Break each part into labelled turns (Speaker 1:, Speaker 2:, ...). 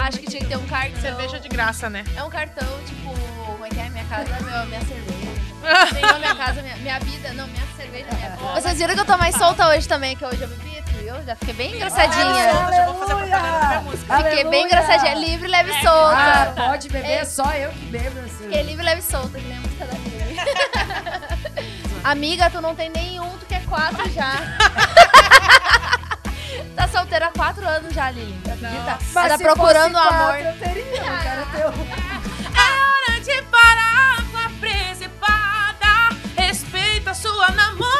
Speaker 1: acho que tinha que ter um cartão.
Speaker 2: Cerveja de graça, né?
Speaker 1: É um cartão, tipo, como é que é? Minha casa, meu, minha cerveja. Senhor, minha casa, minha, minha vida. Não, minha cerveja, minha
Speaker 3: É.
Speaker 1: cola.
Speaker 4: Vocês viram que eu tô mais solta hoje também, que hoje eu bebi e eu já fiquei bem engraçadinha.
Speaker 2: Hoje eu vou fazer propaganda da minha música.
Speaker 4: Fiquei bem
Speaker 3: é
Speaker 4: engraçadinha, É livre, leve e solta.
Speaker 3: Ah, pode beber, é só eu que bebo. Assim.
Speaker 4: Fiquei livre, leve e solta, que nem a música da Miriam. Amiga, tu não tem nenhum, tu quer quatro já. tá solteira há quatro anos já, Lili. Acredita? Tá
Speaker 3: se
Speaker 4: procurando
Speaker 3: fosse
Speaker 4: amor.
Speaker 3: quatro, eu teria, eu quero ter um.
Speaker 2: É hora de parar com a principada. Respeita sua namorada.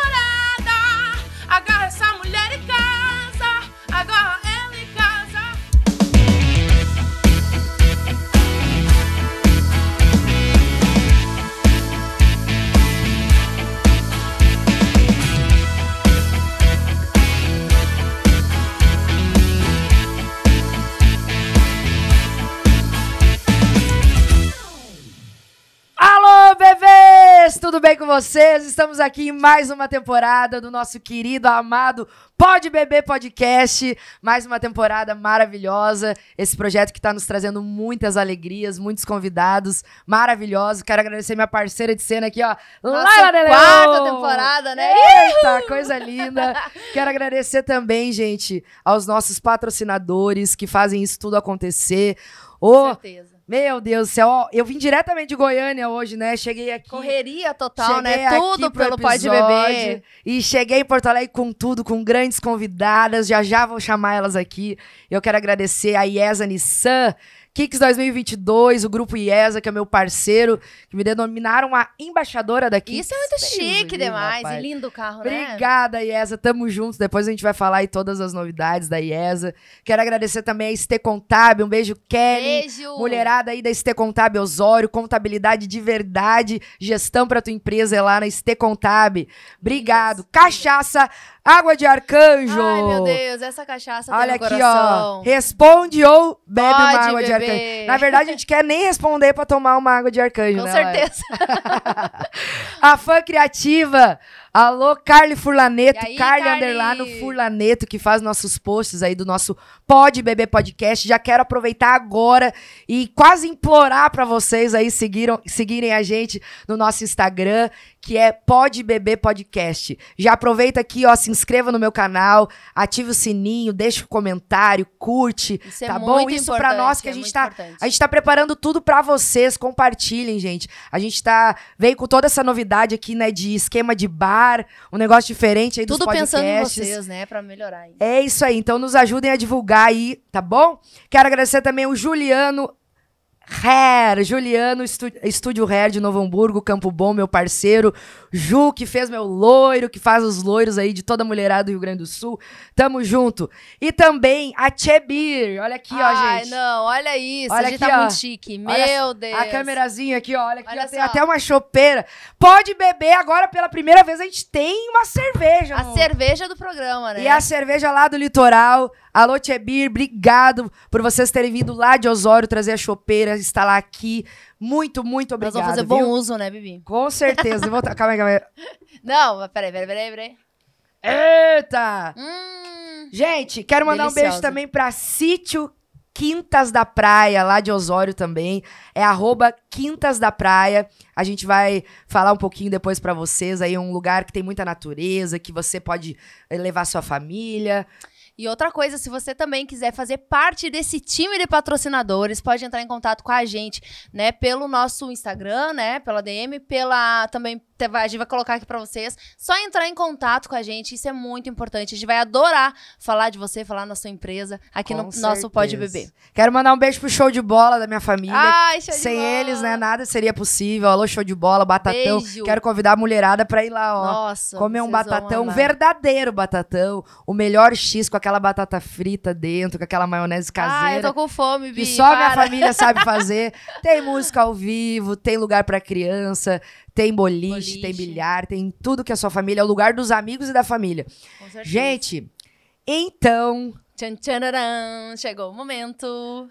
Speaker 2: Agarra essa mulher em casa. Agarra ela em casa.
Speaker 3: Alô, bebês! Tudo bem com vocês? Estamos aqui em mais uma temporada do nosso querido, amado Pode Beber Podcast. Mais uma temporada maravilhosa. Esse projeto que está nos trazendo muitas alegrias, muitos convidados maravilhosos. Quero agradecer minha parceira de cena aqui, ó. Laila de
Speaker 4: Nossa,
Speaker 3: Leon.
Speaker 4: quarta temporada, né?
Speaker 3: Eita, coisa linda. Quero agradecer também, gente, aos nossos patrocinadores que fazem isso tudo acontecer.
Speaker 4: Com
Speaker 3: Ô,
Speaker 4: certeza.
Speaker 3: meu Deus do céu, ó, eu vim diretamente de Goiânia hoje, né? Cheguei aqui.
Speaker 4: Correria total,
Speaker 3: cheguei
Speaker 4: né?
Speaker 3: aqui
Speaker 4: Tudo
Speaker 3: pro
Speaker 4: pelo Pode
Speaker 3: episódio
Speaker 4: Beber.
Speaker 3: E cheguei em Porto Alegre com tudo, com grandes convidadas. Já já vou chamar elas aqui. Eu quero agradecer a IESA Nissan, Kicks 2022, o grupo IESA, que é meu parceiro, que me denominaram a embaixadora da Kicks.
Speaker 4: Isso é muito
Speaker 3: Deus
Speaker 4: chique
Speaker 3: livre,
Speaker 4: demais.
Speaker 3: rapaz.
Speaker 4: E lindo o carro, né?
Speaker 3: Obrigada, IESA. Tamo junto. Depois a gente vai falar aí todas as novidades da IESA. Quero agradecer também a ST Contábil. Um beijo, Kelly.
Speaker 4: Beijo.
Speaker 3: Mulherada aí da ST Contábil Osório, contabilidade de verdade, gestão pra tua empresa é lá na ST Contábil. Obrigado.
Speaker 4: Isso.
Speaker 3: Cachaça, água de arcanjo.
Speaker 4: Ai, meu Deus, essa cachaça
Speaker 3: Olha
Speaker 4: tem no
Speaker 3: aqui,
Speaker 4: coração.
Speaker 3: ó. Responde ou bebe
Speaker 4: Pode
Speaker 3: uma água de
Speaker 4: beber.
Speaker 3: arcanjo. Na verdade, a gente quer nem responder pra tomar uma água de arcanjo,
Speaker 4: Com
Speaker 3: né? Laila?
Speaker 4: certeza.
Speaker 3: A fã criativa. Alô, Carly Furlaneto,
Speaker 4: E aí,
Speaker 3: Carly
Speaker 4: Carly?
Speaker 3: Underlano Furlaneto, que faz nossos posts aí do nosso Pode Beber Podcast. Já quero aproveitar agora e quase implorar pra vocês aí seguiram, seguirem a gente no nosso Instagram, que é Pode Beber Podcast. Já aproveita aqui, ó, se inscreva no meu canal, ative o sininho, deixa o comentário, curte.
Speaker 4: Isso é
Speaker 3: Tá bom?
Speaker 4: muito
Speaker 3: Isso pra nós
Speaker 4: importante,
Speaker 3: que a
Speaker 4: é
Speaker 3: gente
Speaker 4: muito
Speaker 3: tá-
Speaker 4: importante.
Speaker 3: A gente tá preparando tudo pra vocês, compartilhem, gente. A gente tá veio com toda essa novidade aqui, né, de esquema de bar, um negócio diferente aí
Speaker 4: Tudo
Speaker 3: dos podcasts.
Speaker 4: pensando em vocês, né? Pra melhorar ainda.
Speaker 3: É isso aí, então nos ajudem a divulgar aí, tá bom? Quero agradecer também o Juliano Hair, Juliano Estu- Estúdio Hair de Novo Hamburgo, Campo Bom, meu parceiro. Ju, que fez meu loiro, que faz os loiros aí de toda a mulherada do Rio Grande do Sul. Tamo junto. E também a Chebir, olha aqui, ó, gente.
Speaker 4: Ai, não, olha isso.
Speaker 3: Olha
Speaker 4: a gente
Speaker 3: aqui,
Speaker 4: tá
Speaker 3: ó.
Speaker 4: muito chique. Meu
Speaker 3: Olha
Speaker 4: Deus.
Speaker 3: A câmerazinha aqui, ó, olha aqui,
Speaker 4: Olha
Speaker 3: ó, tem
Speaker 4: só.
Speaker 3: até uma chopeira. Pode beber agora pela primeira vez, a gente tem uma cerveja.
Speaker 4: A
Speaker 3: no-
Speaker 4: cerveja do programa, né?
Speaker 3: E a cerveja lá do litoral. Alô, Tchebir, obrigado por vocês terem vindo lá de Osório trazer a chopeira, instalar aqui. Muito, muito
Speaker 4: Nós
Speaker 3: obrigado.
Speaker 4: vamos fazer bom
Speaker 3: viu?
Speaker 4: uso, né, Bibi?
Speaker 3: Com certeza. Eu vou ta- Calma aí, calma aí.
Speaker 4: Não, mas peraí, peraí, peraí, peraí.
Speaker 3: Eita!
Speaker 4: Hum,
Speaker 3: Gente, quero mandar um beijo
Speaker 4: Deliciosa.
Speaker 3: também pra Sítio Quintas da Praia, lá de Osório também. É arroba Quintas da Praia. A gente vai falar um pouquinho depois pra vocês aí, um lugar que tem muita natureza, que você pode eh, levar sua família.
Speaker 4: E outra coisa, se você também quiser fazer parte desse time de patrocinadores, pode entrar em contato com a gente, né? Pelo nosso Instagram, né? Pela DM, pela. Também te- vai- a gente vai colocar aqui pra vocês. Só entrar em contato com a gente, isso é muito importante. A gente vai adorar falar de você, falar na sua empresa aqui
Speaker 3: Com
Speaker 4: no nosso Pode
Speaker 3: certeza.
Speaker 4: Beber.
Speaker 3: Quero mandar um beijo pro show de bola da minha família.
Speaker 4: Ai, show de
Speaker 3: Sem
Speaker 4: bola.
Speaker 3: eles, né, nada seria possível. Alô, show de bola, batatão.
Speaker 4: Beijo.
Speaker 3: Quero convidar a mulherada pra ir lá, ó.
Speaker 4: Nossa.
Speaker 3: Comer um
Speaker 4: vocês vão
Speaker 3: batatão,
Speaker 4: amar.
Speaker 3: verdadeiro batatão. O melhor X com aquela batata frita dentro, com aquela maionese
Speaker 4: Ah, eu
Speaker 3: caseira.
Speaker 4: tô com fome, Bi.
Speaker 3: que só minha
Speaker 4: para.
Speaker 3: família sabe fazer. Tem música ao vivo, tem lugar pra criança, tem boliche,
Speaker 4: Boliche.
Speaker 3: tem bilhar, tem tudo que a sua família é o lugar dos amigos e da família.
Speaker 4: Com certeza.
Speaker 3: Gente, então,
Speaker 4: Tchan, tchanarã, chegou o momento.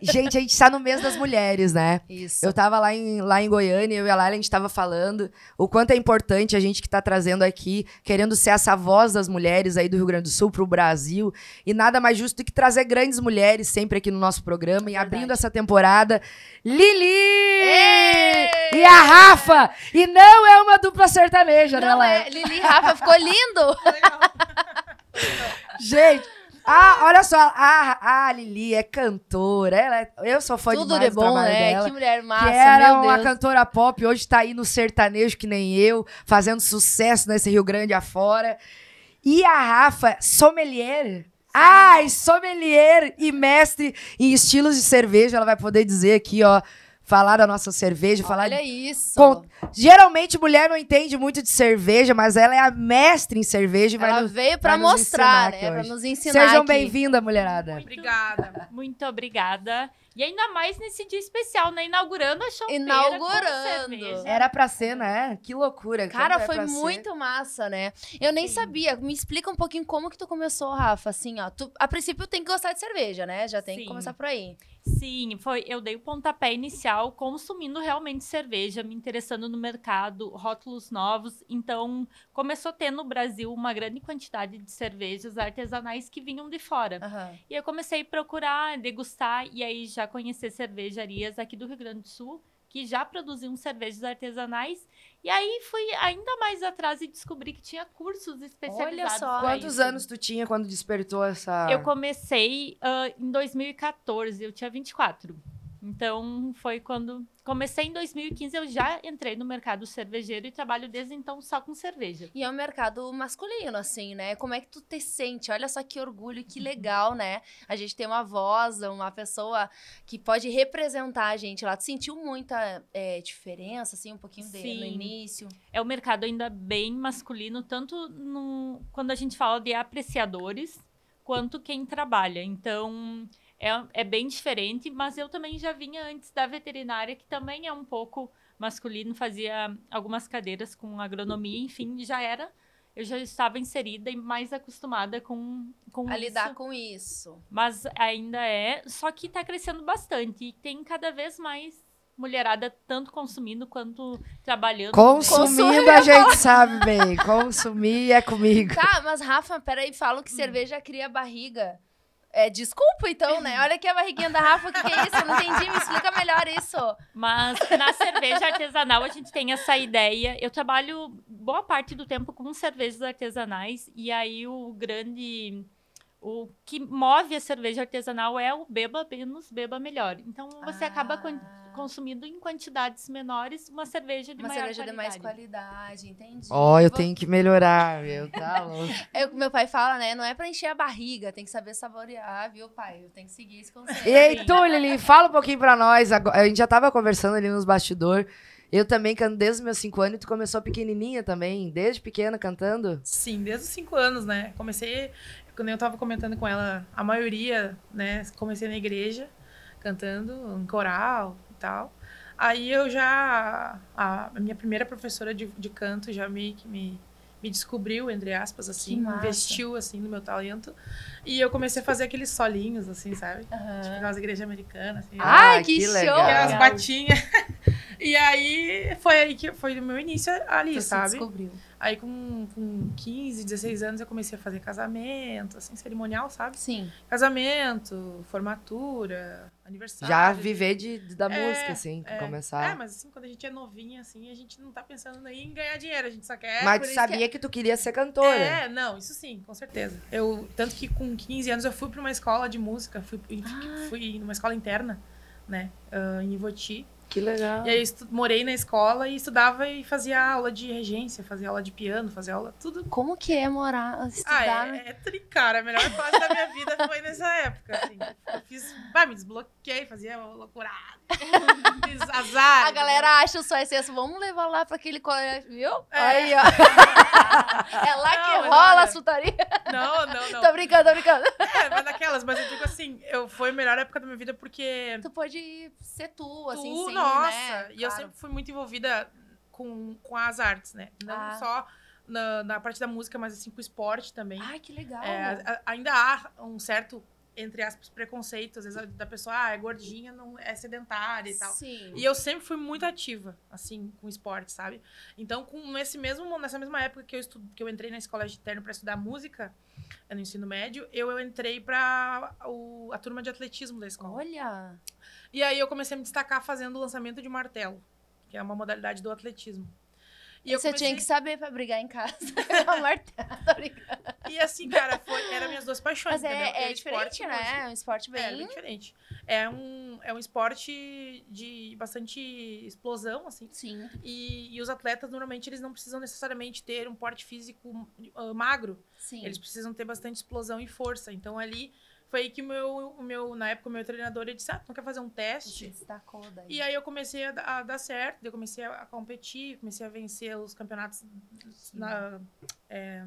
Speaker 3: Gente, a gente tá no mês das mulheres, né?
Speaker 4: Isso.
Speaker 3: Eu tava lá em, lá em Goiânia, eu e a Laila, a gente tava falando o quanto é importante a gente que tá trazendo aqui, querendo ser essa voz das mulheres aí do Rio Grande do Sul pro Brasil. E nada mais justo do que trazer grandes mulheres sempre aqui no nosso programa. E
Speaker 4: Verdade.
Speaker 3: abrindo essa temporada, Lili! E a Rafa! E não é uma dupla sertaneja, né,
Speaker 4: Não
Speaker 3: Laila?
Speaker 4: é, Lili e Rafa ficou lindo.
Speaker 3: Gente, ah, olha só, a, a Lili é cantora, ela é- eu sou fã
Speaker 4: Tudo
Speaker 3: demais
Speaker 4: de
Speaker 3: do
Speaker 4: bom,
Speaker 3: trabalho
Speaker 4: né?
Speaker 3: dela.
Speaker 4: Que mulher massa,
Speaker 3: que era
Speaker 4: meu
Speaker 3: uma
Speaker 4: Deus.
Speaker 3: cantora pop, hoje tá aí no sertanejo que nem eu, fazendo sucesso nesse Rio Grande afora. E a Rafa, sommelier. Ai, sommelier e mestre em estilos de cerveja, ela vai poder dizer aqui, ó, falar da nossa cerveja, falar
Speaker 4: Olha isso.
Speaker 3: Con- Geralmente mulher não entende muito de cerveja, mas ela é a mestre em cerveja e vai
Speaker 4: Ela
Speaker 3: nos
Speaker 4: veio pra
Speaker 3: vai nos ensinar
Speaker 4: mostrar,
Speaker 3: aqui
Speaker 4: né? Pra
Speaker 3: hoje.
Speaker 4: nos ensinar
Speaker 3: Sejam
Speaker 4: aqui.
Speaker 3: bem-vindas, mulherada.
Speaker 2: Obrigada.
Speaker 5: Muito obrigada. E ainda mais nesse dia especial, né? Inaugurando a champeira
Speaker 4: Inaugurando.
Speaker 5: Com cerveja.
Speaker 3: Era pra ser, né? Que loucura.
Speaker 4: Cara,
Speaker 3: quando é
Speaker 4: foi
Speaker 3: pra ser.
Speaker 4: muito massa, né? Eu nem sabia. Me explica um pouquinho como que tu começou, Rafa. Assim, ó. Tu, a princípio tem que gostar de cerveja, né? Já tem que
Speaker 5: Sim.
Speaker 4: começar por aí.
Speaker 5: Sim, foi. Eu dei o pontapé inicial consumindo realmente cerveja, me interessando no mercado, rótulos novos. Então, começou a ter no Brasil uma grande quantidade de cervejas artesanais que vinham de fora.
Speaker 4: Aham.
Speaker 5: E eu comecei a procurar, degustar e aí já conhecer cervejarias aqui do Rio Grande do Sul que já produziam cervejas artesanais. E aí fui ainda mais atrás e descobri que tinha cursos especializados.
Speaker 4: só.
Speaker 5: pra
Speaker 3: Quantos
Speaker 5: isso.
Speaker 3: anos tá? tu tinha quando despertou essa...
Speaker 5: Eu comecei ah, em 2014, eu tinha 24. Então foi quando comecei em 2015, eu já entrei no mercado cervejeiro e trabalho desde então só com cerveja.
Speaker 4: E é um mercado masculino, assim, né? Como é que tu te sente? Olha só que orgulho, que legal, né? A gente tem uma voz, uma pessoa que pode representar a gente lá. Tu sentiu muita é, diferença, assim, um pouquinho de, no
Speaker 5: Sim.
Speaker 4: início?
Speaker 5: É um mercado ainda bem masculino, tanto no- quando a gente fala de apreciadores, quanto quem trabalha. Então, é, é bem diferente, mas eu também já vinha antes da veterinária, que também é um pouco masculino, fazia algumas cadeiras com agronomia, enfim, já era. Eu já estava inserida e mais acostumada com, com
Speaker 4: A lidar
Speaker 5: isso.
Speaker 4: com isso.
Speaker 5: Mas ainda é, só que está crescendo bastante e tem cada vez mais mulherada tanto consumindo quanto trabalhando.
Speaker 3: Consumindo, a gente sabe bem. Consumir é comigo.
Speaker 4: Tá, mas Rafa, peraí, falam
Speaker 5: Hum.
Speaker 4: que cerveja cria barriga. É, desculpa então, né? Olha aqui a barriguinha da Rafa, o que, que é isso? Eu não entendi, me explica melhor isso.
Speaker 5: Mas na cerveja artesanal a gente tem essa ideia. Eu trabalho boa parte do tempo com cervejas artesanais e aí o grande o que move a cerveja artesanal é o beba menos, beba melhor. Então você acaba con-
Speaker 4: Ah.
Speaker 5: consumindo em quantidades menores uma cerveja de
Speaker 4: Uma
Speaker 5: maior
Speaker 4: cerveja de mais
Speaker 5: qualidade.
Speaker 4: qualidade, entendi.
Speaker 3: Ó, eu
Speaker 4: Vou-
Speaker 3: tenho que melhorar, meu. Tá louco.
Speaker 4: É o que meu pai fala, né? Não é pra encher a barriga, tem que saber saborear, viu, pai? Eu tenho que seguir esse conselho.
Speaker 3: E aí, tu, Lili, fala um pouquinho pra nós. agora- A gente já tava conversando ali nos bastidores. Eu também canto desde os meus cinco anos e tu começou pequenininha também, desde pequena cantando.
Speaker 2: Sim, desde os cinco anos, né? Comecei, quando eu tava comentando com ela, a maioria, né? Comecei na igreja, cantando em coral e tal. Aí eu já, a minha primeira professora de, de canto já meio que me, me descobriu, entre aspas, assim,
Speaker 4: Que massa.
Speaker 2: investiu, assim, no meu talento. E eu comecei a fazer aqueles solinhos, assim, sabe? Tipo,
Speaker 4: Aham.
Speaker 2: aquelas igrejas americanas, assim.
Speaker 3: Ah,
Speaker 4: Ai, que show!
Speaker 2: Aquelas
Speaker 5: legal.
Speaker 2: batinhas. E aí, foi aí que foi o meu início ali,
Speaker 4: Tu se
Speaker 2: sabe?
Speaker 4: descobriu.
Speaker 2: Aí com, com 15, 16 anos eu comecei a fazer casamento, assim, cerimonial, sabe?
Speaker 4: Sim.
Speaker 2: Casamento, formatura, aniversário.
Speaker 3: Já viver de, da
Speaker 2: É,
Speaker 3: música, assim,
Speaker 2: é.
Speaker 3: começar.
Speaker 2: É, mas assim, quando a gente é novinha, assim, a gente não tá pensando nem em ganhar dinheiro, a gente só quer.
Speaker 3: mas
Speaker 4: por
Speaker 3: tu
Speaker 4: isso
Speaker 3: sabia que... tu queria ser cantora.
Speaker 2: É, não, isso sim, com certeza. Eu, tanto que com 15 anos eu fui pra uma escola de música, fui, fui numa escola interna, né, ah, em Ivoti.
Speaker 3: Que legal.
Speaker 2: E aí eu estu- morei na escola e estudava e fazia aula de regência, fazia aula de piano, fazia aula, tudo
Speaker 4: Como que é morar,
Speaker 2: Ah,
Speaker 4: estudar? né?
Speaker 2: é, é tri, cara. A melhor fase da minha vida foi nessa época, assim. Eu fiz, bah, me desbloqueei, fazia loucura. Fiz azar.
Speaker 4: A galera acha o seu excesso, vamos levar lá pra aquele colégio, viu?
Speaker 2: É.
Speaker 4: Aí, ó. É lá
Speaker 2: Não,
Speaker 4: que
Speaker 2: mas
Speaker 4: rola
Speaker 2: olha-
Speaker 4: a sutaria.
Speaker 2: Não, não, não.
Speaker 4: Tô brincando, tô brincando.
Speaker 2: É, mas daquelas, mas eu digo assim, eu, foi a melhor época da minha vida porque
Speaker 4: Tu pode ser tu, assim,
Speaker 2: tu,
Speaker 4: sim,
Speaker 2: nossa,
Speaker 4: né?
Speaker 2: e eu
Speaker 4: Claro.
Speaker 2: sempre fui muito envolvida com, com as artes, né? Não
Speaker 4: Ah.
Speaker 2: só na, na parte da música, mas assim, com o esporte também.
Speaker 4: Ai, que Ah, legal.
Speaker 2: É, a- ainda há um certo, entre aspas, preconceito, às vezes, da pessoa, ah, é gordinha, não é sedentária e tal.
Speaker 1: Sim.
Speaker 2: E eu sempre fui muito ativa, assim, com esporte, sabe? Então, com nesse mesmo, nessa mesma época que eu, estu, que eu entrei na escola de terno para estudar música, eh, no ensino médio, eu, eu entrei para a turma de atletismo da escola.
Speaker 4: Olha.
Speaker 2: E aí eu comecei a me destacar fazendo o lançamento de martelo, que é uma modalidade do atletismo. E eu
Speaker 4: você
Speaker 2: comecei-
Speaker 4: tinha que saber pra brigar em casa. Com a martelo, tô brincando.
Speaker 2: E assim, cara, foi, eram minhas duas paixões,
Speaker 4: Mas é,
Speaker 2: entendeu?
Speaker 4: é
Speaker 2: Era esporte
Speaker 4: diferente,
Speaker 2: e
Speaker 4: né?
Speaker 2: música.
Speaker 4: É um esporte
Speaker 2: É, era bem
Speaker 4: bem.
Speaker 2: diferente. É um, é um esporte de bastante explosão, assim.
Speaker 4: Sim.
Speaker 2: E, e os atletas, normalmente, eles não precisam necessariamente ter um porte físico ah, magro.
Speaker 4: Sim.
Speaker 2: Eles precisam ter bastante explosão e força. Então, ali, foi aí que o meu, o meu na época, o meu treinador, ele disse, ah, tu não quer fazer um teste?
Speaker 4: Você destacou daí.
Speaker 2: E aí eu comecei a, da- a dar certo, eu comecei a, a competir, comecei a vencer os campeonatos na- é,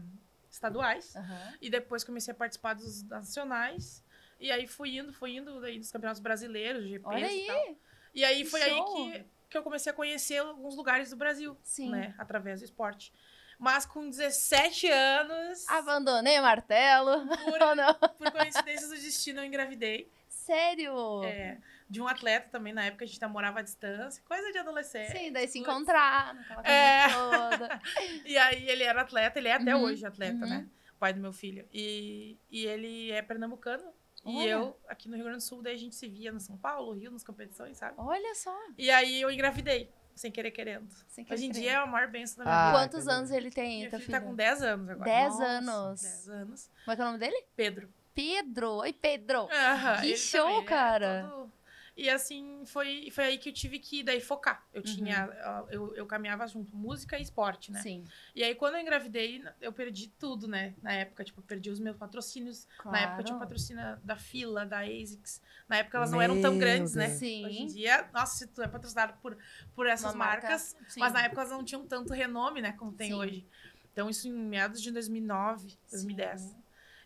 Speaker 2: estaduais.
Speaker 4: Aham.
Speaker 2: E depois comecei a participar dos nacionais. E aí fui indo, fui indo daí dos campeonatos brasileiros, GPs
Speaker 4: Olha
Speaker 2: e
Speaker 4: aí.
Speaker 2: tal. E aí
Speaker 4: Que
Speaker 2: foi
Speaker 4: show.
Speaker 2: aí que, que eu comecei a conhecer alguns lugares do Brasil,
Speaker 4: Sim.
Speaker 2: né? Através do esporte. Mas com 17 anos,
Speaker 4: Ah, Abandonei o martelo. Ou
Speaker 2: por,
Speaker 4: não?
Speaker 2: por coincidência do destino, eu engravidei.
Speaker 4: Sério?
Speaker 2: é, de um atleta também, na época a gente namorava à distância, coisa de adolescente.
Speaker 4: Sim, daí se
Speaker 2: É. Putz.
Speaker 4: encontrar naquela coisa
Speaker 2: É.
Speaker 4: toda.
Speaker 2: E aí ele era atleta, ele é até
Speaker 4: Uhum,
Speaker 2: hoje atleta,
Speaker 4: uhum.
Speaker 2: né? Pai do meu filho. E, e ele é pernambucano.
Speaker 4: Olha.
Speaker 2: E eu, aqui no Rio Grande do Sul, daí a gente se via no São Paulo, Rio, nas competições, sabe?
Speaker 4: Olha só. assim
Speaker 2: E aí eu engravidei, sem querer querendo.
Speaker 4: sem querer
Speaker 2: Hoje em
Speaker 4: crer.
Speaker 2: dia é a maior benção da minha
Speaker 3: Ah,
Speaker 2: vida.
Speaker 4: Quantos
Speaker 3: entendi.
Speaker 4: anos ele tem,
Speaker 2: Meu
Speaker 4: tá,
Speaker 2: filho
Speaker 4: filha?
Speaker 2: tá com 10 anos agora.
Speaker 4: 10
Speaker 2: Nossa,
Speaker 4: anos.
Speaker 2: 10 anos.
Speaker 4: Como é que é o nome dele?
Speaker 2: Pedro.
Speaker 4: Pedro. Oi, Pedro.
Speaker 2: Aham,
Speaker 4: Que
Speaker 2: ele
Speaker 4: show,
Speaker 2: também, ele é
Speaker 4: cara.
Speaker 2: todo- E assim, foi, foi aí que eu tive que daí focar. Eu tinha. Eu, eu caminhava junto, música e esporte, né?
Speaker 4: Uhum. Sim.
Speaker 2: E aí, quando eu engravidei, eu perdi tudo, né? Na época, tipo, eu perdi os meus patrocínios. Na época, eu tinha um
Speaker 4: claro.
Speaker 2: patrocínio da Fila, da ASICS. Na época, elas não eram tão
Speaker 3: Meu
Speaker 2: grandes, né?
Speaker 3: Deus.
Speaker 4: Sim.
Speaker 2: Hoje em dia, nossa, se tu é patrocinado por, por essas
Speaker 4: Uma marca,
Speaker 2: marcas.
Speaker 4: Sim.
Speaker 2: Mas na época, elas não tinham tanto renome, né? Como tem
Speaker 4: Sim.
Speaker 2: hoje. Então, isso em meados de 2009, 2010.
Speaker 4: Sim.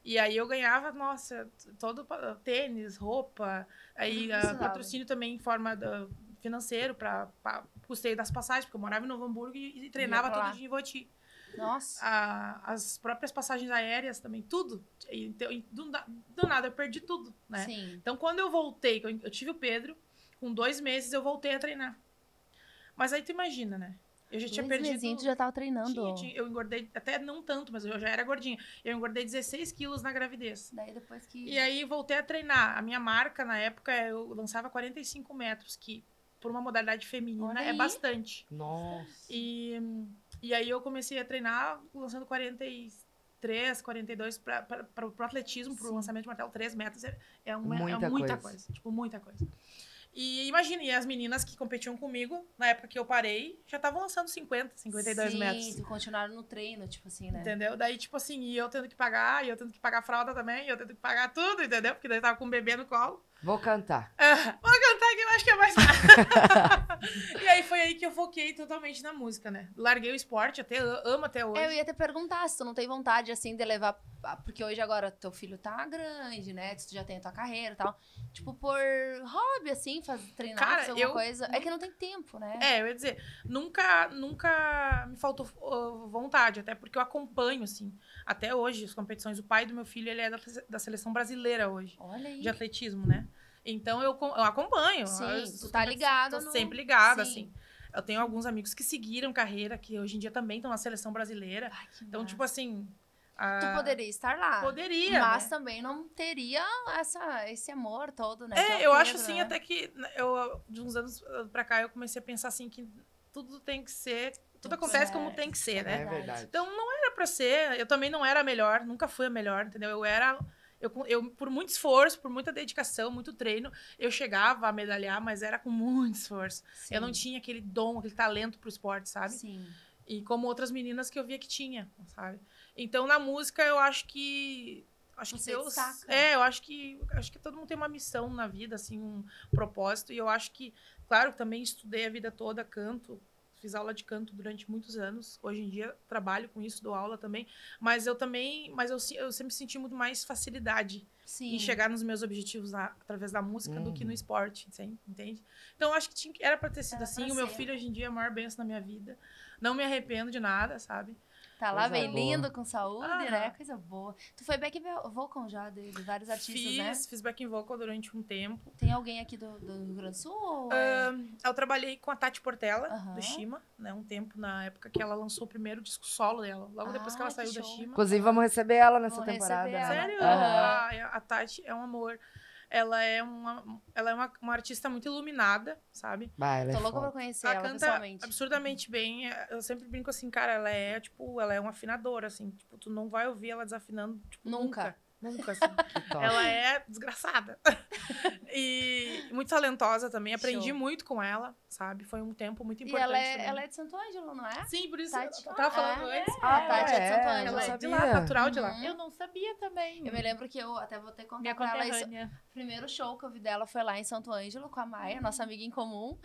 Speaker 2: E aí, eu ganhava, nossa, t- todo pa- tênis, roupa. Aí, ah,
Speaker 4: Precisava.
Speaker 2: patrocínio também em forma da- financeiro para custeio das passagens, porque eu morava em Novo Hamburgo e, e treinava
Speaker 4: pra lá.
Speaker 2: todo dia em Voti
Speaker 4: Nossa.
Speaker 2: a- as próprias passagens aéreas também, tudo. E, então, e do, na- do nada eu perdi tudo, né?
Speaker 4: Sim.
Speaker 2: Então quando eu voltei, que eu, eu tive o Pedro, com dois meses eu voltei a treinar. Mas aí tu imagina, né? Eu já tinha
Speaker 4: Dois
Speaker 2: perdido.
Speaker 4: mesinhos tu já tava treinando.
Speaker 2: Tinha, tinha- eu engordei, até não tanto, mas eu já era gordinha. Eu engordei 16 quilos na gravidez.
Speaker 4: Daí depois que...
Speaker 2: E aí voltei a treinar. A minha marca na época eu lançava 45 metros, que por uma modalidade
Speaker 4: Olha
Speaker 2: feminina é
Speaker 4: aí.
Speaker 2: bastante.
Speaker 3: Nossa.
Speaker 2: E, e aí eu comecei a treinar lançando 43, 42 para o atletismo, para o lançamento de martelo, 3 metros. É, é, uma,
Speaker 3: Muita
Speaker 2: é muita
Speaker 3: coisa.
Speaker 2: coisa. Tipo, muita coisa. E imagina, e as meninas que competiam comigo, na época que eu parei, já estavam lançando 50, 52
Speaker 4: Sim,
Speaker 2: metros.
Speaker 4: tu continuaram no treino, tipo assim, né?
Speaker 2: Entendeu? Daí, tipo assim, e eu tendo que pagar, e eu tendo que pagar fralda também, e eu tendo que pagar tudo, entendeu? Porque daí eu tava com o bebê no colo.
Speaker 3: Vou cantar.
Speaker 2: Ah, Vou cantar que eu acho que é mais fácil. e aí foi aí que eu foquei totalmente na música, né? Larguei o esporte, até amo até hoje.
Speaker 4: É, Eu ia até perguntar se tu não tem vontade, assim, de levar. ah, Porque hoje agora teu filho tá grande, né? Tu já tem a tua carreira e tal. Tipo, por hobby, assim, faz, treinar,
Speaker 2: Cara,
Speaker 4: fazer alguma
Speaker 2: eu-
Speaker 4: coisa. É que não tem tempo, né?
Speaker 2: É, eu ia dizer, nunca, nunca me faltou uh, vontade, até porque eu acompanho, assim, até hoje as competições. O pai do meu filho, ele é da, da seleção brasileira hoje,
Speaker 4: Olha aí.
Speaker 2: de atletismo, né? Então eu, co- eu acompanho.
Speaker 4: Sim,
Speaker 2: as-
Speaker 4: tu tá
Speaker 2: as-
Speaker 4: ligado
Speaker 2: Tô
Speaker 4: no-
Speaker 2: sempre ligada,
Speaker 4: Sim.
Speaker 2: assim. Eu tenho alguns amigos que seguiram carreira, que hoje em dia também estão na seleção brasileira.
Speaker 4: Ai, que
Speaker 2: Então,
Speaker 4: massa.
Speaker 2: tipo assim. a-
Speaker 4: Ah. Tu poderia estar
Speaker 2: Ah,
Speaker 4: lá.
Speaker 2: Poderia.
Speaker 4: mas
Speaker 2: né?
Speaker 4: também não teria essa, esse amor todo, né? que o
Speaker 2: É, eu acho
Speaker 4: Pedro,
Speaker 2: assim,
Speaker 4: né?
Speaker 2: até que eu, de uns anos ah, pra cá, eu comecei a pensar assim que tudo tem que ser. Tudo acontece como tem que ser, né?
Speaker 3: É verdade.
Speaker 2: Então não era pra ser. Eu também não era a melhor, nunca fui a melhor, entendeu? Eu era. Eu, com- eu, por muito esforço, por muita dedicação, muito treino, eu chegava a medalhar, mas era com muito esforço.
Speaker 4: Sim,
Speaker 2: Eu não tinha aquele dom, aquele talento pro esporte, sabe?
Speaker 4: Sim.
Speaker 2: E como outras meninas que eu via que tinha, sabe? Então na música eu acho que acho que
Speaker 4: Você
Speaker 2: Deus,
Speaker 4: destaca.
Speaker 2: é, eu acho que acho que todo mundo tem uma missão na vida, assim, um propósito e eu acho que, claro, também estudei a vida toda canto, fiz aula de canto durante muitos anos. Hoje em dia trabalho com isso, dou aula também, mas eu também, mas eu, se- eu sempre senti muito mais facilidade
Speaker 4: Sim. Uhum.
Speaker 2: em chegar nos meus objetivos na- através da música do que no esporte, sim, entende? Então acho que tinha que- era pra ter sido
Speaker 4: Era pra
Speaker 2: assim. O meu
Speaker 4: ser.
Speaker 2: filho hoje em dia é a maior benção na minha vida. Não me arrependo de nada, sabe?
Speaker 4: Tá lá
Speaker 3: Coisa
Speaker 4: bem
Speaker 3: boa.
Speaker 4: lindo, com saúde,
Speaker 2: Ah.
Speaker 4: né? Coisa boa. Tu foi back vocal já de, de vários artistas,
Speaker 2: fiz,
Speaker 4: né?
Speaker 2: fiz backing vocal durante um tempo.
Speaker 4: Tem alguém aqui do, do Rio Grande do Sul? ou é-
Speaker 2: Ahn, eu trabalhei com a Tati Portela,
Speaker 4: Aham.
Speaker 2: do Shima, né? Um tempo na época que ela lançou o primeiro disco solo dela, logo depois que
Speaker 4: Ah,
Speaker 2: ela
Speaker 4: que
Speaker 2: saiu da
Speaker 4: show. né?
Speaker 2: Shima.
Speaker 3: Inclusive, vamos receber ela nessa
Speaker 4: Vamos
Speaker 3: temporada. né?
Speaker 4: receber ela.
Speaker 2: Sério?
Speaker 3: Aham.
Speaker 2: Ai, A, Tati é um amor. Ela é uma, ela é uma, uma artista muito iluminada, sabe?
Speaker 3: Vai, ela é
Speaker 4: Tô louca
Speaker 3: foda.
Speaker 4: pra conhecer
Speaker 2: Ela
Speaker 4: ela
Speaker 2: canta
Speaker 4: pessoalmente. Uhum.
Speaker 2: absurdamente bem. Eu sempre brinco assim, cara, ela é, tipo, ela é uma afinadora, assim. Tipo, tu não vai ouvir ela desafinando, tipo,
Speaker 4: Nunca.
Speaker 2: Nunca, assim.
Speaker 3: Que top.
Speaker 2: Ela é desgraçada. e muito talentosa também. Aprendi
Speaker 4: Show.
Speaker 2: muito com ela, sabe? Foi um tempo muito
Speaker 4: E
Speaker 2: importante.
Speaker 4: ela é,
Speaker 2: também.
Speaker 4: ela é de Santo Ângelo, não é?
Speaker 2: Sim, por isso
Speaker 4: Tati.
Speaker 2: eu tava falando
Speaker 4: Ah,
Speaker 2: antes.
Speaker 3: Ah,
Speaker 4: a Tati é de Santo
Speaker 3: é?
Speaker 4: Ângelo.
Speaker 2: Ela é de lá,
Speaker 3: sabia.
Speaker 2: natural de lá.
Speaker 4: Uhum.
Speaker 5: Eu não sabia também.
Speaker 4: Eu me lembro que eu até vou ter que
Speaker 5: Minha
Speaker 4: contar pra ela isso.
Speaker 5: conterrânea.
Speaker 4: O primeiro show que eu vi dela foi lá em Santo Ângelo com a
Speaker 3: Uhum.
Speaker 4: Maia, nossa amiga em comum.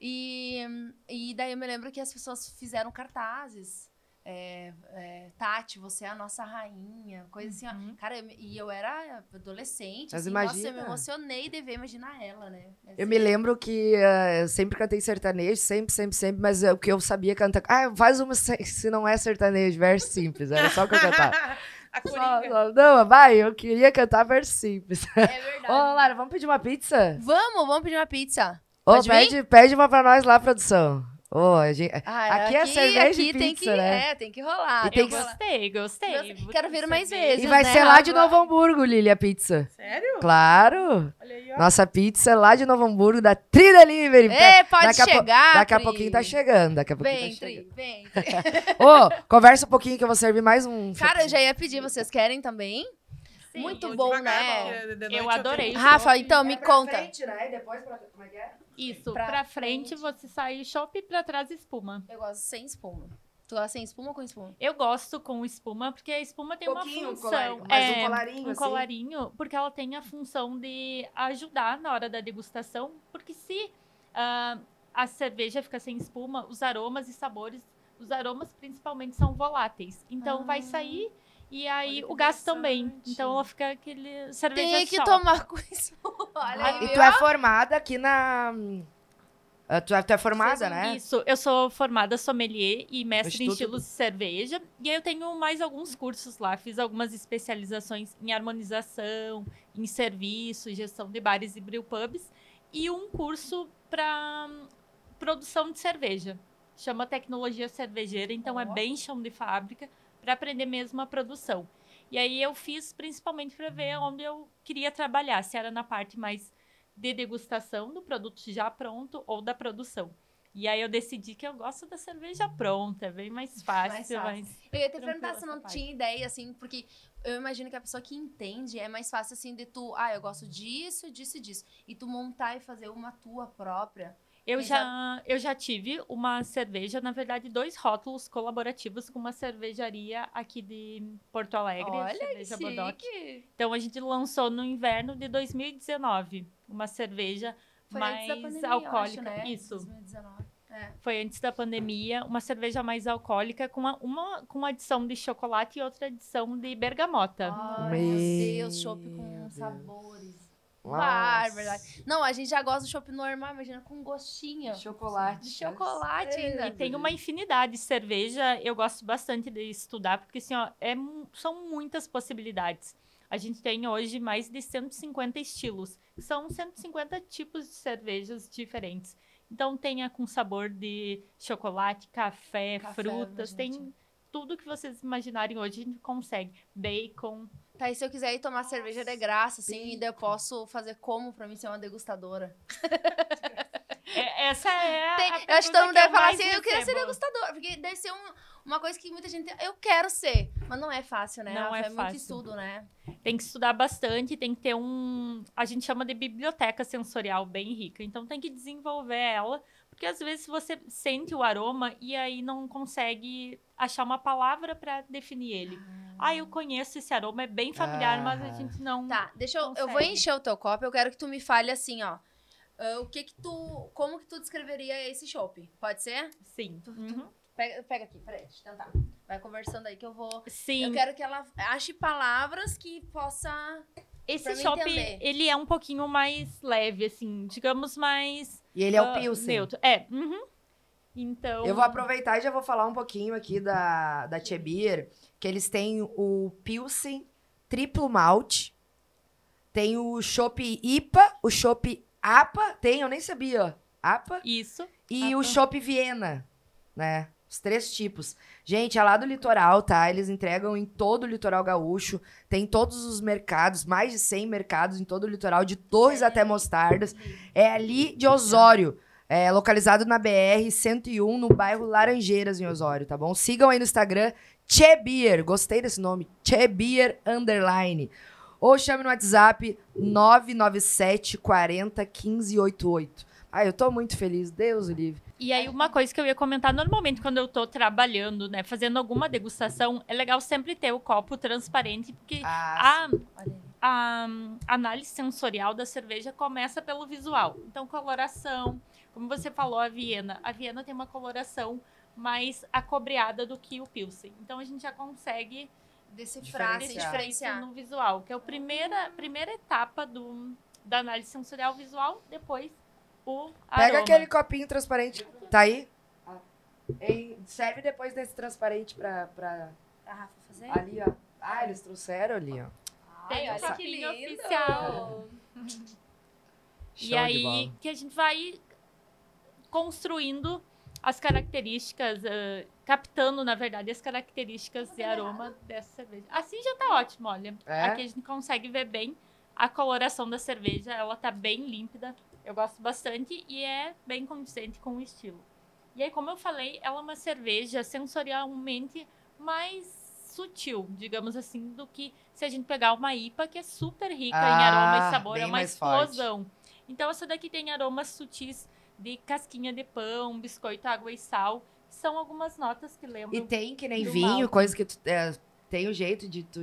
Speaker 4: E, e daí eu me lembro que as pessoas fizeram cartazes. É, é, Tati, você é a nossa rainha, coisa assim, ó.
Speaker 2: Uhum.
Speaker 4: Cara, eu me- e eu era adolescente,
Speaker 3: Mas
Speaker 4: assim, nossa, eu
Speaker 3: imagina.
Speaker 4: me emocionei de ver, imaginar ela, né? Mas-
Speaker 3: Eu me lembro que eh, eu sempre cantei sertanejo, sempre, sempre, sempre, mas eh, o que eu sabia cantar. Ah, faz uma se se não é sertanejo, verso simples. Era só o que eu cantava.
Speaker 4: Uhum.
Speaker 2: a
Speaker 3: Só-
Speaker 2: Coringa.
Speaker 3: só- não, vai, eu queria cantar verso simples.
Speaker 4: É verdade.
Speaker 3: Ô, Lara, vamos pedir uma pizza?
Speaker 4: Vamos, vamos pedir uma pizza.
Speaker 3: Ô,
Speaker 4: Pode vir?
Speaker 3: pede, pede uma pra nós lá, produção. Ô, a gente-
Speaker 4: Ah,
Speaker 3: Aqui é cerveja e
Speaker 4: tem
Speaker 3: pizza,
Speaker 4: que,
Speaker 3: né?
Speaker 4: É, tem que rolar. tem
Speaker 3: E tem
Speaker 5: Eu
Speaker 4: que rolar.
Speaker 5: gostei, gostei.
Speaker 4: Nossa, quero ver mais
Speaker 5: Saber.
Speaker 4: vezes.
Speaker 3: E vai
Speaker 4: né,
Speaker 3: ser lá de
Speaker 4: agora?
Speaker 3: Novo Hamburgo, Lili, a pizza.
Speaker 2: Sério?
Speaker 3: Claro!
Speaker 2: Olha aí, ó.
Speaker 3: Nossa pizza é lá de Novo Hamburgo, da Tri Delivery.
Speaker 4: É, pode
Speaker 3: daqui a po-
Speaker 4: chegar.
Speaker 3: Daqui a
Speaker 4: Pri.
Speaker 3: pouquinho tá chegando, daqui a pouquinho
Speaker 4: Vem,
Speaker 3: tá chegando.
Speaker 4: Tri, vem.
Speaker 3: Ô, conversa um pouquinho que eu vou servir mais um.
Speaker 4: Cara, eu já ia pedir, vocês querem também?
Speaker 5: Sim.
Speaker 4: Muito
Speaker 2: Tô
Speaker 4: bom,
Speaker 2: devagar,
Speaker 4: né?
Speaker 2: porque de noite
Speaker 5: Eu
Speaker 2: tenho-
Speaker 5: adorei.
Speaker 4: Rafa,
Speaker 5: shopping.
Speaker 4: então
Speaker 3: É
Speaker 4: me conta.
Speaker 3: né?
Speaker 5: Isso,
Speaker 4: pra
Speaker 5: pra, frente, você sai shopping, pra trás espuma.
Speaker 4: Eu gosto sem espuma. Tu gosta sem espuma ou com espuma?
Speaker 5: Eu gosto com espuma, porque a espuma tem
Speaker 3: Pouquinho,
Speaker 5: uma
Speaker 3: um
Speaker 5: função.
Speaker 3: colarinho, mas um
Speaker 5: é,
Speaker 3: colarinho,
Speaker 5: um
Speaker 3: assim.
Speaker 5: colarinho, porque ela tem a função de ajudar na hora da degustação, porque se ah, a cerveja fica sem espuma, os aromas e sabores, os aromas principalmente são voláteis. Então
Speaker 3: Ah,
Speaker 5: vai sair e aí
Speaker 2: olha que
Speaker 5: o gás também.
Speaker 2: interessante.
Speaker 5: Então ela fica aquele cerveja
Speaker 4: Tem que
Speaker 5: só.
Speaker 4: tomar com espuma. Olha
Speaker 5: Ah,
Speaker 4: aí,
Speaker 3: E
Speaker 4: viu?
Speaker 3: tu é formada aqui na. Ah, Tu é, tu é formada, né?
Speaker 5: Isso, eu sou formada sommelier e mestre em
Speaker 3: Instituto-
Speaker 5: estilos de cerveja. E aí eu tenho mais alguns cursos lá. Fiz algumas especializações em harmonização, em serviço, gestão de bares e brewpubs. E um curso para produção de cerveja. Chama tecnologia cervejeira, então é
Speaker 4: Ó.
Speaker 5: bem chão de fábrica para aprender mesmo a produção. E aí eu fiz principalmente para
Speaker 3: Hum.
Speaker 5: ver onde eu queria trabalhar, se era na parte mais de degustação do produto já pronto ou da produção. E aí eu decidi que eu gosto da cerveja pronta, é bem mais fácil.
Speaker 4: Mais fácil.
Speaker 5: mas-
Speaker 4: Eu ia até
Speaker 5: Tranquila
Speaker 4: perguntar se
Speaker 5: essa
Speaker 4: não
Speaker 5: parte.
Speaker 4: tinha ideia, assim, porque eu imagino que a pessoa que entende é mais fácil, assim, de tu, ah, eu gosto disso, disso e disso. E tu montar e fazer uma tua própria.
Speaker 5: Eu
Speaker 4: Mas
Speaker 5: já, eu já tive uma cerveja, na verdade, dois rótulos colaborativos com uma cervejaria aqui de Porto Alegre, a
Speaker 4: Olha que
Speaker 5: cerveja Bodoc.
Speaker 4: chique.
Speaker 5: Então a gente lançou no inverno de 2019 uma cerveja
Speaker 4: Foi
Speaker 5: mais
Speaker 4: antes da pandemia,
Speaker 5: alcoólica.
Speaker 4: eu acho, né?
Speaker 5: Isso.
Speaker 4: 2019. É.
Speaker 5: Foi antes da pandemia, uma cerveja mais alcoólica com uma, uma com uma adição de chocolate e outra adição de bergamota.
Speaker 4: Ai, meu
Speaker 3: Meu
Speaker 4: Deus, chopp com
Speaker 3: Deus.
Speaker 4: sabores.
Speaker 3: Nossa.
Speaker 4: Bárbara. Não, a gente já gosta do chopp normal, imagina com gostinho.
Speaker 3: Chocolate.
Speaker 4: De chocolate
Speaker 5: E
Speaker 4: ainda.
Speaker 5: tem uma infinidade de cerveja. Eu gosto bastante de estudar, porque assim, ó, é mu- são muitas possibilidades. A gente tem hoje mais de 150 estilos. São 150 tipos de cervejas diferentes. Então tem a com sabor de chocolate, café,
Speaker 4: Café,
Speaker 5: frutas,
Speaker 4: né, gente?
Speaker 5: tem tudo que vocês imaginarem hoje a gente consegue. Bacon.
Speaker 4: Tá, e se eu quiser ir tomar cerveja de graça, assim, e daí eu posso fazer como pra mim ser uma degustadora?
Speaker 5: É- essa é a
Speaker 4: Tem- eu
Speaker 5: pergunta
Speaker 4: acho que todo mundo deve falar
Speaker 5: mais
Speaker 4: assim, eu queria ser
Speaker 5: recebo.
Speaker 4: degustador, porque deve ser um- uma coisa que muita gente. Eu quero ser. Mas não é fácil, né?
Speaker 5: Não
Speaker 4: Rafa?
Speaker 5: é
Speaker 4: muito
Speaker 5: fácil.
Speaker 4: estudo, né?
Speaker 5: Tem que estudar bastante, tem que ter um. A gente chama de biblioteca sensorial bem rica. Então tem que desenvolver ela, porque às vezes você sente o aroma e aí não consegue achar uma palavra para definir ele. Ah, eu conheço esse aroma, é bem familiar, mas a
Speaker 3: Ah.
Speaker 5: gente não.
Speaker 4: Tá, deixa eu. Eu vou
Speaker 5: Consegue.
Speaker 4: encher o teu copo, eu quero que tu me fale assim, ó. ah, o que que tu. Como que tu descreveria esse chopp? Pode ser?
Speaker 5: Sim.
Speaker 4: Tu- tu-
Speaker 5: Uhum.
Speaker 4: Pega, pega aqui, peraí, deixa eu tentar. Vai conversando aí que eu vou.
Speaker 5: Sim.
Speaker 4: Eu quero que ela ache palavras que possa. pra
Speaker 5: Esse
Speaker 4: mim
Speaker 5: chopp,
Speaker 4: entender.
Speaker 5: ele é um pouquinho mais leve, assim, digamos mais.
Speaker 3: E ele é o
Speaker 5: ah,
Speaker 3: Pilsen.
Speaker 5: neutro. É. uhum. Então.
Speaker 3: Eu vou aproveitar e já vou falar um pouquinho aqui da, da Chebir, que eles têm o Pilsen Triplo Malte, tem o Chopp IPA, o Chopp APA, tem, eu nem sabia, APA,
Speaker 5: Isso.
Speaker 3: e
Speaker 5: APA.
Speaker 3: o Chopp Viena, né? Os três tipos. Gente, é lá do litoral, tá? Eles entregam em todo o litoral gaúcho, tem em todos os mercados, mais de 100 mercados em todo o litoral, de Torres até Mostardas. É ali de Osório. É localizado na BR 101, no bairro Laranjeiras, em Osório, tá bom? Sigam aí no Instagram, Chebier. Gostei desse nome, Chebier Underline. Ou chame no WhatsApp 997 40 1588. Ai, Ah, eu tô muito feliz, Deus o livre.
Speaker 5: E aí, uma coisa que eu ia comentar, normalmente quando eu tô trabalhando, né, fazendo alguma degustação, é legal sempre ter o copo transparente, porque
Speaker 3: Ah,
Speaker 5: a, a análise sensorial da cerveja começa pelo visual. Então, coloração, como você falou, a Viena. A Viena tem uma coloração mais acobreada do que o Pilsen. Então, a gente já consegue
Speaker 1: Decifrar,
Speaker 4: assim,
Speaker 1: se
Speaker 3: Diferenciar.
Speaker 1: diferenciar.
Speaker 5: no visual, que é a primeira, primeira etapa do, da análise sensorial visual, depois o
Speaker 3: Pega
Speaker 5: aroma.
Speaker 3: aquele copinho transparente. Tá aí? Ei, serve depois desse transparente pra, pra.
Speaker 1: A Rafa fazer?
Speaker 3: Ali, ó. Ah, eles trouxeram ali, ó.
Speaker 1: Ai,
Speaker 5: Tem um
Speaker 1: olha que
Speaker 5: copinho
Speaker 1: lindo.
Speaker 5: oficial.
Speaker 3: Show
Speaker 5: e
Speaker 3: de
Speaker 5: aí
Speaker 3: bola.
Speaker 5: que a gente vai construindo as características, ah, captando, na verdade, as características de aroma dessa cerveja. Assim já tá ótimo, olha.
Speaker 3: É?
Speaker 5: Aqui a gente consegue ver bem a coloração da cerveja, ela tá bem límpida. Eu gosto bastante e é bem condizente com o estilo. E aí, como eu falei, ela é uma cerveja sensorialmente mais sutil, digamos assim, do que se a gente pegar uma IPA que é super rica em aroma
Speaker 3: Ah,
Speaker 5: e sabor, é
Speaker 3: bem
Speaker 5: uma
Speaker 3: mais forte.
Speaker 5: explosão. Então essa daqui tem aromas sutis de casquinha de pão, biscoito, água e sal. São algumas notas que lembram.
Speaker 3: E tem que nem
Speaker 5: do
Speaker 3: vinho,
Speaker 5: malte.
Speaker 3: coisa que tu. é, tem o jeito de tu.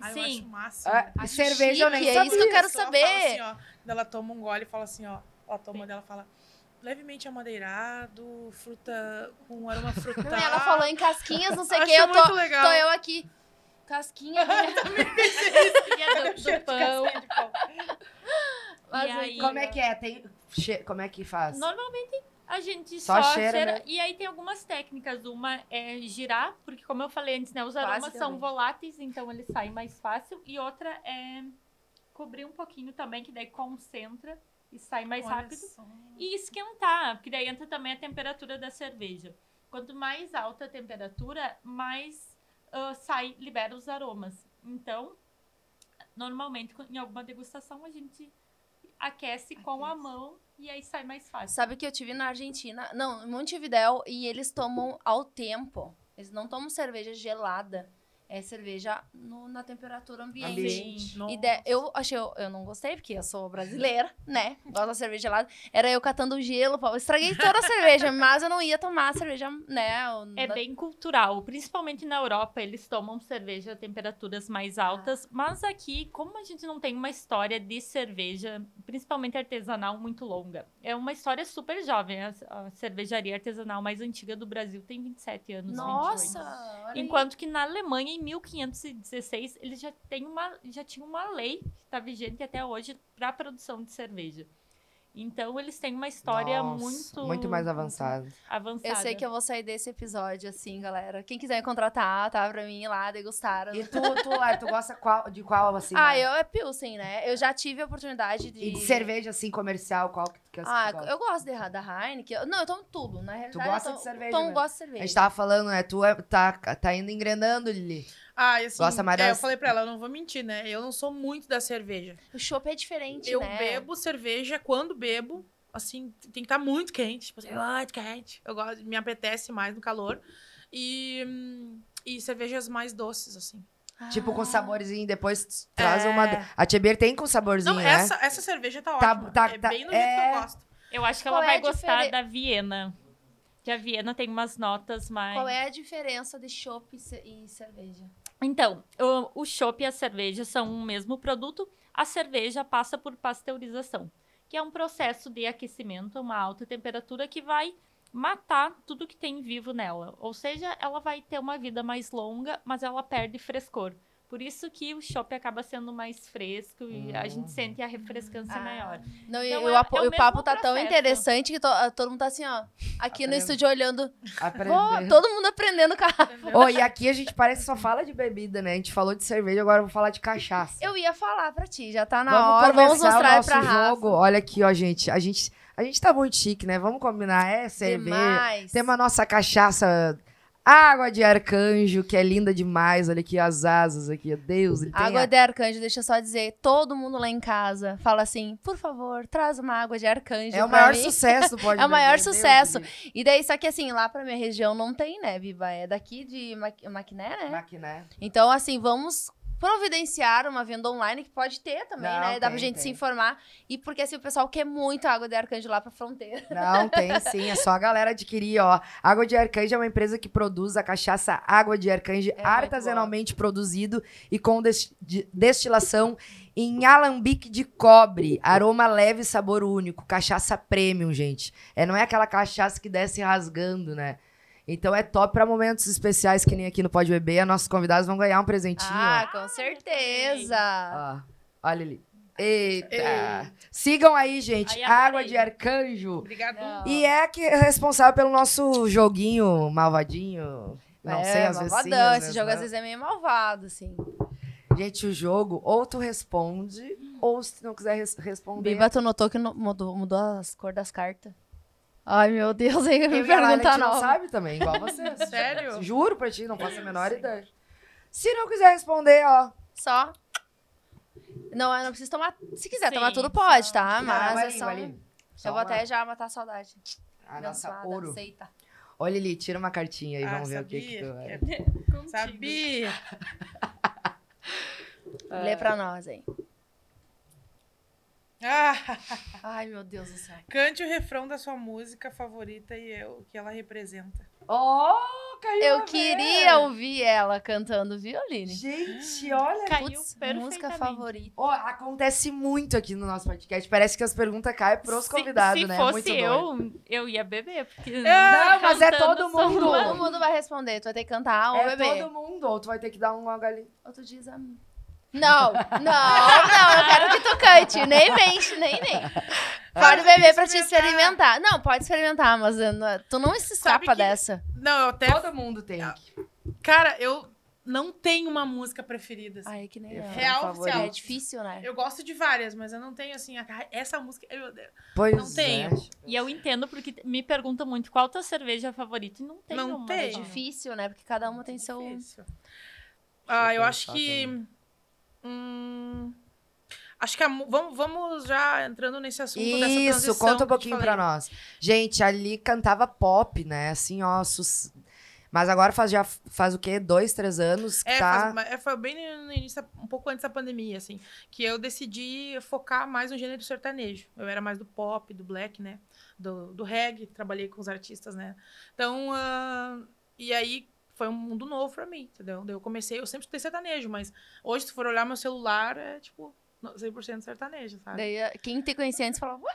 Speaker 2: Ai, eu
Speaker 5: Sim.
Speaker 2: acho o máximo.
Speaker 3: Ah,
Speaker 2: Acho
Speaker 3: cerveja eu nem
Speaker 2: chique,
Speaker 3: sabia.
Speaker 4: É isso que eu quero
Speaker 2: Ela fala
Speaker 4: saber.
Speaker 2: assim, ó, quando ela toma um gole e fala assim, ó. Ela toma dela fala levemente amadeirado, fruta com um aroma frutal.
Speaker 4: Não, e Então, ela falou em casquinhas, não sei o
Speaker 2: Tá. Acho
Speaker 4: que, eu
Speaker 2: muito
Speaker 4: tô,
Speaker 2: legal.
Speaker 4: tô eu aqui. Casquinha, né?
Speaker 5: Casquinha do, do pão.
Speaker 2: Casquinha de pão.
Speaker 5: e
Speaker 4: Mas
Speaker 5: aí,
Speaker 3: Como é que é? Tem. che- Como é que faz?
Speaker 5: Normalmente a gente
Speaker 3: Só
Speaker 5: só,
Speaker 3: cheira,
Speaker 5: cheira.
Speaker 3: né?
Speaker 5: E aí tem algumas técnicas. Uma é girar, porque como eu falei antes, né? Os
Speaker 4: Quase
Speaker 5: aromas
Speaker 4: deu
Speaker 5: são
Speaker 4: bem.
Speaker 5: voláteis, então eles saem mais fácil. E outra é cobrir um pouquinho também, que daí concentra e sai mais
Speaker 2: Olha
Speaker 5: rápido.
Speaker 2: só.
Speaker 5: E esquentar, porque daí entra também a temperatura da cerveja. Quanto mais alta a temperatura, mais ah, sai, libera os aromas. Então, normalmente em alguma degustação a gente aquece com a mão e aí sai mais fácil.
Speaker 4: Sabe que eu tive na Argentina? Não, em Montevidéu, e eles tomam ao tempo. Eles não tomam cerveja gelada. É cerveja no- na temperatura ambiente.
Speaker 3: Ambiente.
Speaker 4: E de- eu achei, eu, eu não gostei, porque eu sou brasileira, né? Gosto da cerveja gelada. Era eu catando gelo, pau. Estraguei toda a cerveja, mas eu não ia tomar a cerveja, né? o-
Speaker 5: É
Speaker 4: na-
Speaker 5: bem cultural, principalmente na Europa, eles tomam cerveja a temperaturas mais altas, mas aqui, como a gente não tem uma história de cerveja, principalmente artesanal, muito longa, é uma história super jovem. A, a cervejaria artesanal mais antiga do Brasil tem 27 anos. 28.
Speaker 4: Nossa! olha aí.
Speaker 5: Enquanto que na Alemanha, em 1516, eles já, têm uma, já tinham uma lei que está vigente até hoje para a produção de cerveja. Então, eles têm uma história é
Speaker 3: Nossa,
Speaker 5: muito.
Speaker 3: Muito mais avançado.
Speaker 5: avançada.
Speaker 4: Eu sei que eu vou sair desse episódio assim, galera. Quem quiser me contratar, tá? Pra mim ir lá degustar.
Speaker 3: E tu, tu, ah, tu gosta qual- de qual assim?
Speaker 4: ah,
Speaker 3: né?
Speaker 4: eu é Pilsen, né? Eu já tive a oportunidade de.
Speaker 3: E de cerveja assim, comercial, qual que, que
Speaker 4: Ah,
Speaker 3: tu gosta?
Speaker 4: eu gosto de, da Heineken. Eu- Não, eu tomo tudo, na realidade.
Speaker 3: gosta
Speaker 4: eu tomo,
Speaker 3: de cerveja
Speaker 4: Tomo,
Speaker 3: mesmo?
Speaker 4: gosto de
Speaker 3: A gente
Speaker 4: cerveja.
Speaker 3: tava falando, né? Tu é- tá, tá indo engrenando, Lili.
Speaker 2: Ah, e assim,
Speaker 3: Gosta mais
Speaker 2: é, eu
Speaker 3: das-
Speaker 2: falei pra ela, eu não vou mentir, né? Eu não sou muito da cerveja.
Speaker 4: O chopp é diferente,
Speaker 2: Eu
Speaker 4: né?
Speaker 2: bebo cerveja quando bebo, assim, tem que estar muito quente, tipo assim, muito quente. Eu gosto, me apetece mais no calor. E, hum, e cervejas mais doces, assim.
Speaker 3: Tipo, com
Speaker 4: Ah.
Speaker 3: saborzinho, depois traz
Speaker 2: É.
Speaker 3: uma. A Chebier tem com saborzinho,
Speaker 2: Não,
Speaker 3: né?
Speaker 2: essa, essa cerveja tá,
Speaker 3: Tá-
Speaker 2: ótima.
Speaker 3: tá-
Speaker 2: é
Speaker 3: tá-
Speaker 2: bem no jeito que
Speaker 3: é.
Speaker 2: eu gosto.
Speaker 5: Eu acho que
Speaker 4: Qual
Speaker 5: ela
Speaker 4: é
Speaker 5: vai
Speaker 4: a
Speaker 5: gostar
Speaker 4: diferen-
Speaker 5: da Viena. Que a Viena tem umas notas mais.
Speaker 4: Qual é a diferença de chopp e ce- e cerveja?
Speaker 5: Então, o, o chopp e a cerveja são um mesmo produto. A cerveja passa por pasteurização, que é um processo de aquecimento a uma alta temperatura que vai matar tudo que tem vivo nela. Ou seja, ela vai ter uma vida mais longa, mas ela perde frescor. Por isso que o shopping acaba sendo mais fresco e a
Speaker 4: Hum.
Speaker 5: gente sente a refrescância
Speaker 1: Ah.
Speaker 5: maior.
Speaker 4: Não, e
Speaker 5: Então,
Speaker 4: o,
Speaker 5: é-
Speaker 4: apo-
Speaker 5: é o
Speaker 4: e o
Speaker 5: mesmo
Speaker 4: papo tá tão
Speaker 5: processo.
Speaker 4: interessante que to- todo mundo tá assim, ó. Aqui no
Speaker 3: Aprendendo.
Speaker 4: estúdio olhando. Pô,
Speaker 3: Aprender.
Speaker 4: todo mundo aprendendo com a-
Speaker 3: Ô, e aqui a gente parece que só fala de bebida, né? A gente falou de cerveja, agora eu vou falar de cachaça.
Speaker 4: Eu ia falar pra ti, já tá na
Speaker 3: vamos
Speaker 4: hora. Vamos
Speaker 3: começar
Speaker 4: mostrar
Speaker 3: o
Speaker 4: aí
Speaker 3: nosso
Speaker 4: pra Rafa.
Speaker 3: jogo. Olha aqui, ó, gente. A gente a gente tá muito chique, né? Vamos combinar é cerveja.
Speaker 4: Demais.
Speaker 3: Temos a nossa cachaça água de arcanjo, que é linda demais. Olha aqui as asas aqui, ó. Deus, ele tem
Speaker 4: Água
Speaker 3: a-
Speaker 4: de arcanjo, deixa eu só dizer, todo mundo lá em casa fala assim, por favor, traz uma água de arcanjo
Speaker 3: É o
Speaker 4: pra
Speaker 3: maior
Speaker 4: mim.
Speaker 3: sucesso, pode
Speaker 4: É o maior
Speaker 3: Deus,
Speaker 4: sucesso.
Speaker 3: Deus.
Speaker 4: E daí, só que assim, lá pra minha região não tem, né, Viva? É daqui de Ma Maquiné,
Speaker 3: tá
Speaker 4: né?
Speaker 3: Maquiné.
Speaker 4: Então, assim, vamos providenciar uma venda online que pode ter também,
Speaker 3: Não,
Speaker 4: né? Dá pra
Speaker 3: tem,
Speaker 4: gente
Speaker 3: tem.
Speaker 4: se informar. E porque assim, o pessoal quer muito a água de arcanjo lá pra fronteira.
Speaker 3: Não, tem sim. É só a galera adquirir, ó. Água de Arcanjo é uma empresa que produz a cachaça Água de Arcanjo
Speaker 4: muito
Speaker 3: artesanalmente produzido e com des- de- destilação em alambique de cobre. Aroma leve e sabor único. Cachaça premium, gente. É, não é aquela cachaça que desce rasgando, né? Então é top pra momentos especiais que nem aqui no Pode Beber. Nossos convidados vão ganhar um presentinho.
Speaker 4: Ah, com certeza.
Speaker 3: Ó, olha ali. Eita! Sigam aí, gente.
Speaker 5: Aí
Speaker 3: Água
Speaker 5: adorei.
Speaker 3: de Arcanjo.
Speaker 2: Obrigado.
Speaker 4: Não.
Speaker 3: E é a que é responsável pelo nosso joguinho malvadinho. Não
Speaker 4: é,
Speaker 3: sei, às vezes sim,
Speaker 4: malvadão.
Speaker 3: às
Speaker 4: Esse
Speaker 3: vezes
Speaker 4: jogo
Speaker 3: não.
Speaker 4: às vezes é meio malvado, assim.
Speaker 3: Gente, o jogo, ou tu responde, ou se não quiser res- responder...
Speaker 4: Biba, tu notou que no- mudou, mudou as cor das cartas? Ai, meu Deus, aí eu
Speaker 3: eu
Speaker 4: me
Speaker 3: e a Lali, a
Speaker 4: perguntar
Speaker 3: gente não
Speaker 4: não.
Speaker 3: sabe também, igual você.
Speaker 2: Sério?
Speaker 3: Juro pra ti, não faço a menor ideia. Se não quiser responder, ó.
Speaker 4: Só. Não, eu não preciso tomar. Se quiser
Speaker 5: Sim,
Speaker 4: tomar tudo,
Speaker 5: só-
Speaker 4: pode, tá? Mas
Speaker 3: Não,
Speaker 4: é
Speaker 3: Aline,
Speaker 4: só.
Speaker 3: Aline, só
Speaker 4: Eu vou
Speaker 3: uma-
Speaker 4: até já matar a saudade.
Speaker 3: A nossa
Speaker 4: Abençoada,
Speaker 3: ouro.
Speaker 4: Aceita.
Speaker 3: Ô, Lili, tira uma cartinha aí,
Speaker 2: Ah,
Speaker 3: vamos ver o que que tu...
Speaker 2: sabia
Speaker 3: vai.
Speaker 5: Contigo.
Speaker 2: Sabia.
Speaker 3: É.
Speaker 4: Lê pra nós, hein?
Speaker 2: Ah,
Speaker 4: Ai, meu Deus do céu.
Speaker 2: cante o refrão da sua música favorita e eu, o que ela representa.
Speaker 3: Oh, caiu
Speaker 4: Eu
Speaker 3: uma
Speaker 4: queria
Speaker 3: vez.
Speaker 4: ouvir ela cantando violino.
Speaker 3: Gente, olha
Speaker 5: Caiu
Speaker 4: Putz, música
Speaker 5: perfeitamente.
Speaker 4: favorita.
Speaker 3: Ó, acontece muito aqui no nosso podcast. Parece que as perguntas caem pros convidados,
Speaker 5: se, se
Speaker 3: né?
Speaker 5: fosse
Speaker 3: muito doido.
Speaker 5: eu, eu ia beber. Porque
Speaker 3: Não, mas é todo
Speaker 5: cantando só
Speaker 3: mundo.
Speaker 5: uma-
Speaker 4: Todo mundo vai responder. Tu vai ter que cantar ou
Speaker 3: É
Speaker 4: beber.
Speaker 3: todo mundo, ou tu vai ter que dar um logo ali.
Speaker 4: Outro dia, exame. Não, não, não. Eu quero que tu cante. Nem mente, nem nem. Pode beber pra te experimentar. Não, pode experimentar, mas eu não- é, tu não se escapa
Speaker 2: que-
Speaker 4: dessa.
Speaker 2: Não, eu até. Ah,
Speaker 3: Todo mundo tem.
Speaker 2: Cara, eu não tenho uma música preferida. assim.
Speaker 4: Ai, é que nem
Speaker 3: Eu
Speaker 4: eu.
Speaker 3: falo.
Speaker 2: Real
Speaker 3: favorito.
Speaker 2: oficial.
Speaker 4: É difícil, né?
Speaker 2: Eu gosto de várias, mas eu não tenho assim. a- Essa música. ai, Meu Deus.
Speaker 3: Pois é.
Speaker 2: Não tenho.
Speaker 5: E eu entendo porque me perguntam muito qual tua cerveja favorita e não tem
Speaker 2: Não
Speaker 5: uma.
Speaker 2: tem.
Speaker 4: É difícil, né? Porque cada uma tem seu.
Speaker 2: É Difícil. Ah, eu
Speaker 3: pensar
Speaker 2: acho que. hum, acho que a mu- vamos, vamos já entrando nesse assunto dessa
Speaker 3: Isso,
Speaker 2: transição.
Speaker 3: conta um
Speaker 2: que eu te
Speaker 3: pouquinho
Speaker 2: falei.
Speaker 3: pra nós. Gente, ali cantava pop, né? Assim, ó. sus- Mas agora faz já faz o quê? Dois, três anos que
Speaker 2: É,
Speaker 3: tá.
Speaker 2: faz uma- é, foi bem no início, um pouco antes da pandemia, assim, que eu decidi focar mais no gênero sertanejo. Eu era mais do pop, do black, né? Do, do reggae, trabalhei com os artistas, né? Então, ah, e aí foi um mundo novo pra mim, entendeu? Daí Eu comecei, eu sempre escutei sertanejo, mas hoje, se for olhar meu celular, é tipo 100% sertanejo, sabe?
Speaker 4: Daí, eh, quem te conhecia antes falava, "Ué,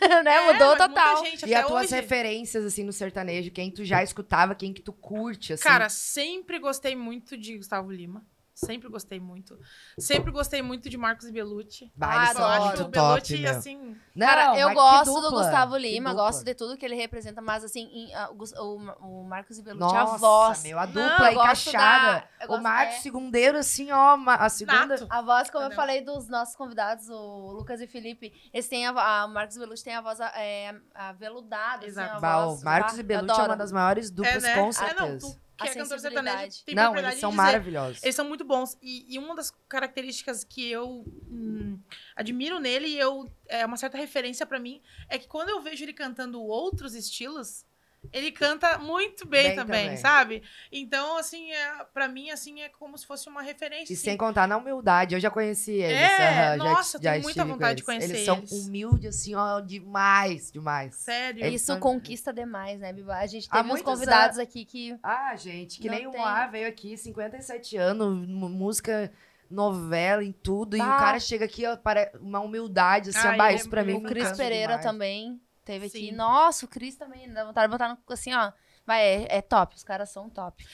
Speaker 4: ué", né?
Speaker 2: É,
Speaker 4: Mudou
Speaker 2: mas
Speaker 4: total.
Speaker 2: Muita gente,
Speaker 3: E
Speaker 2: até
Speaker 3: as tuas
Speaker 2: hoje,
Speaker 3: referências, assim, no sertanejo, quem tu já escutava, quem que tu curte, assim.
Speaker 2: Cara, sempre gostei muito de Gustavo Lima. Sempre gostei muito. Sempre gostei muito de Marcos e Bellucci.
Speaker 3: bah, eles
Speaker 2: Ah, Eu
Speaker 3: são
Speaker 4: adoro.
Speaker 2: acho
Speaker 3: muito
Speaker 2: o
Speaker 3: top,
Speaker 2: Bellucci,
Speaker 3: meu.
Speaker 2: assim.
Speaker 3: Não,
Speaker 4: Cara,
Speaker 3: mas
Speaker 4: eu
Speaker 3: que
Speaker 4: gosto do
Speaker 3: dupla,
Speaker 4: Gustavo
Speaker 3: que
Speaker 4: Lima,
Speaker 3: dupla.
Speaker 4: gosto de tudo que ele representa, mas assim, em- a- o, Gus- o Ma- o Marcos e Belucci,
Speaker 3: Nossa,
Speaker 4: a voz.
Speaker 3: meu, a
Speaker 2: Não,
Speaker 3: dupla
Speaker 4: eu gosto
Speaker 3: encaixada.
Speaker 4: da- eu
Speaker 3: o
Speaker 4: gosto-
Speaker 3: Marcos
Speaker 4: é.
Speaker 3: Segundeiro, assim, ó, ma- a segunda...
Speaker 2: Nato.
Speaker 4: A voz, como eu
Speaker 2: Entendeu?
Speaker 4: falei dos nossos convidados, o Lucas e Felipe, eles têm a, vo- a o Marcos Belucci tem a voz é, aveludada, assim,
Speaker 2: Exato.
Speaker 4: a
Speaker 3: Bah,
Speaker 4: voz-
Speaker 3: o Marcos
Speaker 4: bah,
Speaker 3: e
Speaker 4: eu
Speaker 3: Belucci é
Speaker 4: adoro.
Speaker 3: uma das maiores duplas,
Speaker 2: é, né?
Speaker 3: com
Speaker 2: É, não,
Speaker 3: certeza.
Speaker 2: tu que é
Speaker 4: A
Speaker 2: cantor
Speaker 4: sensibilidade.
Speaker 2: sertanejo, tem
Speaker 3: Não,
Speaker 2: propriedade
Speaker 3: eles são
Speaker 2: de dizer.
Speaker 3: maravilhosos.
Speaker 2: Eles são muito bons. E, e uma das características que eu hum, admiro nele e eu, é uma certa referência pra mim é que quando eu vejo ele cantando outros estilos, ele canta muito bem,
Speaker 3: Bem
Speaker 2: também,
Speaker 3: também.
Speaker 2: sabe? Então, assim, é, para mim, assim, é como se fosse uma referência. assim.
Speaker 3: E sem contar na humildade, eu já conheci eles.
Speaker 2: É,
Speaker 3: aham, já-
Speaker 2: nossa, eu
Speaker 3: já
Speaker 2: tenho muita
Speaker 3: estive com
Speaker 2: vontade de
Speaker 3: eles.
Speaker 2: conhecer
Speaker 3: Eles são
Speaker 2: eles.
Speaker 3: humildes, assim, ó, demais, demais.
Speaker 2: Sério.
Speaker 3: Eles
Speaker 4: Isso
Speaker 3: são-
Speaker 4: conquista demais, né, Biba? A gente
Speaker 3: Há
Speaker 4: teve uns
Speaker 3: muitos
Speaker 4: convidados aqui que
Speaker 3: Ah, gente, que
Speaker 4: Não
Speaker 3: nem o
Speaker 4: tem.
Speaker 3: Moá veio aqui, 57 anos, mu- música, novela, em tudo. E o
Speaker 4: Ah.
Speaker 3: cara chega aqui, ó, para uma humildade, assim,
Speaker 2: Ah,
Speaker 3: ó, bah,
Speaker 2: ele é
Speaker 3: isso pra mim
Speaker 2: muito
Speaker 4: o
Speaker 3: me
Speaker 4: Cris
Speaker 3: encanta
Speaker 4: Pereira tá
Speaker 3: demais.
Speaker 4: também teve
Speaker 2: Sim.
Speaker 4: aqui. Nossa, o Cris também, dá vontade de botar no, assim, ó. Vai, é, é top, os caras são top.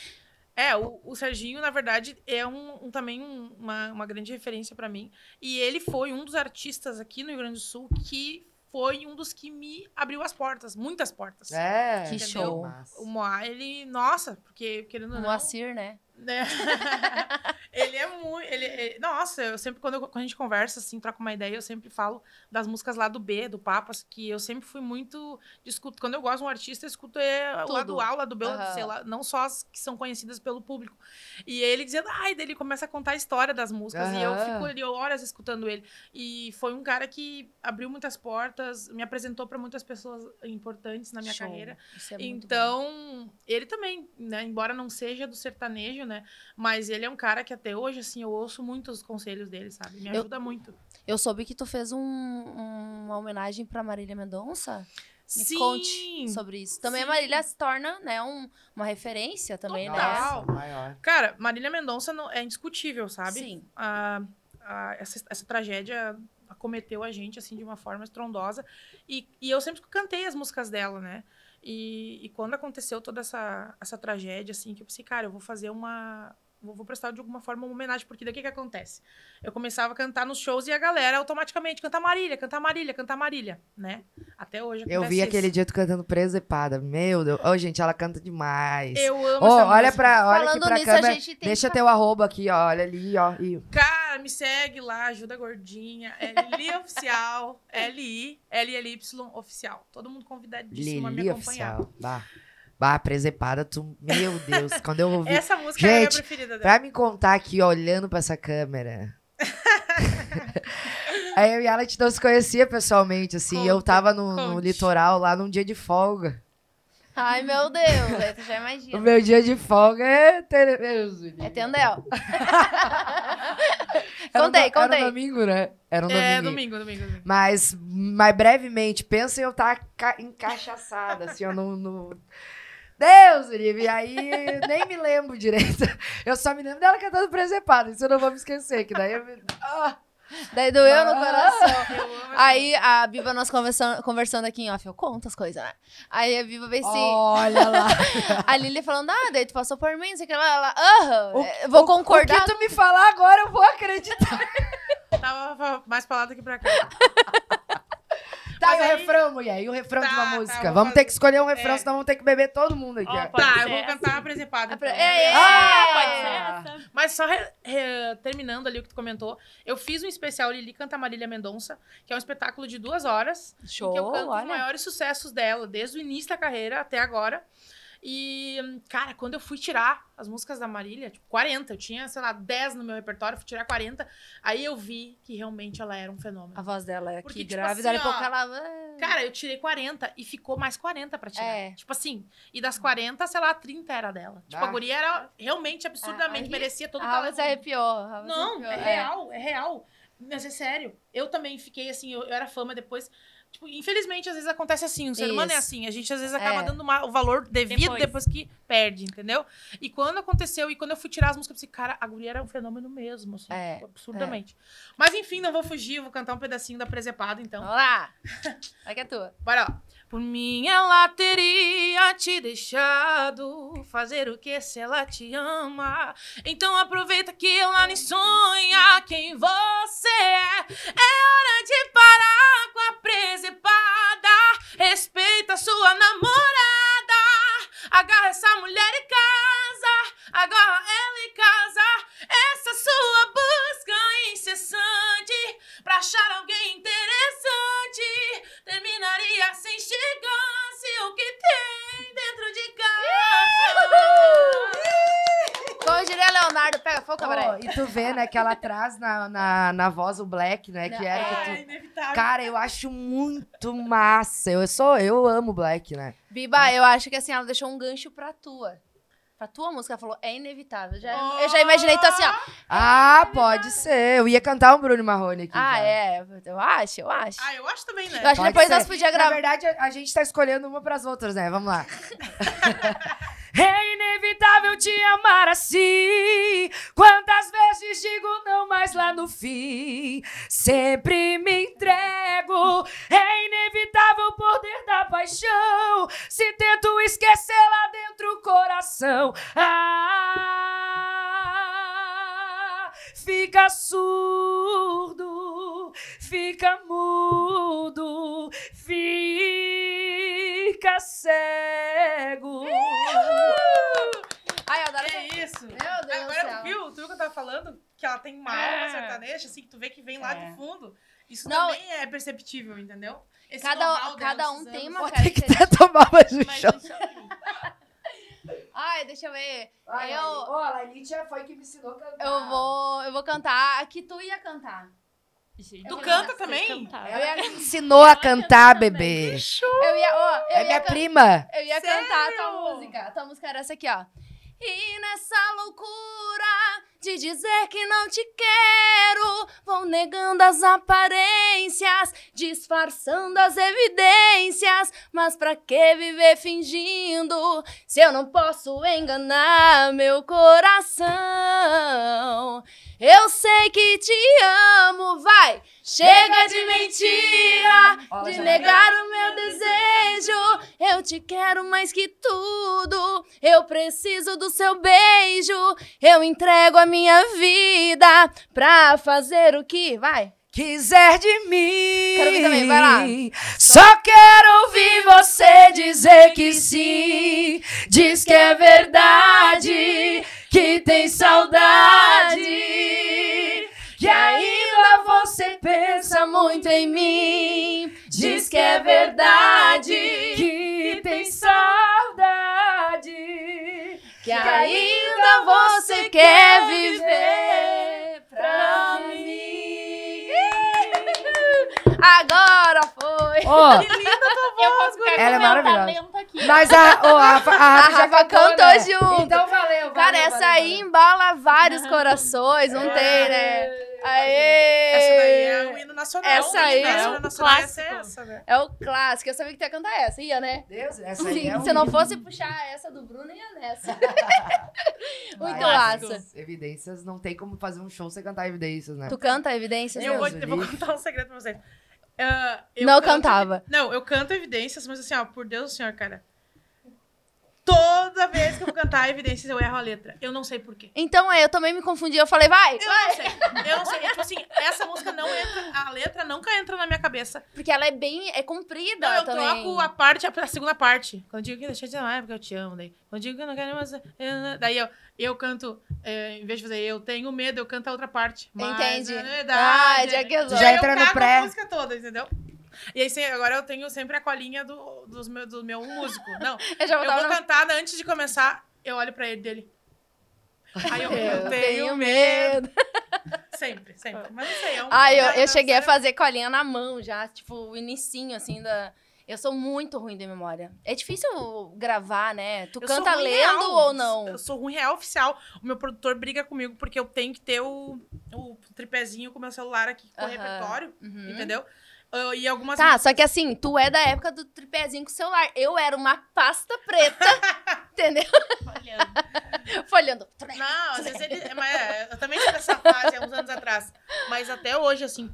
Speaker 2: É, o, o Serginho, na verdade, é um, um- também um- uma, uma grande referência pra mim. E ele foi um dos artistas aqui no Rio Grande do Sul que foi um dos que me abriu as portas, muitas portas.
Speaker 3: É.
Speaker 4: Que
Speaker 2: Entendeu?
Speaker 4: show.
Speaker 3: Massa.
Speaker 2: O Moá, ele, nossa, porque querendo ou não,
Speaker 4: Moacir, né?
Speaker 2: né? ele é muito. Ele, ele- nossa, eu sempre, quando, eu- quando a gente conversa, assim, troca uma ideia, eu sempre falo das músicas lá do B, do Papas, que eu sempre fui muito. de escuto- quando eu gosto de um artista, eu escuto é, o lado
Speaker 4: Tudo.
Speaker 2: A, o lado B, o lado
Speaker 4: Aham.
Speaker 2: C, lá- não só as que são conhecidas pelo público. E ele dizendo, ai, daí ele começa a contar a história das músicas, e eu
Speaker 3: Aham.
Speaker 2: fico ali horas escutando ele. E foi um cara que abriu muitas portas, me apresentou para muitas pessoas importantes na minha
Speaker 4: Show.
Speaker 2: carreira.
Speaker 4: Isso é muito
Speaker 2: Então, ele também, né? Embora não seja do sertanejo, né? Mas ele é um cara que até hoje, assim, eu ouço muito os conselhos dele, sabe? Me
Speaker 4: Eu-
Speaker 2: ajuda muito.
Speaker 4: bom. Eu soube que tu fez um- um- uma homenagem pra Marília Mendonça. Me
Speaker 2: Sim!
Speaker 4: conte sobre isso. Também
Speaker 2: Sim.
Speaker 4: a Marília se torna, né, um- uma referência também, né?
Speaker 2: Total.
Speaker 3: Nossa, maior.
Speaker 2: Cara, Marília Mendonça não, é indiscutível, sabe?
Speaker 4: Sim.
Speaker 2: a- a- essa, essa tragédia acometeu a gente assim de uma forma estrondosa e, e eu sempre cantei as músicas dela né e, e quando aconteceu toda essa essa tragédia assim que eu pensei cara eu vou fazer uma vou, vou prestar de alguma forma uma homenagem porque daqui que acontece eu começava a cantar nos shows e a galera automaticamente cantar Marília cantar Marília cantar Marília né até hoje
Speaker 3: Eu
Speaker 2: acontece
Speaker 3: vi aquele
Speaker 2: isso.
Speaker 3: dia tu cantando presepada. Meu Deus. Ô, gente, ela canta demais.
Speaker 2: eu amo
Speaker 3: Ô,
Speaker 2: essa
Speaker 3: olha
Speaker 2: música.
Speaker 3: pra, olha aqui
Speaker 4: Falando
Speaker 3: pra
Speaker 4: nisso,
Speaker 3: câmera.
Speaker 4: a gente tem
Speaker 3: Deixa
Speaker 4: que
Speaker 3: teu arroba aqui, ó. Olha ali, ó. E...
Speaker 2: Cara, me segue lá, ajuda a gordinha. Lili Oficial, L-I, L-L-Y Oficial. Todo mundo convidadíssimo a me
Speaker 3: Lili
Speaker 2: acompanhar.
Speaker 3: oficial. Bah. Bah, presepada, tu. Meu Deus, quando eu ouvi.
Speaker 2: Essa música é a minha
Speaker 3: Gente, tá
Speaker 2: preferida dela.
Speaker 3: Pra me contar aqui, ó, olhando pra essa câmera. Aí eu e ela a gente não se conhecia pessoalmente, assim.
Speaker 2: Conta,
Speaker 3: eu tava no, no
Speaker 2: conte.
Speaker 3: litoral lá num dia de folga.
Speaker 4: Ai, meu Deus, aí tu já
Speaker 3: O
Speaker 4: imagina.
Speaker 3: meu dia de folga é. ter- Deus,
Speaker 4: É
Speaker 3: menino.
Speaker 4: Tendel.
Speaker 3: Era um do-
Speaker 4: contei,
Speaker 3: Era um
Speaker 4: contei.
Speaker 3: domingo, né? Era um
Speaker 2: É,
Speaker 3: domingo.
Speaker 2: domingo, domingo, domingo.
Speaker 3: Mas, mas brevemente, pensa em eu estar ca- encaixaçada, assim, eu não. não- Deus, livre! E aí, nem me lembro direito. Eu só me lembro dela cantando presepada, isso eu não vou me esquecer, que daí eu me... Ah,
Speaker 4: Daí doeu no coração.
Speaker 2: Eu amo essa
Speaker 4: Aí a Biba, nós conversando, conversando aqui em off, eu conto as coisas, né? Aí a Biba bem assim,
Speaker 3: Oh. Olha lá.
Speaker 4: a Lili falando, ah, daí tu passou por mim, não sei o que lá, ela, aham,
Speaker 3: O-
Speaker 4: eu vou concordar.
Speaker 3: O que tu me falar agora, eu vou acreditar.
Speaker 2: música. Tava mais pra lá do que pra cá.
Speaker 3: Tá,
Speaker 2: Mas
Speaker 3: e o
Speaker 2: aí-
Speaker 3: refrão, mulher? E o refrão de
Speaker 2: Tá,
Speaker 3: uma
Speaker 2: tá,
Speaker 3: música?
Speaker 2: vou
Speaker 3: vamos
Speaker 2: fazer.
Speaker 3: ter que escolher um refrão,
Speaker 2: É.
Speaker 3: senão vamos ter que beber todo mundo aqui.
Speaker 5: Ó,
Speaker 3: ó.
Speaker 5: pode
Speaker 2: tá,
Speaker 5: ser
Speaker 2: eu vou
Speaker 5: essa.
Speaker 2: cantar a presepada.
Speaker 4: A pre-
Speaker 2: então.
Speaker 4: é, é,
Speaker 3: Ah!
Speaker 5: Pode ser essa?
Speaker 2: Mas só re- re- terminando ali o que tu comentou, eu fiz um especial Lili Canta Marília Mendonça, que é um espetáculo de duas horas.
Speaker 4: Show,
Speaker 2: em que eu canto
Speaker 4: olha.
Speaker 2: os maiores sucessos dela, desde o início da carreira até agora. E, hum, cara, quando eu fui tirar as músicas da Marília, tipo, 40, eu tinha, sei lá, 10 no meu repertório, fui tirar 40, aí eu vi que realmente ela era um fenômeno.
Speaker 4: A voz dela é
Speaker 2: Porque,
Speaker 4: aqui
Speaker 2: tipo
Speaker 4: grávida,
Speaker 2: assim,
Speaker 4: daqui a pouco
Speaker 2: ó,
Speaker 4: ela...
Speaker 2: Cara, eu tirei 40 e ficou mais 40 pra tirar.
Speaker 4: É.
Speaker 2: Tipo assim, e das 40, sei lá, 30 era dela. Tipo,
Speaker 3: Ah.
Speaker 2: a guria era realmente absurdamente,
Speaker 4: Ah,
Speaker 2: merecia todo o
Speaker 4: A Rafa
Speaker 2: talento.
Speaker 4: se arrepiou. a Rafa se
Speaker 2: Não,
Speaker 4: arrepiou,
Speaker 2: é real, é real. Mas é sério. Eu também fiquei assim, eu, eu era fama depois. Tipo, infelizmente, às vezes acontece assim, o ser humano é
Speaker 4: Isso.
Speaker 2: assim. A gente às vezes acaba
Speaker 4: É.
Speaker 2: dando uma- o valor devido
Speaker 5: Depois.
Speaker 2: depois. que perde, entendeu? E quando aconteceu, e quando eu fui tirar as músicas, eu pensei, cara, a guria era um fenômeno mesmo, assim,
Speaker 4: É,
Speaker 2: tipo, absurdamente. Mas enfim, não vou fugir, vou cantar um pedacinho da presepada, então.
Speaker 4: Vamos lá. Aqui é tua.
Speaker 2: Bora lá. Por mim ela teria te deixado fazer o que se ela te ama. Então aproveita que ela nem sonha quem você é. É hora de parar com a presepada. Respeita sua namorada. Agarra essa mulher e casa. Agarra ela e casa. Essa sua busca incessante pra achar alguém interessante. Terminaria sem chegar se o que tem dentro de casa.
Speaker 4: Como diria Leonardo, pega fogo,
Speaker 3: Ó,
Speaker 4: cabaré.
Speaker 3: e tu vê, né, que ela traz na, na, na voz o black, né? Que
Speaker 4: Não, é.
Speaker 3: era que tu...
Speaker 2: inevitável.
Speaker 3: Cara, eu acho muito massa. Eu sou, eu amo Black, né?
Speaker 4: Biba, eu acho que assim, ela deixou um gancho pra tua. Pra tua música, ela falou, é inevitável. Eu já- Eu já imaginei, então assim, ó.
Speaker 3: Ah, pode ser. Eu ia cantar um Bruno Marrone aqui.
Speaker 4: Ah,
Speaker 3: já.
Speaker 4: é, eu acho, eu acho.
Speaker 2: Ah, eu acho também, né?
Speaker 4: Eu acho que
Speaker 3: Pode
Speaker 4: depois
Speaker 3: ser.
Speaker 4: nós podíamos
Speaker 3: Na
Speaker 4: gravar.
Speaker 3: verdade, a, a gente tá escolhendo uma pras outras, né? Vamos lá. É inevitável te amar assim. Quantas vezes digo não, mas lá no fim sempre me entrego. É inevitável o poder da paixão. Se tento esquecer lá dentro o coração. Ah, fica cego.
Speaker 4: Ai, eu adoro essa-
Speaker 2: É isso.
Speaker 4: Meu Deus do
Speaker 2: Agora
Speaker 4: céu.
Speaker 2: tu viu, tu viu que eu tava falando? Que ela tem uma
Speaker 5: É.
Speaker 2: alma sertaneja, assim, que tu vê que vem lá
Speaker 5: É.
Speaker 2: do fundo. Isso
Speaker 4: Não.
Speaker 2: também é perceptível, entendeu? Esse
Speaker 4: Cada,
Speaker 2: know-how
Speaker 4: cada
Speaker 2: dela,
Speaker 4: um
Speaker 2: esses
Speaker 4: tem
Speaker 2: anos.
Speaker 4: uma
Speaker 3: Tem que
Speaker 4: característica.
Speaker 3: até tomar mais um
Speaker 5: Mas
Speaker 3: chão.
Speaker 5: um chapinho.
Speaker 4: Ai, deixa eu ver.
Speaker 3: Ai,
Speaker 4: Eu-
Speaker 3: Lali- Ó, a Lalitia foi que me ensinou a cantar.
Speaker 4: Eu vou, eu vou cantar a que tu ia cantar.
Speaker 5: Gente,
Speaker 2: Tu
Speaker 5: eu
Speaker 2: canta
Speaker 5: não sei
Speaker 2: também?
Speaker 5: cantar.
Speaker 4: Eu ia,
Speaker 3: Ela é me ensinou a
Speaker 5: Ela
Speaker 3: cantar,
Speaker 5: também.
Speaker 3: bebê.
Speaker 4: eu ia, ó, eu
Speaker 3: É
Speaker 4: ia
Speaker 3: minha
Speaker 4: can-
Speaker 3: prima.
Speaker 4: Eu ia
Speaker 2: Sério?
Speaker 4: cantar a tua música. A tua música era essa aqui, ó. E nessa loucura de dizer que não te quero, vou negando as aparências, disfarçando as evidências. Mas pra que viver fingindo se eu não posso enganar meu coração? Eu sei que te amo, vai! Chega de mentira!
Speaker 3: Ó,
Speaker 4: De
Speaker 3: já-
Speaker 4: negar o meu desejo, eu te quero mais que tudo. Eu preciso do seu beijo. Eu entrego a minha vida pra fazer o que? Vai!
Speaker 3: quiser de mim.
Speaker 4: Quero ouvir também, vai lá.
Speaker 3: Só quero ouvir você dizer que sim. Diz que é verdade, que tem saudade.
Speaker 4: E ainda você pensa muito em mim. Diz que é verdade,
Speaker 3: que tem saudade.
Speaker 4: que ainda você quer viver pra mim. Agora foi!
Speaker 3: Ó,
Speaker 5: Eu posso ficar
Speaker 3: Ela é
Speaker 5: com meu
Speaker 3: maravilhosa.
Speaker 5: talento aqui.
Speaker 3: mas a, ó, a, Rafa- a, Rafa
Speaker 4: A
Speaker 3: Ah, já
Speaker 4: Rafa
Speaker 3: cantou,
Speaker 4: cantou
Speaker 3: né?
Speaker 4: junto.
Speaker 3: Então valeu, valeu.
Speaker 4: Cara, essa
Speaker 3: valeu,
Speaker 4: aí embala vários corações, não tem, né? Aê!
Speaker 2: Essa daí é o hino nacional.
Speaker 4: Essa aí
Speaker 2: o
Speaker 5: é
Speaker 2: hino
Speaker 5: o
Speaker 2: nacional é essa,
Speaker 5: clássico.
Speaker 2: essa, né?
Speaker 4: É o clássico. Eu sabia que tu ia cantar essa, ia, né?
Speaker 3: valeu. Deus, essa aí
Speaker 4: Se,
Speaker 3: é um
Speaker 4: se não fosse puxar essa do Bruno, ia nessa. Muito
Speaker 5: Clássico.
Speaker 4: massa.
Speaker 3: Evidências, não tem como fazer um show sem cantar evidências, né?
Speaker 4: Tu canta Evidências?
Speaker 2: Eu vou,
Speaker 3: Deus
Speaker 2: eu vou
Speaker 3: o
Speaker 2: contar um segredo pra vocês. Ah, eu
Speaker 4: não
Speaker 2: canto-
Speaker 4: cantava.
Speaker 2: Não, eu canto evidências, mas assim, ó, por Deus do Senhor, cara. Toda vez que eu vou cantar evidências, eu erro a letra. Eu não sei porquê.
Speaker 4: Então, é, eu também me confundi. Eu falei, vai!
Speaker 2: Eu não sei. Eu não sei. É tipo assim, essa música não entra. A letra nunca entra na minha cabeça.
Speaker 4: Porque ela é bem... É comprida
Speaker 2: Não, eu
Speaker 4: também.
Speaker 2: troco a parte, a, a segunda parte. Quando digo que deixa de amar, é porque eu te amo. Daí, quando digo que eu não quero mais. eh, Daí eu, eu canto, eh, em vez de fazer eu tenho medo, eu canto a outra parte. Mas,
Speaker 4: Entendi.
Speaker 2: na
Speaker 4: Ah,
Speaker 2: verdade,
Speaker 4: já que eu
Speaker 3: Já
Speaker 4: sou.
Speaker 2: Daí eu
Speaker 3: entra no
Speaker 2: cago
Speaker 3: pré.
Speaker 2: a música toda, entendeu? E aí, sim, agora eu tenho sempre a colinha do, dos meu, do meu músico. Não,
Speaker 4: Eu já
Speaker 2: eu
Speaker 4: botava
Speaker 2: vou
Speaker 4: na-
Speaker 2: cantar né, antes de começar, eu olho pra ele dele. Aí eu, eu tenho, medo.
Speaker 4: medo.
Speaker 2: Sempre, sempre. Mas não sei. É um,
Speaker 4: Ai, eu,
Speaker 2: é um-
Speaker 4: eu cheguei a
Speaker 2: sério.
Speaker 4: fazer colinha na mão já, tipo, o inicinho, assim, da... Eu sou muito ruim de memória. É difícil gravar, né? Tu
Speaker 2: Eu sou
Speaker 4: canta
Speaker 2: ruim
Speaker 4: lendo
Speaker 2: real.
Speaker 4: ou não?
Speaker 2: Eu sou ruim real oficial. O meu produtor briga comigo porque eu tenho que ter o, o tripézinho com o meu celular aqui com o
Speaker 4: Aham.
Speaker 2: repertório,
Speaker 4: Uhum.
Speaker 2: entendeu? Ah, e algumas
Speaker 4: Tá, só que assim, tu é da época do tripézinho com o celular. Eu era uma pasta preta, entendeu? "Tá,
Speaker 5: Olhando.
Speaker 4: Folhando.
Speaker 2: Não, às vezes ele. Mas, é, eu também tive essa fase há uns anos atrás. Mas até hoje, assim.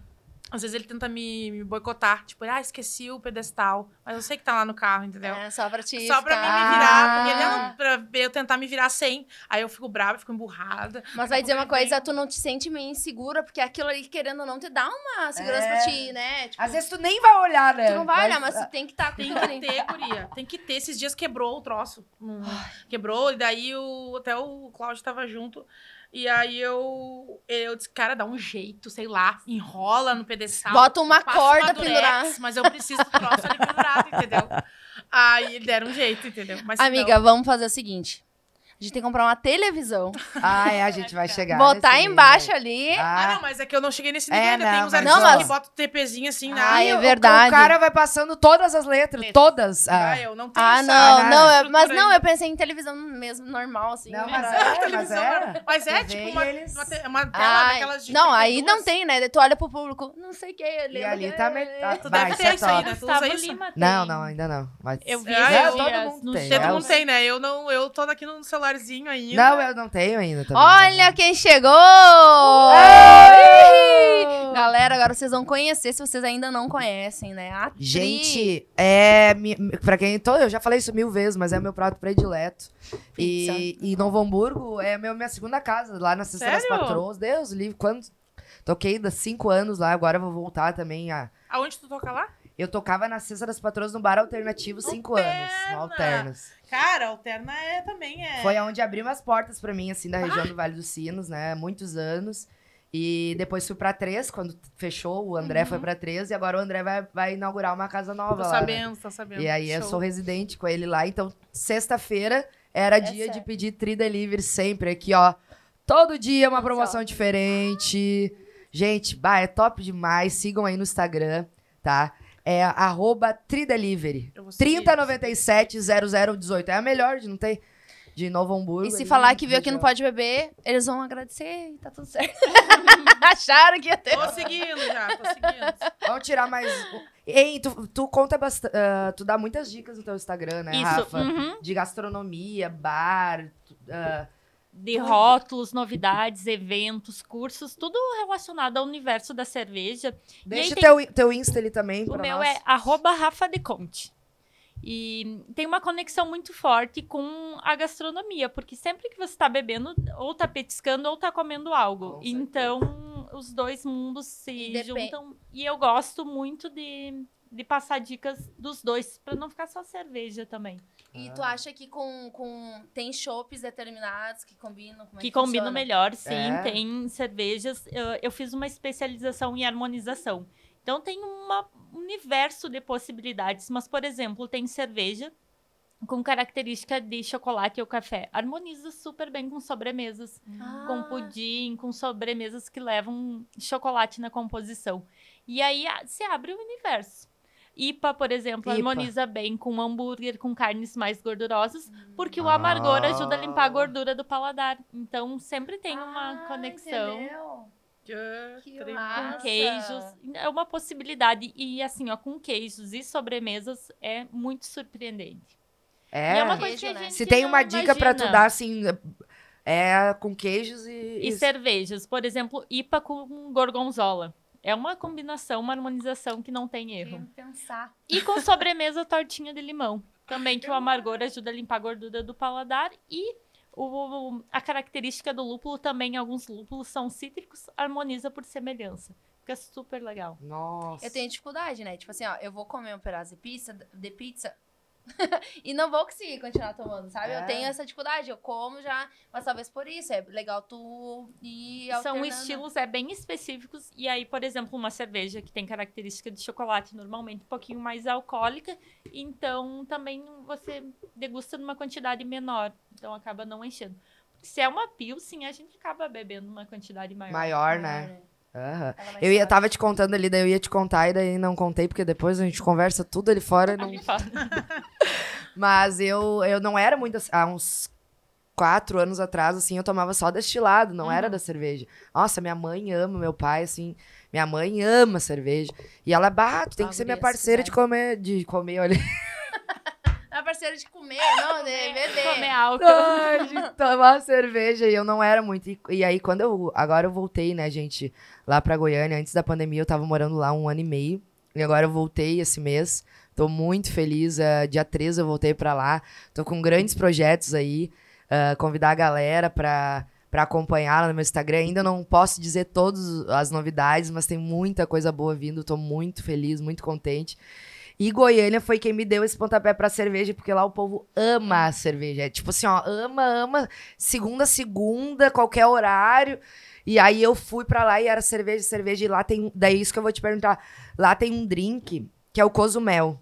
Speaker 2: Às vezes ele tenta me, me boicotar. Tipo, ah, esqueci o pedestal. Mas eu sei que tá lá no carro, entendeu?
Speaker 4: É, só pra te
Speaker 2: Só pra mim
Speaker 4: ficar-
Speaker 2: me virar. Porque ele,
Speaker 3: Ah.
Speaker 2: não, pra eu tentar me virar sem. Aí eu fico brava, fico emburrada.
Speaker 4: Mas vai dizer uma coisa, tu não te sente meio insegura, porque aquilo ali, querendo ou não, te dá uma segurança
Speaker 3: É.
Speaker 4: pra ti, né? Tipo,
Speaker 3: Às vezes tu nem vai olhar, né?
Speaker 4: tu não vai olhar, mas tu tem que estar com
Speaker 2: Tem
Speaker 4: aquilo ali.
Speaker 2: que ter, guria. Tem que ter. Esses dias quebrou o troço. Hum, Quebrou, e daí o, até o Cláudio tava junto. E aí eu, eu disse, cara, dá um jeito, sei lá, enrola no pedestal.
Speaker 4: Bota uma
Speaker 2: passa
Speaker 4: corda
Speaker 2: durex,
Speaker 4: pendurar.
Speaker 2: Mas eu preciso do troço ali pendurado, entendeu? Aí ele deram um jeito, entendeu? Mas se
Speaker 4: Amiga, vamos fazer o seguinte. A gente tem que comprar uma televisão,
Speaker 3: Ah, é, a gente vai chegar.
Speaker 4: botar
Speaker 3: nesse
Speaker 4: embaixo
Speaker 3: nível.
Speaker 4: ali.
Speaker 2: Ah,
Speaker 3: Ah,
Speaker 2: não, mas é que eu não cheguei nesse nível
Speaker 3: É,
Speaker 2: ainda.
Speaker 3: não,
Speaker 2: Tem uns
Speaker 3: mas
Speaker 2: artistas
Speaker 4: não.
Speaker 2: que botam o TPzinho assim na.
Speaker 4: Ah,
Speaker 3: Ai,
Speaker 4: é
Speaker 3: o-
Speaker 4: verdade.
Speaker 3: O cara vai passando todas as letras, todas. Ah.
Speaker 2: Ah, eu não tenho
Speaker 4: Ah,
Speaker 2: essa-
Speaker 4: não, não, eu- mas
Speaker 2: estrutura
Speaker 4: não,
Speaker 2: ainda.
Speaker 4: eu pensei em televisão mesmo, normal, assim.
Speaker 3: Não,
Speaker 4: né?
Speaker 3: mas é, mas
Speaker 2: televisão,
Speaker 3: é.
Speaker 2: Mas é,
Speaker 3: TV
Speaker 2: tipo, uma,
Speaker 3: e eles-
Speaker 2: uma, te-
Speaker 4: é
Speaker 2: uma tela
Speaker 4: Ai,
Speaker 2: daquelas de
Speaker 4: não, aí
Speaker 2: 32.
Speaker 4: não tem, né? Tu olha pro público, não sei é, o que.
Speaker 3: E ali tá metade.
Speaker 2: Tu
Speaker 3: Vai,
Speaker 2: deve
Speaker 3: isso
Speaker 2: ter
Speaker 3: é
Speaker 2: isso aí,
Speaker 3: top.
Speaker 2: né?
Speaker 5: Gustavo
Speaker 2: usa isso?
Speaker 5: Lima tem.
Speaker 3: Não, não, né, ainda não. Mas... é,
Speaker 5: Eu vi
Speaker 2: Ah,
Speaker 5: esses
Speaker 2: eu-
Speaker 5: dias
Speaker 3: todo mundo
Speaker 5: no
Speaker 3: tem,
Speaker 5: show.
Speaker 2: Todo
Speaker 3: Eu
Speaker 2: mundo tem, né? Eu não, eu tô aqui no celularzinho ainda.
Speaker 3: é Não, eu não tenho ainda também.
Speaker 4: né? Olha quem chegou! Galera, agora vocês vão conhecer, se vocês ainda não conhecem, né? A atriz.
Speaker 3: Gente, é. mi- mi- Pra quem. Tô, eu já falei isso mil vezes, mas é meu prato predileto. E, e Novo Hamburgo é meu, minha segunda casa, lá na Sexta das
Speaker 2: Sério?
Speaker 3: Patroas. Deus, livre. Quando. Toquei há cinco anos lá, agora eu vou voltar também a.
Speaker 2: Aonde tu toca lá?
Speaker 3: Eu tocava na Cesta das Patroas no Bar Alternativo cinco anos. No Alternas.
Speaker 2: Cara, alterna é, também é.
Speaker 3: Foi aonde abriu as portas pra mim, assim, da região do Vale dos Sinos, né? Muitos anos. E depois fui pra Três, quando fechou, o André foi pra Três. E agora o André vai, vai inaugurar uma casa nova
Speaker 2: Uhum. Tô
Speaker 3: lá. né?
Speaker 2: sabendo, tô sabendo.
Speaker 3: E aí eu
Speaker 2: Show.
Speaker 3: sou residente com ele lá. Então, sexta-feira
Speaker 4: É
Speaker 3: era dia de
Speaker 1: certo.
Speaker 3: pedir Tri Delivery sempre aqui, ó. Todo dia uma promoção diferente. Gente, bah, é top demais. Sigam aí no Instagram, tá? É arroba Tridelivery.
Speaker 2: Eu vou seguir.
Speaker 3: 3097-0018. É a melhor, de não tem? De Novo Hamburgo.
Speaker 4: E se
Speaker 3: ali, né?
Speaker 4: falar que veio aqui no
Speaker 3: região.
Speaker 4: Pode Beber, eles vão agradecer e tá tudo certo. Acharam que ia ter.
Speaker 2: Tô seguindo já, tô seguindo.
Speaker 3: Vamos tirar mais... Ei, tu, tu conta bastante... tu dá muitas dicas no teu Instagram, né,
Speaker 5: Isso.
Speaker 3: Rafa?
Speaker 5: uhum.
Speaker 3: De gastronomia, bar... tu- ah,
Speaker 5: De rótulos, novidades, eventos, cursos, tudo relacionado ao universo da cerveja. E aí
Speaker 3: Deixa
Speaker 5: tem-
Speaker 3: teu, teu Insta ali também.
Speaker 5: O
Speaker 3: pra
Speaker 5: meu
Speaker 3: nós.
Speaker 5: é arroba Rafa de Conte. E tem uma conexão muito forte com a gastronomia, porque sempre que você tá bebendo, ou tá petiscando, ou tá comendo algo.
Speaker 3: Com certeza.
Speaker 5: então, os dois mundos se
Speaker 4: Independ-
Speaker 5: juntam. E eu gosto muito de, de passar dicas dos dois, pra não ficar só cerveja também.
Speaker 4: E tu acha que com, com tem shoppes determinados que combinam? Como é
Speaker 5: que combinam
Speaker 4: funciona?
Speaker 5: melhor, sim.
Speaker 3: É.
Speaker 5: Tem cervejas. Eu, eu fiz uma especialização em harmonização. Então tem uma- um universo de possibilidades. Mas, por exemplo, tem cerveja com característica de chocolate ou café. Harmoniza super bem com sobremesas,
Speaker 4: Ah,
Speaker 5: com pudim, com sobremesas que levam chocolate na composição. E aí a- se abre o universo. IPA, por exemplo,
Speaker 3: IPA.
Speaker 5: harmoniza bem com hambúrguer, com carnes mais gordurosas, porque o amargor
Speaker 3: Ah.
Speaker 5: ajuda a limpar a gordura do paladar. Então sempre tem uma
Speaker 4: ah,
Speaker 5: conexão
Speaker 4: entendeu?
Speaker 2: Que
Speaker 4: Que
Speaker 2: tri-
Speaker 5: com
Speaker 4: massa.
Speaker 5: queijos. É uma possibilidade. E assim, ó, com queijos e sobremesas é muito surpreendente.
Speaker 3: É,
Speaker 5: E é uma coisa que
Speaker 4: Queijo,
Speaker 5: a
Speaker 4: né?
Speaker 5: gente
Speaker 3: se tem
Speaker 5: não
Speaker 3: uma dica pra tu
Speaker 5: imagina.
Speaker 3: dar, assim, é com queijos e...
Speaker 5: E cervejas, por exemplo, IPA com gorgonzola. É uma combinação, uma harmonização que não tem erro.
Speaker 4: Tem que pensar.
Speaker 5: E com sobremesa, tortinha de limão. Também que o amargor ajuda a limpar a gordura do paladar. E o, a característica do lúpulo também, alguns lúpulos são cítricos, harmoniza por semelhança. Fica super legal.
Speaker 3: Nossa.
Speaker 4: Eu tenho dificuldade, né? Tipo assim, ó, eu vou comer um pedaço de pizza, de pizza e não vou conseguir continuar tomando, sabe?
Speaker 3: É.
Speaker 4: Eu tenho essa dificuldade, eu como já, mas talvez por isso, é legal tu ir
Speaker 5: São
Speaker 3: um
Speaker 4: alternando.
Speaker 5: estilos é, bem específicos. E aí, por exemplo, uma cerveja que tem característica de chocolate, normalmente um pouquinho mais alcoólica. Então, também você degusta numa quantidade menor. Então, acaba não enchendo. Se é uma pilsen, a gente acaba bebendo uma quantidade maior.
Speaker 3: Maior, né? Aham.
Speaker 4: Ela vai
Speaker 3: Eu ia, tá
Speaker 4: ser-
Speaker 3: tava te contando ali, daí eu ia te contar e daí não contei, porque depois a gente conversa tudo ali fora. e não-
Speaker 5: Ali fora.
Speaker 3: Mas eu, eu não era muito, assim, há uns quatro anos atrás, assim, eu tomava só destilado, não
Speaker 5: Uhum.
Speaker 3: era da cerveja. Nossa, minha mãe ama, meu pai, assim, minha mãe ama cerveja. E ela, é, bah, tu tem
Speaker 4: Ah,
Speaker 3: que ser minha
Speaker 4: guria,
Speaker 3: parceira de comer, de comer, olha.
Speaker 4: É parceira de comer, não, de beber.
Speaker 5: Comer álcool.
Speaker 3: Ai, de tomar cerveja e eu não era muito. E, e aí, quando eu. Agora eu voltei, né, gente, lá pra Goiânia. Antes da pandemia, eu tava morando lá um ano e meio. E agora eu voltei esse mês. Tô muito feliz. eh, dia 13 eu voltei pra lá. Tô com grandes projetos aí. eh, convidar a galera pra, pra acompanhar lá no meu Instagram. Ainda não posso dizer todas as novidades, mas tem muita coisa boa vindo. Tô muito feliz, muito contente. E Goiânia foi quem me deu esse pontapé pra cerveja, porque lá o povo ama a cerveja. É tipo assim, ó, ama, ama, segunda, a segunda, qualquer horário. E aí eu fui pra lá e era cerveja, cerveja. E lá tem. um, Daí isso que eu vou te perguntar. Lá tem um drink que é o Cozumel.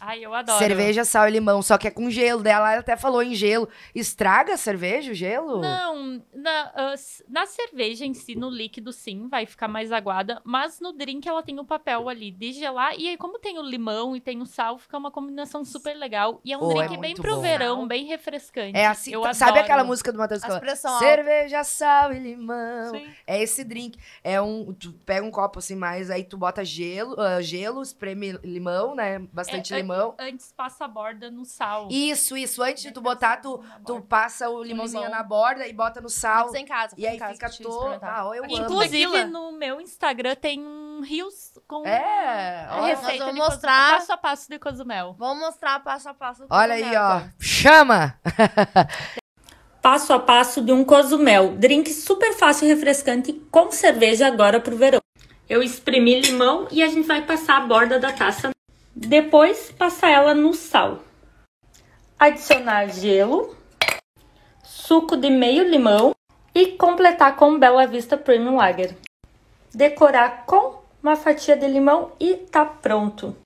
Speaker 5: Ai, eu adoro.
Speaker 3: Cerveja, sal e limão, só que é com gelo. Daí ela até falou em gelo. Estraga a cerveja, o gelo?
Speaker 5: Não, na, ah, s- na cerveja em si, no líquido, sim, vai ficar mais aguada. Mas no drink ela tem o papel ali de gelar. E aí, como tem o limão e tem o sal, fica uma combinação super legal. E é um
Speaker 3: Pô, é
Speaker 5: drink bem
Speaker 3: muito
Speaker 5: pro
Speaker 3: bom.
Speaker 5: verão, bem refrescante.
Speaker 3: É assim,
Speaker 5: eu
Speaker 3: tá- sabe
Speaker 5: adoro.
Speaker 3: aquela música do Matheus
Speaker 4: As
Speaker 3: Camargo?
Speaker 4: pressão alta.
Speaker 3: Cerveja, sal e limão.
Speaker 2: Sim.
Speaker 3: É esse drink. É um. Tu pega um copo assim, mais aí tu bota gelo, ah, gelo, espreme limão, né? Bastante
Speaker 5: É, é-
Speaker 3: limão.
Speaker 5: Antes passa a borda no sal.
Speaker 3: Isso, isso. Antes de tu botar, tu, tu passa o limãozinho na borda e bota no sal.
Speaker 4: Fazer é em casa,
Speaker 3: E
Speaker 4: fazer é em
Speaker 3: aí
Speaker 4: casa,
Speaker 3: fica
Speaker 4: te
Speaker 3: todo.
Speaker 4: experimentar.
Speaker 3: Ah, eu amo.
Speaker 5: Inclusive,
Speaker 2: Tequila.
Speaker 5: no meu Instagram tem um rios com
Speaker 3: É,
Speaker 5: a
Speaker 3: ó.
Speaker 4: Nós vamos
Speaker 5: receita de cozumel,
Speaker 4: mostrar.
Speaker 5: passo a passo de cozumel.
Speaker 4: Vamos mostrar passo a passo. do
Speaker 3: Olha aí,
Speaker 4: cogumelo,
Speaker 3: ó.
Speaker 4: então.
Speaker 3: Chama!
Speaker 6: passo a passo de um Cozumel, drink super fácil e refrescante com cerveja agora pro verão. Eu espremi limão e a gente vai passar a borda da taça
Speaker 7: Depois, passa ela no sal. Adicionar gelo, suco de meio limão e completar com Bela Vista Premium Lager. Decorar com uma fatia de limão e tá pronto.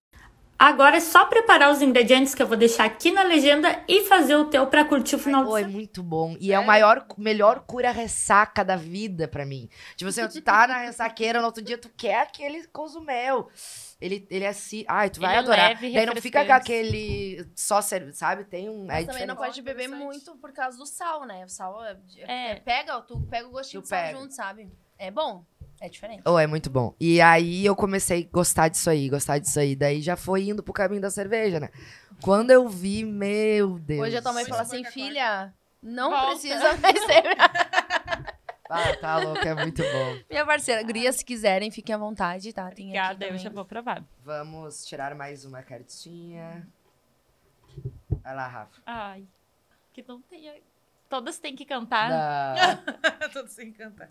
Speaker 7: Agora é só preparar os ingredientes que eu vou deixar aqui na legenda e fazer o teu pra curtir o final
Speaker 3: Pô,
Speaker 7: de
Speaker 3: é muito bom. E é o maior, melhor cura ressaca da vida pra mim. Tipo assim, tu tá na ressaqueira, no outro dia tu quer aquele cozumel. Ele, ele é assim. Ai, tu vai
Speaker 5: Ele é
Speaker 3: adorar.
Speaker 5: leve,
Speaker 3: Daí não fica com
Speaker 5: refrescante.
Speaker 3: aquele. Só serve, sabe? Tem um.
Speaker 4: Mas
Speaker 3: é
Speaker 4: também não
Speaker 3: diferente.
Speaker 4: pode beber
Speaker 8: Interessante.
Speaker 4: muito por causa do sal, né? O sal é,
Speaker 5: É.
Speaker 4: é- pega, tu pega o gostinho
Speaker 3: Tu
Speaker 4: do sal
Speaker 3: pega.
Speaker 4: junto, sabe? É bom. É diferente.
Speaker 3: Oh, é muito bom. E aí eu comecei a gostar disso aí, gostar disso aí. Daí já foi indo pro caminho da cerveja, né? Quando eu vi, meu Deus.
Speaker 4: Hoje a tua mãe fala assim,
Speaker 2: Coca-Cola.
Speaker 4: filha, não
Speaker 2: Volta.
Speaker 4: precisa mais ser.
Speaker 3: Ah, tá louco, é muito bom.
Speaker 4: Minha parceira, gurias, se quiserem, fiquem à vontade, tá? Tem aqui
Speaker 5: Obrigada, eu
Speaker 4: também.
Speaker 5: já vou provar.
Speaker 3: Vamos tirar mais uma cartinha. Vai lá, Rafa.
Speaker 5: Ai, que não tenha... Todas têm que cantar.
Speaker 3: Da-
Speaker 2: Tô sem cantar.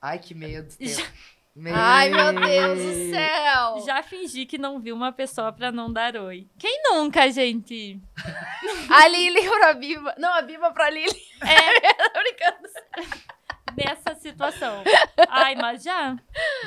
Speaker 3: Ai, que medo. teu.
Speaker 5: Já-
Speaker 3: Meu...
Speaker 4: Ai, meu Deus do céu!
Speaker 5: Já fingi que não vi uma pessoa pra não dar oi. Quem nunca, gente?
Speaker 4: A Lili pra Biba. Não, a Biba pra Lili.
Speaker 5: É. Nessa situação. Ai, mas já.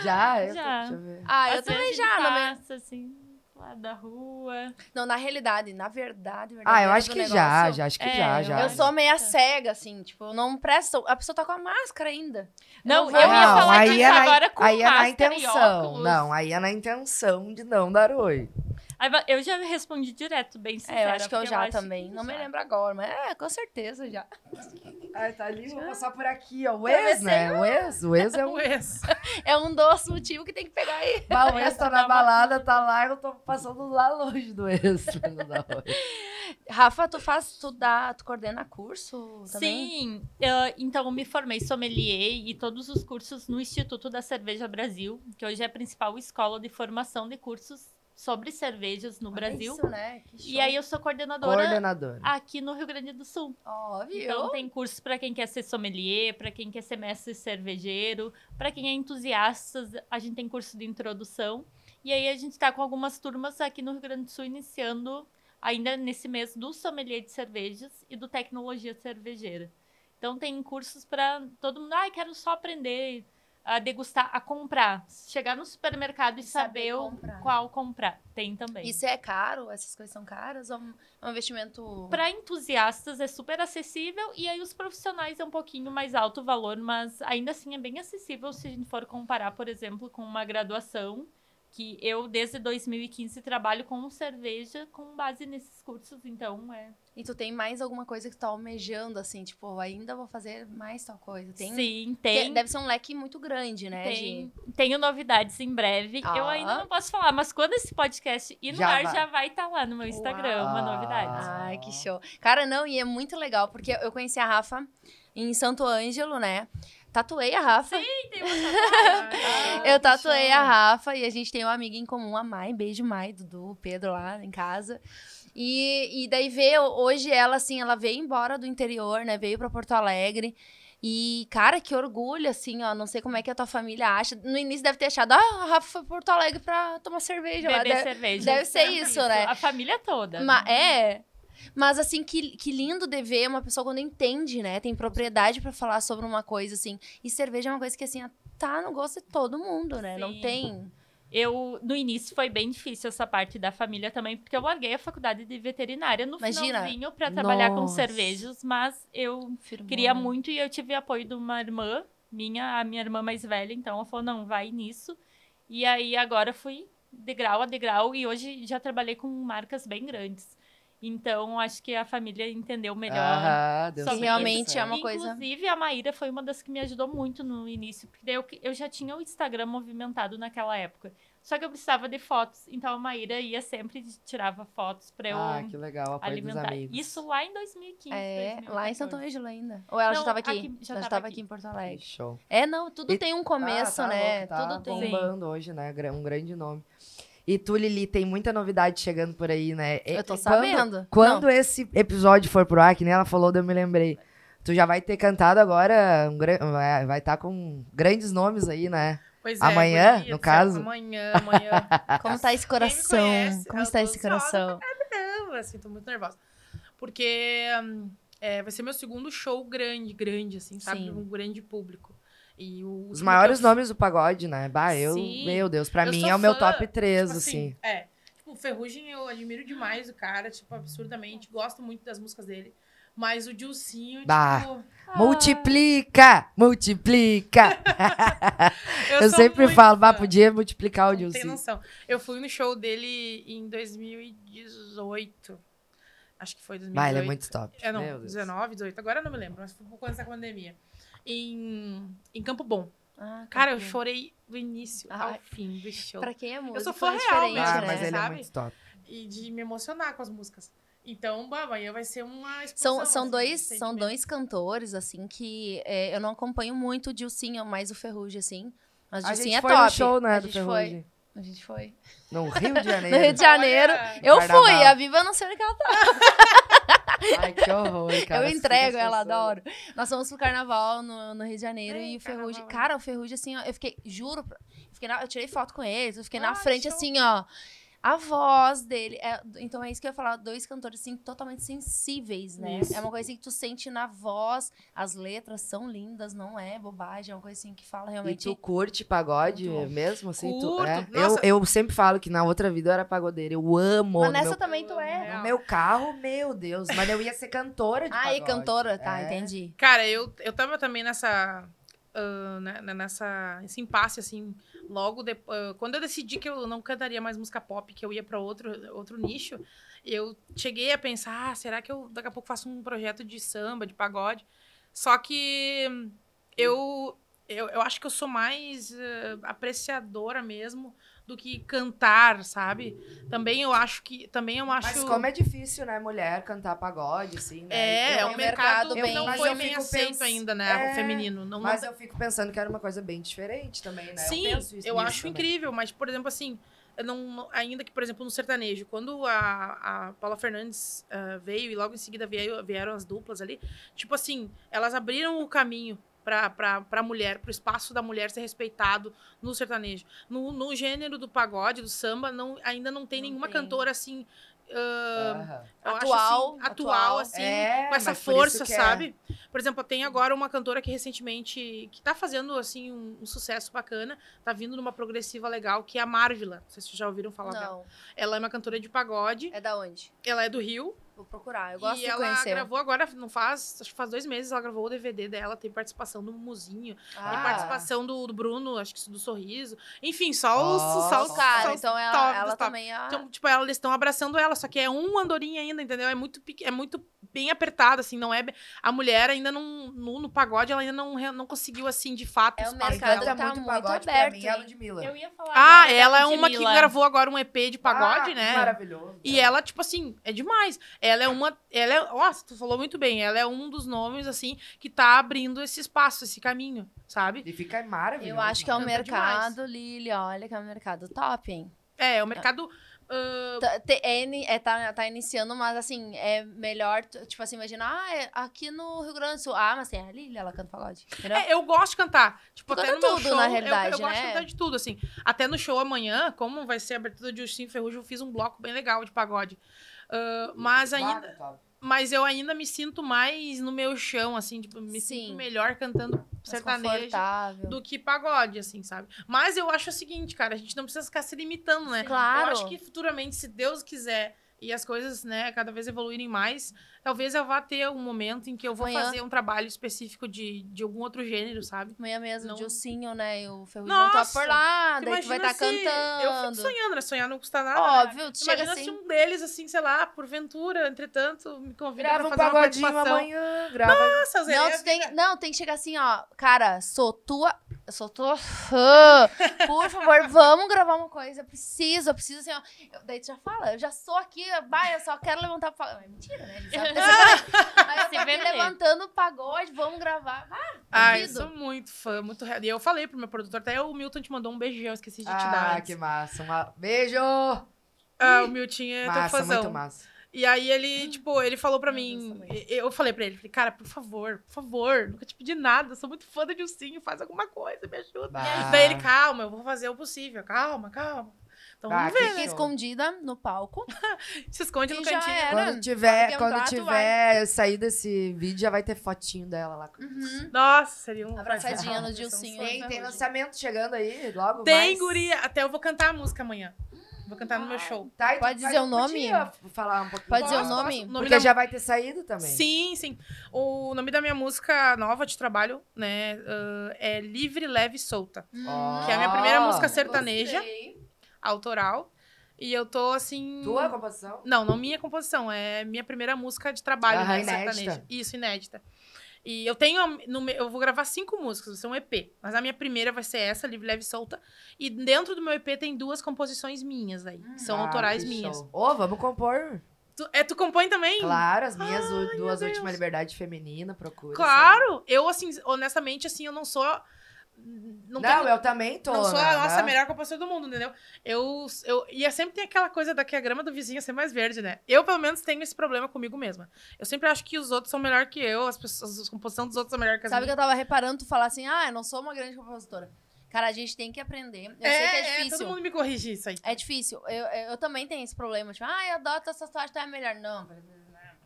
Speaker 3: Já? Eu
Speaker 5: Já.
Speaker 3: Tô... Deixa eu ver.
Speaker 4: Ah, eu
Speaker 5: Às vezes
Speaker 4: também
Speaker 5: ele tá-
Speaker 4: já, na minha-
Speaker 5: passa, assim, lá da rua.
Speaker 4: Não, na realidade, na verdade, verdade.
Speaker 3: Ah, eu acho que já, já, acho que
Speaker 5: É,
Speaker 3: já,
Speaker 5: eu
Speaker 3: já.
Speaker 4: Eu
Speaker 5: acho.
Speaker 4: sou meia cega, assim, tipo, eu não presto. A pessoa tá com a máscara ainda.
Speaker 5: Não,
Speaker 4: Não
Speaker 5: eu ia
Speaker 4: vai.
Speaker 5: falar
Speaker 3: aí
Speaker 5: disso
Speaker 3: é na,
Speaker 5: agora com
Speaker 3: aí é na
Speaker 5: máscara e
Speaker 3: intenção.
Speaker 5: óculos.
Speaker 3: Não, aí é na intenção de não dar oi.
Speaker 5: Aí va- Eu já respondi direto, bem sincera.
Speaker 4: É, eu acho que eu
Speaker 5: porque
Speaker 4: já
Speaker 5: acho
Speaker 4: também.
Speaker 5: que
Speaker 4: Não me
Speaker 5: já.
Speaker 4: lembro agora, mas é, com certeza já.
Speaker 3: Ai, tá ali, vou passar por aqui, ó. O ex, né? O ex, o ex é um.
Speaker 2: O ex.
Speaker 4: É um doce motivo que tem que pegar aí.
Speaker 3: Bah, O ex tá na balada, tá lá, eu tô passando lá longe do ex. pra não dar oi.
Speaker 4: Rafa, tu faz, tu dá, tu coordena curso também?
Speaker 5: Sim, eu- então eu me formei sommelier e todos os cursos no Instituto da Cerveja Brasil, que hoje é a principal escola de formação de cursos sobre cervejas no Brasil.
Speaker 4: Isso, né? Que show.
Speaker 5: E aí eu sou coordenadora Ah,
Speaker 3: Coordenadora.
Speaker 5: aqui no Rio Grande do Sul.
Speaker 4: Óbvio.
Speaker 5: Então tem cursos para quem quer ser sommelier, para quem quer ser mestre cervejeiro, para quem é entusiasta, a gente tem curso de introdução. E aí a gente está com algumas turmas aqui no Rio Grande do Sul iniciando ainda nesse mês do sommelier de cervejas e do tecnologia cervejeira. Então tem cursos para todo mundo, ai, quero só aprender a degustar, a comprar, chegar no supermercado e, saber, o-
Speaker 4: comprar.
Speaker 5: qual comprar. Tem também.
Speaker 4: Isso é caro? Essas coisas são caras? Ou é um- é um investimento.
Speaker 5: Para entusiastas é super acessível e aí os profissionais é um pouquinho mais alto o valor, mas ainda assim é bem acessível se a gente for comparar, por exemplo, com uma graduação que eu desde 2015 trabalho com cerveja com base nesses cursos, então é.
Speaker 4: E tu tem mais alguma coisa que tu tá almejando, assim, tipo, ainda vou fazer mais tal coisa? Tem?
Speaker 5: Sim,
Speaker 4: Porque
Speaker 5: tem.
Speaker 4: Deve ser um leque muito grande, né?
Speaker 5: Tem,
Speaker 4: de-
Speaker 5: tenho novidades em breve.
Speaker 4: Ah.
Speaker 5: Eu ainda não posso falar, mas quando esse podcast ir no
Speaker 3: Já
Speaker 5: ar,
Speaker 3: vai.
Speaker 5: já vai estar lá no meu Instagram, uma
Speaker 3: Uau.
Speaker 5: novidade.
Speaker 3: Ah.
Speaker 4: Ai, que show. Cara, não, e é muito legal, porque eu conheci a Rafa em Santo Ângelo, né? Tatuei a Rafa. Eu tatuei a Rafa e a gente tem uma amiga em comum, a Mai. Beijo, Mai, Dudu, Pedro lá em casa. E, e daí ver hoje ela, assim, ela veio embora do interior, né? Veio pra Porto Alegre. E, cara, que orgulho, assim, ó. Não sei como é que a tua família acha. No início deve ter achado, ah, a Rafa foi pra Porto Alegre pra tomar cerveja lá.
Speaker 5: Beber
Speaker 4: Deve-
Speaker 5: cerveja. Então,
Speaker 4: deve ser isso, né?
Speaker 5: A família toda.
Speaker 4: Ma- é. Mas assim, que, que lindo de ver uma pessoa quando entende, né? Tem propriedade pra falar sobre uma coisa, assim. E cerveja é uma coisa que, assim, tá no gosto de todo mundo, né? Não
Speaker 5: Sim.
Speaker 4: tem.
Speaker 5: Eu, no início, foi bem difícil essa parte da família também, porque eu larguei a faculdade de veterinária no
Speaker 4: Imagina.
Speaker 5: finalzinho pra trabalhar com
Speaker 3: Nossa. né?
Speaker 5: cervejas, mas eu queria muito e eu tive apoio de uma irmã, minha, a minha irmã mais velha, então ela falou, não, vai nisso. E aí, agora fui degrau a degrau e hoje já trabalhei com marcas bem grandes. Então, acho que a família entendeu melhor
Speaker 3: Aham, deu
Speaker 5: sobre
Speaker 4: Que realmente
Speaker 5: isso.
Speaker 4: é uma coisa-
Speaker 5: Inclusive, a Maíra foi uma das que me ajudou muito no início, porque daí eu, eu já tinha o Instagram movimentado naquela época. Só que eu precisava de fotos, então a Maíra ia sempre e tirava fotos pra eu
Speaker 3: Ah, que legal, apoio dos
Speaker 5: alimentar.
Speaker 3: amigos.
Speaker 5: Isso lá em 2015.
Speaker 4: É,
Speaker 5: 2014.
Speaker 4: lá em Santo Ângelo ainda. Ou ela já
Speaker 5: Não,
Speaker 4: tava aqui?
Speaker 5: aqui, já
Speaker 4: ela já
Speaker 5: tava
Speaker 4: tava
Speaker 5: aqui.
Speaker 4: aqui em Porto
Speaker 3: Que
Speaker 4: Alegre.
Speaker 3: show.
Speaker 4: É, não, tudo
Speaker 3: E-
Speaker 4: tem um começo,
Speaker 3: Ah, tá
Speaker 4: né?
Speaker 3: louco, tá
Speaker 4: tudo tem.
Speaker 3: bombando hoje, né? Gra- Um grande nome. E tu, Lili, tem muita novidade chegando por aí, né? E-
Speaker 4: Eu tô
Speaker 3: quando-
Speaker 4: sabendo.
Speaker 3: Quando esse episódio for pro ar, que nem ela falou, daí eu me lembrei. Tu já vai ter cantado agora, um gran- vai estar com grandes tá nomes aí, né?
Speaker 2: Pois
Speaker 3: Amanhã,
Speaker 2: guria
Speaker 3: no
Speaker 2: do céu,
Speaker 3: caso?
Speaker 2: Amanhã, amanhã.
Speaker 4: Como tá esse coração?
Speaker 2: conhece,
Speaker 4: Como
Speaker 2: eu
Speaker 4: está
Speaker 2: tô
Speaker 4: esse
Speaker 2: ansiosa
Speaker 4: coração?
Speaker 2: Não, assim, tô muito nervosa. Porque hum, é, vai ser meu segundo show grande, grande, assim, sabe?
Speaker 4: Sim.
Speaker 2: Um grande público. E o
Speaker 3: Os
Speaker 2: último
Speaker 3: maiores
Speaker 2: que eu
Speaker 3: nomes do pagode, né? Bah, eu.
Speaker 2: Sim.
Speaker 3: Meu Deus, pra
Speaker 2: Eu
Speaker 3: mim
Speaker 2: sou
Speaker 3: é o meu
Speaker 2: fã,
Speaker 3: top 3,
Speaker 2: Tipo
Speaker 3: assim.
Speaker 2: É. Tipo, o Ferrugem eu admiro demais o cara, tipo, absurdamente. Gosto muito das músicas dele. Mas o Dilcinho,
Speaker 3: Bah.
Speaker 2: tipo.
Speaker 5: Ah,
Speaker 3: Multiplica! Multiplica! Eu,
Speaker 2: sou
Speaker 3: sempre
Speaker 2: muito
Speaker 3: falo, bah,
Speaker 2: fã.
Speaker 3: podia multiplicar o
Speaker 2: Não tem
Speaker 3: Dilcinho.
Speaker 2: noção. Eu fui no show dele em 2018. Acho que foi 2018.
Speaker 3: Bah, ele é muito top.
Speaker 2: É, não,
Speaker 3: Meu Deus.
Speaker 2: 19, 18. Agora eu não me lembro, mas foi quando essa pandemia. Em, em Campo Bom.
Speaker 4: Ah,
Speaker 2: Cara, eu
Speaker 4: Campo Bom.
Speaker 2: chorei do início
Speaker 4: Ai.
Speaker 2: ao fim do show.
Speaker 4: Pra quem é músico,
Speaker 2: sou fã
Speaker 4: é diferente,
Speaker 2: real, gente,
Speaker 3: Ah,
Speaker 4: né?
Speaker 3: mas ele é
Speaker 2: Sabe?
Speaker 3: muito top.
Speaker 2: E de me emocionar com as músicas. Então, bah, amanhã vai ser uma explosão.
Speaker 4: São, são,
Speaker 2: assim,
Speaker 4: dois,
Speaker 2: de
Speaker 4: são
Speaker 2: sentimento.
Speaker 4: dois cantores, assim, que é, eu não acompanho muito o Dilcinho, mais o Ferrugem, assim. Mas o
Speaker 3: A
Speaker 4: Dilcinho
Speaker 3: gente
Speaker 4: é
Speaker 3: foi
Speaker 4: top.
Speaker 3: no show, né,
Speaker 4: a
Speaker 3: do
Speaker 4: gente foi.
Speaker 3: Ferrugem.
Speaker 4: A gente foi.
Speaker 3: No Rio
Speaker 4: No Rio
Speaker 3: de
Speaker 4: de
Speaker 3: Janeiro.
Speaker 4: Janeiro.
Speaker 2: Olha!
Speaker 4: Eu
Speaker 3: Carnaval.
Speaker 4: fui, a Viva eu não sei onde que ela tá.
Speaker 3: Ai, que horror, cara.
Speaker 4: eu
Speaker 3: essas
Speaker 4: entrego ela,
Speaker 3: pessoas.
Speaker 4: adoro. Nós fomos pro carnaval no, no Rio de Janeiro
Speaker 2: Ei,
Speaker 4: e o Ferrugem.
Speaker 2: carnaval.
Speaker 4: Cara, o Ferrugem, assim, ó, eu fiquei, juro, pra- eu, fiquei na- eu tirei foto com eles, eu fiquei
Speaker 2: Ah,
Speaker 4: na frente,
Speaker 2: show.
Speaker 4: assim, ó. A voz dele. é- então é isso que eu ia falar. Dois cantores, assim, totalmente sensíveis, né? É uma coisa assim que tu sente na voz. As letras são lindas, não é bobagem. É uma coisa assim que fala
Speaker 3: E
Speaker 4: realmente.
Speaker 3: tu curte pagode
Speaker 4: Muito
Speaker 3: mesmo? Assim, tu,
Speaker 2: Curto,
Speaker 3: é? eu,
Speaker 2: nossa.
Speaker 3: eu sempre falo que na outra vida eu era pagodeira. Eu amo.
Speaker 4: Mas
Speaker 3: no
Speaker 4: nessa
Speaker 3: meu,
Speaker 4: também tu é.
Speaker 3: no meu carro, meu Deus. Mas eu ia ser cantora de
Speaker 4: Ah, e
Speaker 3: pagode.
Speaker 4: cantora? Tá,
Speaker 3: É.
Speaker 4: entendi.
Speaker 2: Cara, eu, eu tava também nessa. ah, né, né, nessa esse impasse assim logo depois quando eu decidi que eu não cantaria mais música pop que eu ia pra outro outro nicho eu cheguei a pensar ah, será que eu daqui a pouco faço um projeto de samba de pagode só que hum, eu eu, eu acho que eu sou mais eh, apreciadora mesmo do que cantar sabe também eu acho que também eu acho
Speaker 3: Mas como é difícil, né, mulher, cantar pagode, assim, né?
Speaker 2: é,
Speaker 3: Eu-
Speaker 2: é um
Speaker 4: um mercado
Speaker 2: mercado, que
Speaker 4: bem-
Speaker 2: não
Speaker 4: mas
Speaker 2: foi
Speaker 3: eu
Speaker 2: bem
Speaker 3: fico
Speaker 2: aceito
Speaker 3: pens-
Speaker 2: ainda né
Speaker 3: É,
Speaker 2: o feminino não
Speaker 3: Mas eu fico pensando que era uma coisa bem diferente também, né?
Speaker 2: Sim,
Speaker 3: eu,
Speaker 2: eu,
Speaker 3: penso isso
Speaker 2: acho
Speaker 3: nisso também.
Speaker 2: incrível, mas, por exemplo, assim, eu não- não- ainda que, por exemplo, no sertanejo, quando a, a Paula Fernandes ah, veio e logo em seguida veio, vieram as duplas ali, tipo assim, elas abriram o caminho pra, pra, pra mulher, pro espaço da mulher ser respeitado no sertanejo. No, no gênero do pagode, do samba, não, ainda não tem
Speaker 4: Não
Speaker 2: nenhuma
Speaker 4: tem.
Speaker 2: cantora assim. ah, eu
Speaker 3: Aham.
Speaker 4: Atual,
Speaker 2: acho, assim, atual,
Speaker 4: atual.
Speaker 2: assim,
Speaker 3: É,
Speaker 2: com essa
Speaker 3: mas por isso
Speaker 2: força,
Speaker 3: que é.
Speaker 2: sabe? Por exemplo, tem agora uma cantora que recentemente que tá fazendo assim um, um sucesso bacana, tá vindo numa progressiva legal que é a Marvila. Não sei se vocês já ouviram falar dela.
Speaker 4: Não.
Speaker 2: Ela é uma cantora de pagode,
Speaker 4: É da onde?
Speaker 2: ela é do Rio
Speaker 4: Vou procurar. Eu gosto
Speaker 2: e
Speaker 4: de
Speaker 2: ela
Speaker 4: conhecer.
Speaker 2: gravou agora, não faz, acho que faz dois meses ela gravou o DVD dela, tem participação do Mumuzinho, tem
Speaker 4: Ah,
Speaker 2: participação do, do Bruno, acho que isso do Sorriso. Enfim, só os,
Speaker 3: Ó,
Speaker 2: só os,
Speaker 4: o cara.
Speaker 2: só os
Speaker 4: Então
Speaker 2: top
Speaker 4: ela,
Speaker 2: dos
Speaker 4: ela
Speaker 2: top.
Speaker 4: também é. a-
Speaker 2: então, tipo, ela- eles estão abraçando ela, só que é um andorinha ainda, entendeu? É muito, pequ- é muito bem apertado, assim, não é... be- A mulher ainda não... No, no pagode, ela ainda não, re- não conseguiu, assim, de fato,
Speaker 4: É o
Speaker 2: espaço
Speaker 4: mercado
Speaker 2: dela.
Speaker 4: tá muito
Speaker 3: pra
Speaker 4: aberto,
Speaker 3: mim, é a
Speaker 4: hein?
Speaker 3: Ludmilla.
Speaker 5: Eu ia falar.
Speaker 2: Ah,
Speaker 5: agora da
Speaker 2: ela é uma que
Speaker 5: né, Ludmilla.
Speaker 2: gravou agora um EP de pagode,
Speaker 3: Ah,
Speaker 2: né?
Speaker 3: Maravilhoso.
Speaker 2: E ela, tipo assim, é demais. Ela é uma. Ela é. Nossa, tu falou muito bem. Ela é um dos nomes, assim, que tá abrindo esse espaço, esse caminho, sabe?
Speaker 3: E fica maravilhoso.
Speaker 4: Eu acho que é um
Speaker 2: Canta
Speaker 4: mercado, Lili, olha que é um mercado top, hein?
Speaker 2: É, é o mercado. ah,
Speaker 4: Tá, te- é ini- é, tá, tá iniciando, mas assim, é melhor, tu- tipo assim, imagina, ah, é aqui no Rio Grande do Sul, ah, mas tem a Lili, ela canta pagode, entendeu?
Speaker 2: É, eu gosto de cantar. Tipo,
Speaker 4: Tu
Speaker 2: até
Speaker 4: canta
Speaker 2: no meu
Speaker 4: tudo,
Speaker 2: show,
Speaker 4: na
Speaker 2: eu- eu,
Speaker 4: realidade,
Speaker 2: gosto de
Speaker 4: né?
Speaker 2: cantar de tudo, assim. Até no show amanhã, como vai ser a abertura de Justin Ferrugem, eu fiz um bloco bem legal de pagode. Ah, mas ainda, mas eu ainda me sinto mais no meu chão, assim, tipo, me
Speaker 4: Sim.
Speaker 2: sinto melhor cantando
Speaker 4: Mais
Speaker 2: sertanejo
Speaker 4: confortável.
Speaker 2: do que pagode, assim, sabe? Mas eu acho o seguinte, cara, a gente não precisa ficar se limitando, né?
Speaker 4: Claro.
Speaker 2: Eu acho que futuramente, se Deus quiser e as coisas, né, cada vez evoluírem mais, talvez eu vá ter um momento em que eu vou
Speaker 4: Amanhã.
Speaker 2: fazer um trabalho específico de, de algum outro gênero, sabe?
Speaker 4: Amanhã mesmo,
Speaker 2: Não-
Speaker 4: o Dilcinho, né, e o Ferrugem vão tocar por
Speaker 2: Nossa,
Speaker 4: lá,
Speaker 2: Tu
Speaker 4: Ah, daí tu vai
Speaker 2: imagina
Speaker 4: estar
Speaker 2: se- Eu fico
Speaker 4: cantando.
Speaker 2: sonhando, né? Sonhar não custa nada. né?
Speaker 4: Óbvio, tu chega
Speaker 2: Imagina se
Speaker 4: assim,
Speaker 2: um deles, assim, sei lá, porventura, entretanto, me convida
Speaker 3: Grava um
Speaker 2: pra fazer uma
Speaker 3: pagodinho
Speaker 2: participação.
Speaker 3: amanhã. Grava.
Speaker 2: Nossa, eu zerei
Speaker 4: não,
Speaker 2: a
Speaker 4: tu tem,
Speaker 2: vida.
Speaker 4: não, tem que chegar assim, ó, cara, sou tua, eu sou tua fã, por favor, vamos gravar uma coisa, eu preciso, eu preciso assim, ó, Eu- daí tu já fala, eu já sou aqui, vai, eu só quero levantar o pagode, é mentira, né, eles sabem, Aí eu tô
Speaker 5: Se
Speaker 4: aqui
Speaker 5: vender.
Speaker 4: levantando o pagode, vamos gravar,
Speaker 2: Ai,
Speaker 4: Duvido.
Speaker 2: sou muito fã, muito real. E eu falei pro meu produtor, até o Milton te mandou um beijão, eu esqueci de te dar.
Speaker 3: Ah,
Speaker 2: antes.
Speaker 3: que massa. Uma... Beijo!
Speaker 2: Ah, o Milton é teu
Speaker 3: Massa,
Speaker 2: fãzão.
Speaker 3: muito massa.
Speaker 2: E aí
Speaker 3: Ah,
Speaker 2: ele, tipo, ele falou pra mim, e- eu falei pra ele, falei, cara, por favor, por favor, nunca te pedi nada, sou muito fã do Dilcinho, faz alguma coisa, me ajuda.
Speaker 3: Bah.
Speaker 2: Daí ele, calma, eu vou fazer o possível, calma, calma. Então
Speaker 3: Bah,
Speaker 2: vamos ver,
Speaker 3: que
Speaker 2: né?
Speaker 4: Fiquei escondida no palco.
Speaker 2: Se esconde no
Speaker 4: E já
Speaker 2: é
Speaker 4: é?
Speaker 2: cantinho.
Speaker 4: era.
Speaker 3: Quando tiver,
Speaker 4: quando
Speaker 3: quando
Speaker 4: entrar, tu
Speaker 3: tiver eu sair desse vídeo, já vai ter fotinho dela lá.
Speaker 4: Uhum.
Speaker 2: Nossa, seria um...
Speaker 4: Abraçadinha
Speaker 2: Vai
Speaker 4: no
Speaker 2: ser um
Speaker 4: Dilcinho.
Speaker 2: sonho.
Speaker 3: Tem, tem lançamento chegando aí, logo
Speaker 2: Tem,
Speaker 3: mais.
Speaker 2: guria, até eu vou cantar a música amanhã. Vou cantar no meu show.
Speaker 3: Tá, então
Speaker 4: Pode
Speaker 3: vai-
Speaker 4: dizer o
Speaker 3: eu
Speaker 4: nome?
Speaker 3: podia falar um pouquinho.
Speaker 4: Pode dizer o
Speaker 2: Posso?
Speaker 4: nome?
Speaker 2: Posso?
Speaker 3: Porque
Speaker 2: da-
Speaker 3: já vai ter saído também.
Speaker 2: Sim, sim. O nome da minha música nova de trabalho, né, ah, é Livre, Leve e Solta.
Speaker 4: uhum.
Speaker 3: Ó.
Speaker 2: Que é a minha
Speaker 3: Ah,
Speaker 2: primeira música sertaneja, autoral. E eu tô assim.
Speaker 3: Tua composição?
Speaker 2: Não, não minha composição, é minha primeira música de trabalho
Speaker 3: Aham,
Speaker 2: né,
Speaker 3: inédita.
Speaker 2: sertaneja. Isso, inédita. E eu tenho. a- no me- eu vou gravar cinco músicas, vai ser um EP. Mas a minha primeira vai ser essa, Livre, Leve e Solta. E dentro do meu EP tem duas composições minhas aí, que são
Speaker 3: Ah,
Speaker 2: autorais
Speaker 3: que
Speaker 2: minhas.
Speaker 3: show. Ô, vamos compor.
Speaker 2: Tu, é, tu compõe também?
Speaker 3: Claro, as minhas u- duas
Speaker 2: Deus.
Speaker 3: últimas liberdade feminina, procura.
Speaker 2: Claro! Eu, assim, honestamente, assim, eu não sou. hum, Não,
Speaker 3: Não,
Speaker 2: tenho-
Speaker 3: eu também tô.
Speaker 2: Não sou
Speaker 3: né?
Speaker 2: a nossa a melhor composição do mundo, entendeu? Eu, eu, e é sempre tem aquela coisa da que a grama do vizinho ser mais verde, né? Eu, pelo menos, tenho esse problema comigo mesma. Eu sempre acho que os outros são melhor que eu, as pessoas, a composição dos outros é melhor que as
Speaker 4: Sabe que
Speaker 2: minhas.
Speaker 4: eu tava reparando tu falar assim, ah, eu não sou uma grande compositora. Cara, a gente tem que aprender. Eu sei que é
Speaker 2: todo
Speaker 4: difícil.
Speaker 2: mundo me corrige isso aí.
Speaker 4: É difícil. Eu, eu, eu também tenho esse problema. Tipo, ah, eu adoto essa tatuagem, tá é melhor. Não, pera-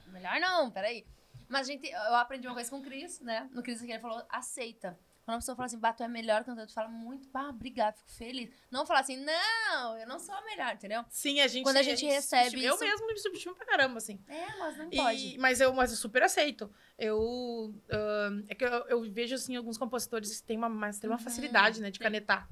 Speaker 4: melhor não, peraí. Mas, gente, eu aprendi uma coisa com o Cris, né? No Cris aqui ele falou, aceita. Quando a pessoa fala assim, bah, tu é melhor cantor, tu fala muito, bah, obrigado, fico feliz. Não falar assim, não, eu não sou a melhor, entendeu?
Speaker 2: Sim, a gente. é
Speaker 4: Quando a gente recebe
Speaker 2: Eu
Speaker 4: isso-
Speaker 2: mesmo me subestimo pra caramba, assim.
Speaker 4: É, mas não
Speaker 2: E-
Speaker 4: pode.
Speaker 2: mas, eu, mas eu super aceito. Eu, ahn, é que eu, eu vejo, assim, alguns compositores que têm uma, mas
Speaker 4: Uhum,
Speaker 2: têm uma facilidade, né, de canetar.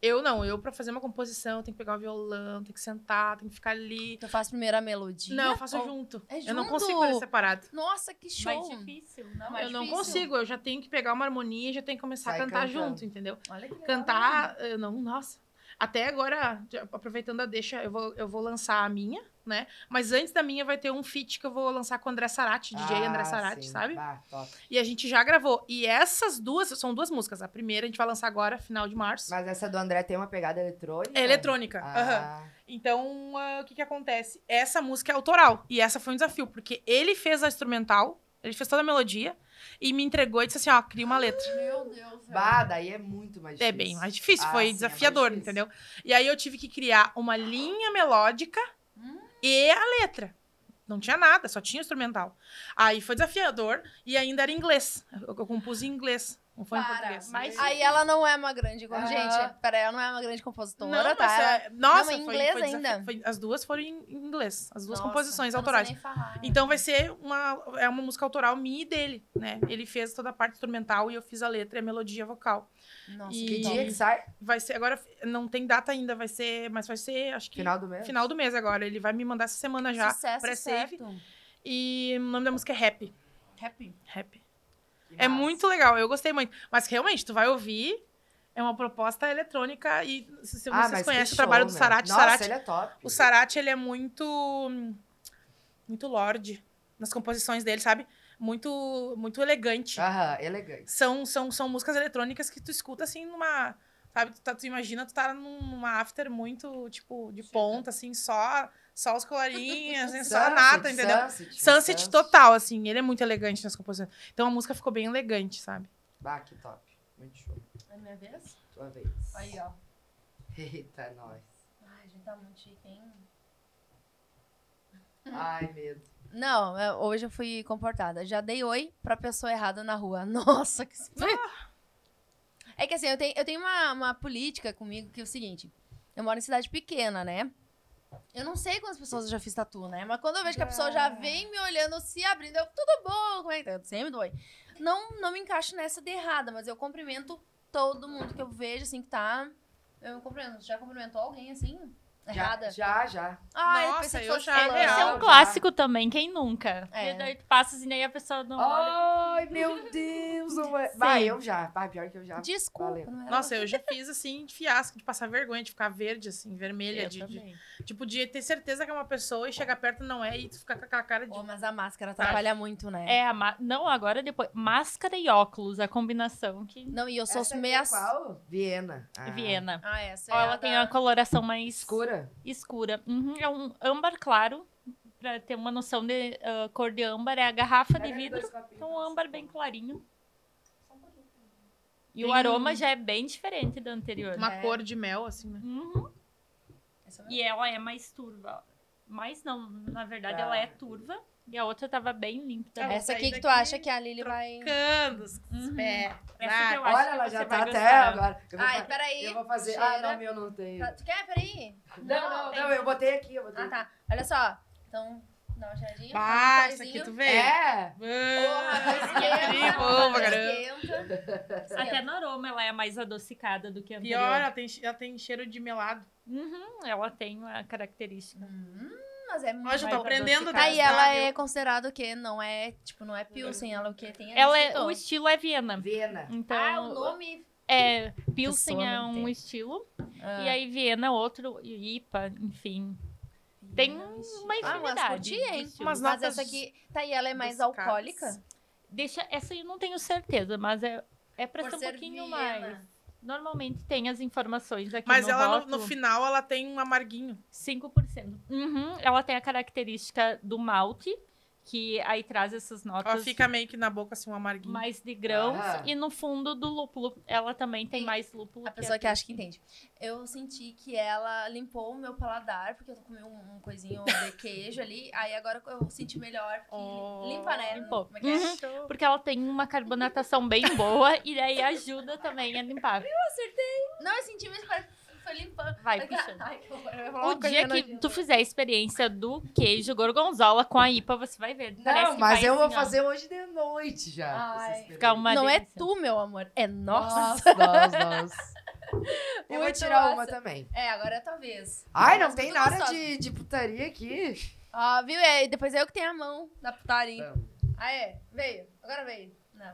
Speaker 2: Eu não, eu pra fazer uma composição, eu tenho que pegar o violão, tenho que sentar, tenho que ficar ali.
Speaker 4: Eu faço primeiro a melodia.
Speaker 2: Não, eu faço
Speaker 4: ou-
Speaker 2: junto.
Speaker 4: É
Speaker 2: Eu não
Speaker 4: junto?
Speaker 2: consigo fazer separado.
Speaker 4: Nossa, que show.
Speaker 5: Mais difícil, não?
Speaker 4: Mais
Speaker 2: eu não
Speaker 4: difícil.
Speaker 2: consigo, eu já tenho que pegar uma harmonia e já tenho que começar
Speaker 3: Sai
Speaker 2: a cantar
Speaker 3: cantando.
Speaker 2: junto, entendeu?
Speaker 4: Olha que legal.
Speaker 2: Cantar, eu não, nossa. Até agora, já aproveitando a deixa, eu vou, eu vou lançar a minha, né? Mas antes da minha vai ter um feat que eu vou lançar com o André Sarati, DJ
Speaker 3: Ah,
Speaker 2: André Sarati,
Speaker 3: sim.
Speaker 2: sabe?
Speaker 3: Ah, top.
Speaker 2: E a gente já gravou. E essas duas, são duas músicas. A primeira a gente vai lançar agora, final de março.
Speaker 3: Mas essa do André tem uma pegada eletrônica?
Speaker 2: É eletrônica. aham.
Speaker 3: Ah,
Speaker 2: Então, ah, o que que acontece? Essa música é autoral. E essa foi um desafio, porque ele fez a instrumental, ele fez toda a melodia, e me entregou e disse assim, ó, cria uma letra.
Speaker 4: Meu Deus. velho.
Speaker 3: Bah, daí é muito mais
Speaker 2: É
Speaker 3: Ah, difícil.
Speaker 2: bem mais difícil,
Speaker 3: Ah,
Speaker 2: foi
Speaker 3: sim, é mais
Speaker 2: desafiador,
Speaker 3: difícil.
Speaker 2: entendeu? E aí eu tive que criar uma linha melódica
Speaker 3: Hum.
Speaker 2: e a letra. Não tinha nada, só tinha instrumental. Aí foi desafiador e ainda era em inglês. Eu, eu compus em inglês, não foi em
Speaker 4: Para,
Speaker 2: português.
Speaker 5: mas-
Speaker 4: Aí ela não é uma grande.
Speaker 3: Ah.
Speaker 4: Gente, peraí, ela não é uma grande
Speaker 2: Não,
Speaker 4: compositora,
Speaker 2: mas
Speaker 4: tá? Ela-
Speaker 2: é- nossa,
Speaker 4: em
Speaker 2: foi-
Speaker 4: inglês
Speaker 2: foi desafio-
Speaker 4: ainda.
Speaker 2: foi- as duas foram em em inglês, as duas
Speaker 4: Nossa,
Speaker 2: composições
Speaker 4: eu não sei
Speaker 2: autorais.
Speaker 4: nem falar.
Speaker 2: Então vai ser uma, é uma música autoral minha e dele, né? Ele fez toda a parte instrumental e eu fiz a letra e a melodia vocal.
Speaker 4: Nossa,
Speaker 2: e-
Speaker 3: Que
Speaker 4: que
Speaker 3: dia
Speaker 4: top.
Speaker 3: que sai?
Speaker 2: Vai ser agora, não tem data ainda, vai ser, mas vai ser, acho que
Speaker 3: Final do mês?
Speaker 2: final do mês agora. Ele vai me mandar essa semana já.
Speaker 4: Sucesso,
Speaker 2: pré-save.
Speaker 4: certo.
Speaker 2: E o nome da música é Rap.
Speaker 4: Happy.
Speaker 2: Rap.
Speaker 3: Que
Speaker 2: É
Speaker 3: massa.
Speaker 2: muito legal, eu gostei muito. Mas realmente, tu vai ouvir, é uma proposta eletrônica e se se
Speaker 3: Ah, mas
Speaker 2: vocês
Speaker 3: que
Speaker 2: conhecem
Speaker 3: show,
Speaker 2: o trabalho do
Speaker 3: meu.
Speaker 2: Sarati,
Speaker 3: Nossa,
Speaker 2: Sarati
Speaker 3: ele é top.
Speaker 2: O Sarati, ele é muito. Muito lorde nas composições dele, sabe? Muito, muito elegante.
Speaker 3: Aham, elegante.
Speaker 2: São, são, são músicas eletrônicas que tu escuta assim numa. Sabe, tu, tá- tu imagina, tu tá num- numa after muito, tipo, de ponta, assim, só, só os colarinhos, assim, só a nata, entendeu?
Speaker 3: Sunset,
Speaker 2: Sunset total, assim, ele é muito elegante nas composições. Então a música ficou bem elegante, sabe?
Speaker 3: Bah, que top. Muito show.
Speaker 4: É minha vez?
Speaker 3: Tua vez.
Speaker 4: Aí, ó.
Speaker 3: Eita, nós.
Speaker 4: Ai, a gente tá muito chique, hein?
Speaker 3: Ai, medo.
Speaker 4: Não, é, hoje eu fui comportada. Já dei oi pra pessoa errada na rua. Nossa, que susto. É que assim, eu tenho, eu tenho uma, uma política comigo que é o seguinte: eu moro em cidade pequena, né? Eu não sei quantas pessoas eu já fiz tatu, né? Mas quando eu vejo que a pessoa já vem me olhando, se abrindo, eu, tudo bom, como é que tá? Eu sempre dou oi. Não, não me encaixo nessa de errada, mas eu cumprimento todo mundo que eu vejo, assim, que tá. Eu cumprimento. Já cumprimentou alguém, assim? Errada?
Speaker 3: Já, já. já.
Speaker 4: Ah,
Speaker 2: Nossa,
Speaker 4: pensei que
Speaker 2: eu
Speaker 4: fosse
Speaker 2: já,
Speaker 4: fulano.
Speaker 5: Esse é
Speaker 3: real.
Speaker 5: um clássico também, quem nunca?
Speaker 4: É.
Speaker 5: E daí tu passa assim, daí a pessoa não olha.
Speaker 3: Ai, meu Deus. Não é... Vai, eu já. Vai, pior que eu
Speaker 4: Tipo,
Speaker 3: já.
Speaker 4: Desculpa,
Speaker 3: Valeu.
Speaker 4: não era
Speaker 2: Nossa, eu já fiz assim, de fiasco, de passar vergonha, de ficar verde, assim, vermelha,
Speaker 5: Eu
Speaker 2: de, de,
Speaker 5: também.
Speaker 2: Tipo, de ter certeza que é uma pessoa e chegar perto não é, e tu ficar com aquela cara de.
Speaker 4: Ô, mas a máscara atrapalha muito, né?
Speaker 5: É, a ma- não, agora depois. Máscara e óculos, a combinação que.
Speaker 4: Não, e eu sou
Speaker 3: Essa aqui é
Speaker 4: meia.
Speaker 3: Qual? Viena. Ah.
Speaker 5: Viena.
Speaker 4: Ah, essa é.
Speaker 5: Ó,
Speaker 4: a
Speaker 5: ela tem
Speaker 4: da-
Speaker 5: uma coloração mais
Speaker 3: Escura?
Speaker 5: escura. Uhum, é um âmbar claro, para ter uma noção de ah, cor de âmbar, é a garrafa de vidro. Então, um âmbar bem clarinho. um E o
Speaker 2: Tem
Speaker 5: aroma já é bem diferente da anterior.
Speaker 2: Uma cor de mel, assim, né?
Speaker 5: Uhum. E ela é mais turva. Mas não, na verdade,
Speaker 3: Tá.
Speaker 5: ela é turva. E a outra tava bem limpa. também.
Speaker 4: Essa aqui que tu
Speaker 2: daqui
Speaker 4: acha que a Lili vai.
Speaker 2: Candos,
Speaker 5: Uhum.
Speaker 2: pé.
Speaker 5: Essa que eu acho
Speaker 3: Olha,
Speaker 5: que
Speaker 3: ela
Speaker 5: você
Speaker 3: já
Speaker 5: vai
Speaker 3: tá até
Speaker 5: gostar.
Speaker 3: agora. É, Eu vou,
Speaker 4: Ai,
Speaker 3: fa- eu
Speaker 4: peraí.
Speaker 3: vou fazer. Ah,
Speaker 4: cheira.
Speaker 3: não, meu não tenho.
Speaker 4: Tá, Tu quer? Peraí.
Speaker 3: Não, não, não, eu botei aqui. Eu botei
Speaker 4: Ah, tá. Olha só. Então, dá uma cheiradinha. faz um
Speaker 2: Baixa aqui,
Speaker 4: coisinho.
Speaker 2: tu
Speaker 3: aqui.
Speaker 2: vê.
Speaker 3: É.
Speaker 4: Porra, não
Speaker 5: é
Speaker 4: esquenta,
Speaker 2: Tribo,
Speaker 4: não
Speaker 2: pra caramba.
Speaker 4: esquenta.
Speaker 5: Até no aroma ela é mais adocicada do que a anterior.
Speaker 2: Pior, ela tem, ela tem cheiro de melado.
Speaker 5: Uhum, ela tem a característica.
Speaker 4: Mas é muito.
Speaker 2: Hoje eu tô
Speaker 5: Vai pra
Speaker 2: aprendendo.
Speaker 5: adocicar.
Speaker 2: tá?
Speaker 5: Tá,
Speaker 4: Aí ela
Speaker 2: Sabe?
Speaker 4: é considerada o quê? Não é, tipo, não é Pilsen, ela é o quê? Tem ali
Speaker 5: Ela
Speaker 4: esse
Speaker 5: é,
Speaker 4: tom.
Speaker 5: o estilo é Viena.
Speaker 3: Vena.
Speaker 5: Então,
Speaker 4: Ah, o nome.
Speaker 5: é Pilsen
Speaker 4: Pessoa
Speaker 5: é
Speaker 4: não
Speaker 5: um
Speaker 4: entende.
Speaker 5: estilo
Speaker 4: Ah.
Speaker 5: e aí Viena é outro, e IPA, enfim. Tem uma
Speaker 4: Ah, mas
Speaker 5: infinidade.
Speaker 4: curti, hein?
Speaker 5: de estilos.
Speaker 2: Umas
Speaker 4: Mas
Speaker 2: notas
Speaker 4: essa aqui, tá, e ela é mais
Speaker 2: dos caps.
Speaker 4: alcoólica?
Speaker 5: Deixa, essa eu não tenho certeza, mas é é para
Speaker 4: Por
Speaker 5: ser um
Speaker 4: ser
Speaker 5: pouquinho
Speaker 4: Viena.
Speaker 5: mais. Normalmente tem as informações aqui
Speaker 2: Mas
Speaker 5: no
Speaker 2: ela, no,
Speaker 5: rótulo.
Speaker 2: no final, ela tem um amarguinho.
Speaker 5: 5%. Uhum, ela tem a característica do malte, que aí traz essas
Speaker 2: Ela
Speaker 5: notas
Speaker 2: fica meio que na boca, assim, um amarguinho.
Speaker 5: mais de grãos.
Speaker 3: Ah.
Speaker 5: E no fundo do lúpulo. Ela também tem
Speaker 4: E
Speaker 5: mais lúpulo.
Speaker 4: A pessoa que acha que entende. Eu senti que ela limpou o meu paladar, porque eu comi um, um coisinho de queijo ali. Aí agora eu senti melhor. Que
Speaker 2: Oh,
Speaker 4: limpa, né?
Speaker 5: limpou.
Speaker 4: Como é que é?
Speaker 5: Uhum. Porque ela tem uma carbonatação bem boa e daí ajuda também a limpar.
Speaker 4: Não, eu senti, mas parece que foi limpando.
Speaker 5: Vai,
Speaker 4: Porque-
Speaker 5: puxando.
Speaker 4: Ai, que horror. Eu ia falar
Speaker 5: O
Speaker 4: uma coisa
Speaker 5: dia que
Speaker 4: nojenta.
Speaker 5: tu fizer a experiência do queijo gorgonzola com a IPA, você vai ver. Parece
Speaker 3: Não,
Speaker 5: que
Speaker 3: mas
Speaker 5: vai
Speaker 3: eu vou
Speaker 5: assim, ó,
Speaker 3: fazer hoje de noite já.
Speaker 4: Ai.
Speaker 3: essa
Speaker 5: Ficar uma
Speaker 4: Não é
Speaker 5: delícia.
Speaker 4: tu, meu amor. É nossa.
Speaker 3: Nossa, nossa, nossa. Eu vou
Speaker 4: Muito
Speaker 3: tirar
Speaker 4: nossa.
Speaker 3: uma também.
Speaker 4: É, agora é a tua vez.
Speaker 3: Ai, não
Speaker 4: Mas
Speaker 3: tem
Speaker 4: muito
Speaker 3: nada
Speaker 4: gostosa.
Speaker 3: de, de putaria aqui.
Speaker 4: Ó, viu? É, depois é eu que tenho a mão da putaria.
Speaker 3: Não.
Speaker 4: Aê, veio. Agora veio. Não,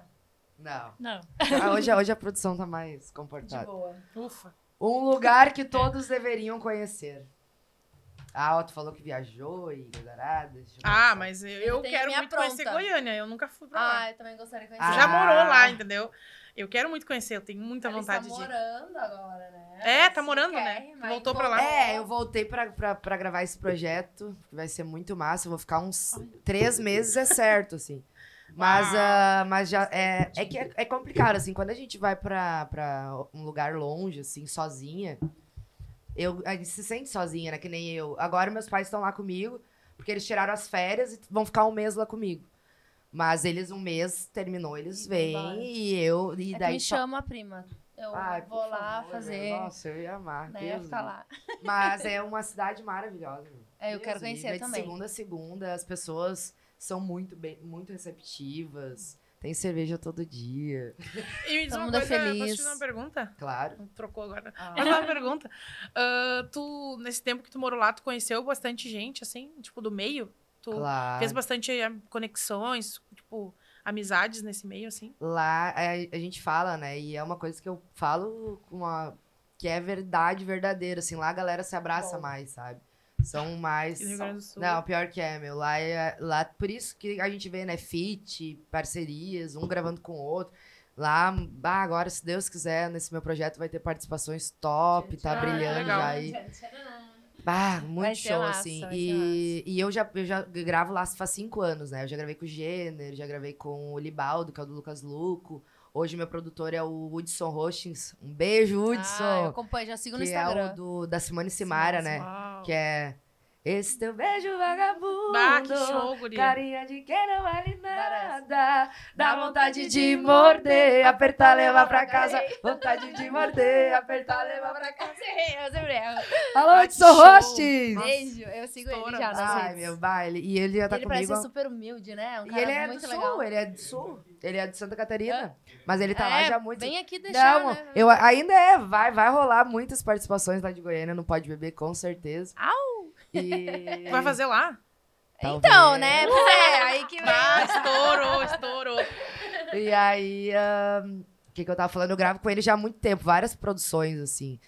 Speaker 3: Não.
Speaker 5: Não.
Speaker 3: Ah, Hoje, hoje a produção tá mais
Speaker 4: de
Speaker 3: comportada.
Speaker 4: boa.
Speaker 2: Ufa.
Speaker 3: Um lugar que todos deveriam conhecer. Ah, ó, tu falou que viajou e gadarada. deixa eu
Speaker 2: Ah,
Speaker 3: pensar.
Speaker 2: mas eu,
Speaker 4: Eu
Speaker 2: eu
Speaker 4: tenho
Speaker 2: quero
Speaker 4: minha
Speaker 2: muito conhecer
Speaker 4: pronta.
Speaker 2: Goiânia. Eu nunca fui pra lá.
Speaker 4: Ah, eu também gostaria de
Speaker 2: Você
Speaker 4: conhecer.
Speaker 2: já
Speaker 3: Ah.
Speaker 2: morou lá, entendeu? Eu quero muito conhecer. Eu tenho muita
Speaker 4: Ela
Speaker 2: vontade
Speaker 4: está
Speaker 2: de ir.
Speaker 4: morando agora, né?
Speaker 2: É, tá
Speaker 4: Ela
Speaker 2: morando,
Speaker 4: se
Speaker 2: né?
Speaker 4: quer, mas
Speaker 2: Voltou pra lá.
Speaker 3: É, eu voltei pra, pra, pra gravar esse projeto, que vai ser muito massa. Eu vou ficar uns três meses, é certo, assim. Mas,
Speaker 2: Uau.
Speaker 3: ah, mas já. É, é que é, é complicado, assim, quando a gente vai pra, pra um lugar longe, assim, sozinha, eu, a gente se sente sozinha, né? Que nem eu. Agora meus pais estão lá comigo, porque eles tiraram as férias e vão ficar um mês lá comigo. Mas eles, um mês, terminou, eles
Speaker 4: E
Speaker 3: vêm
Speaker 4: embora.
Speaker 3: e eu. E
Speaker 4: É que
Speaker 3: daí
Speaker 4: me
Speaker 3: só-
Speaker 4: chama a prima. Eu
Speaker 3: Ai, por
Speaker 4: vou lá
Speaker 3: favor,
Speaker 4: fazer,
Speaker 3: meu. Nossa, eu ia amar.
Speaker 4: né?
Speaker 3: Deus
Speaker 4: Ficar
Speaker 3: me
Speaker 4: lá.
Speaker 3: mas é uma cidade maravilhosa. meu.
Speaker 4: É, eu quero
Speaker 3: Deus me
Speaker 4: conhecer
Speaker 3: livre. É
Speaker 4: também.
Speaker 3: De segunda a segunda, as pessoas são muito bem, muito receptivas. Tem cerveja todo dia,
Speaker 2: E me diz
Speaker 4: Todo
Speaker 2: uma
Speaker 4: mundo é
Speaker 2: coisa, posso
Speaker 4: feliz.
Speaker 2: te fazer uma pergunta?
Speaker 3: claro.
Speaker 2: Trocou agora. Mas uma pergunta. Ah, tu, nesse tempo que tu morou lá, tu conheceu bastante gente, assim, tipo, do meio? Tu
Speaker 4: Uhum.
Speaker 3: Claro.
Speaker 2: fez bastante eh, conexões, tipo, amizades nesse meio, assim?
Speaker 3: Lá é, a gente fala, né? E é uma coisa que eu falo com uma que é verdade verdadeira, assim, lá a galera se abraça mais, sabe? São mais
Speaker 2: Aqui no Rio Grande do Sul.
Speaker 3: Não, pior que é, meu. Lá é. Lá, por isso que a gente vê, né? Fit, parcerias, um gravando com o outro. Lá, bah, agora, se Deus quiser, nesse meu projeto vai ter participações top, tá
Speaker 2: Ah,
Speaker 3: brilhando
Speaker 2: legal.
Speaker 3: já aí. Bah, muito
Speaker 4: é Vai ser
Speaker 3: show,
Speaker 4: massa,
Speaker 3: assim.
Speaker 4: vai ser
Speaker 3: E, e eu, já, eu já gravo lá faz cinco anos, né? Eu já gravei com o Jenner, já gravei com o Libaldo, que é o do Lucas Luco. Hoje meu produtor é o Hudson Rochins. Um beijo, Hudson!
Speaker 4: Ah, eu acompanho, já sigo no
Speaker 3: que
Speaker 4: Instagram.
Speaker 3: é o do, da Simone Simara, né?
Speaker 2: Uau.
Speaker 3: Que é. Esse teu beijo vagabundo.
Speaker 2: Bah, que show, guria.
Speaker 3: Carinha de quem não vale
Speaker 4: Parece.
Speaker 3: nada. Dá vontade de morder, apertar, levar pra casa. Vontade de morder, apertar, levar pra casa.
Speaker 4: Eu sempre erro.
Speaker 3: Alô,
Speaker 2: Ai,
Speaker 3: de
Speaker 2: que show.
Speaker 3: Sorrostes!
Speaker 4: Beijo, eu sigo ele
Speaker 2: estoura.
Speaker 4: já. nas
Speaker 3: Ai,
Speaker 4: redes.
Speaker 3: meu baile. E ele já tá
Speaker 4: ele parece
Speaker 3: comigo.
Speaker 4: ser super humilde, né? Um
Speaker 3: E
Speaker 4: cara
Speaker 3: ele é do
Speaker 4: muito
Speaker 3: sul,
Speaker 4: legal.
Speaker 3: ele é do sul. Ele é de Santa Catarina. Mas ele tá lá
Speaker 4: É,
Speaker 3: já há muito
Speaker 4: Vem aqui deixar,
Speaker 3: Não,
Speaker 4: né?
Speaker 3: eu, ainda é, vai, vai rolar muitas participações lá de Goiânia no Pode Beber, com certeza. Au! E...
Speaker 2: Tu vai fazer lá?
Speaker 4: Então,
Speaker 3: Talvez.
Speaker 4: né? Pois é, aí que
Speaker 2: Ah,
Speaker 4: vem.
Speaker 2: estourou, estourou.
Speaker 3: E aí, ahn, o que, que eu tava falando? Eu gravo com ele já há muito tempo, várias produções, assim.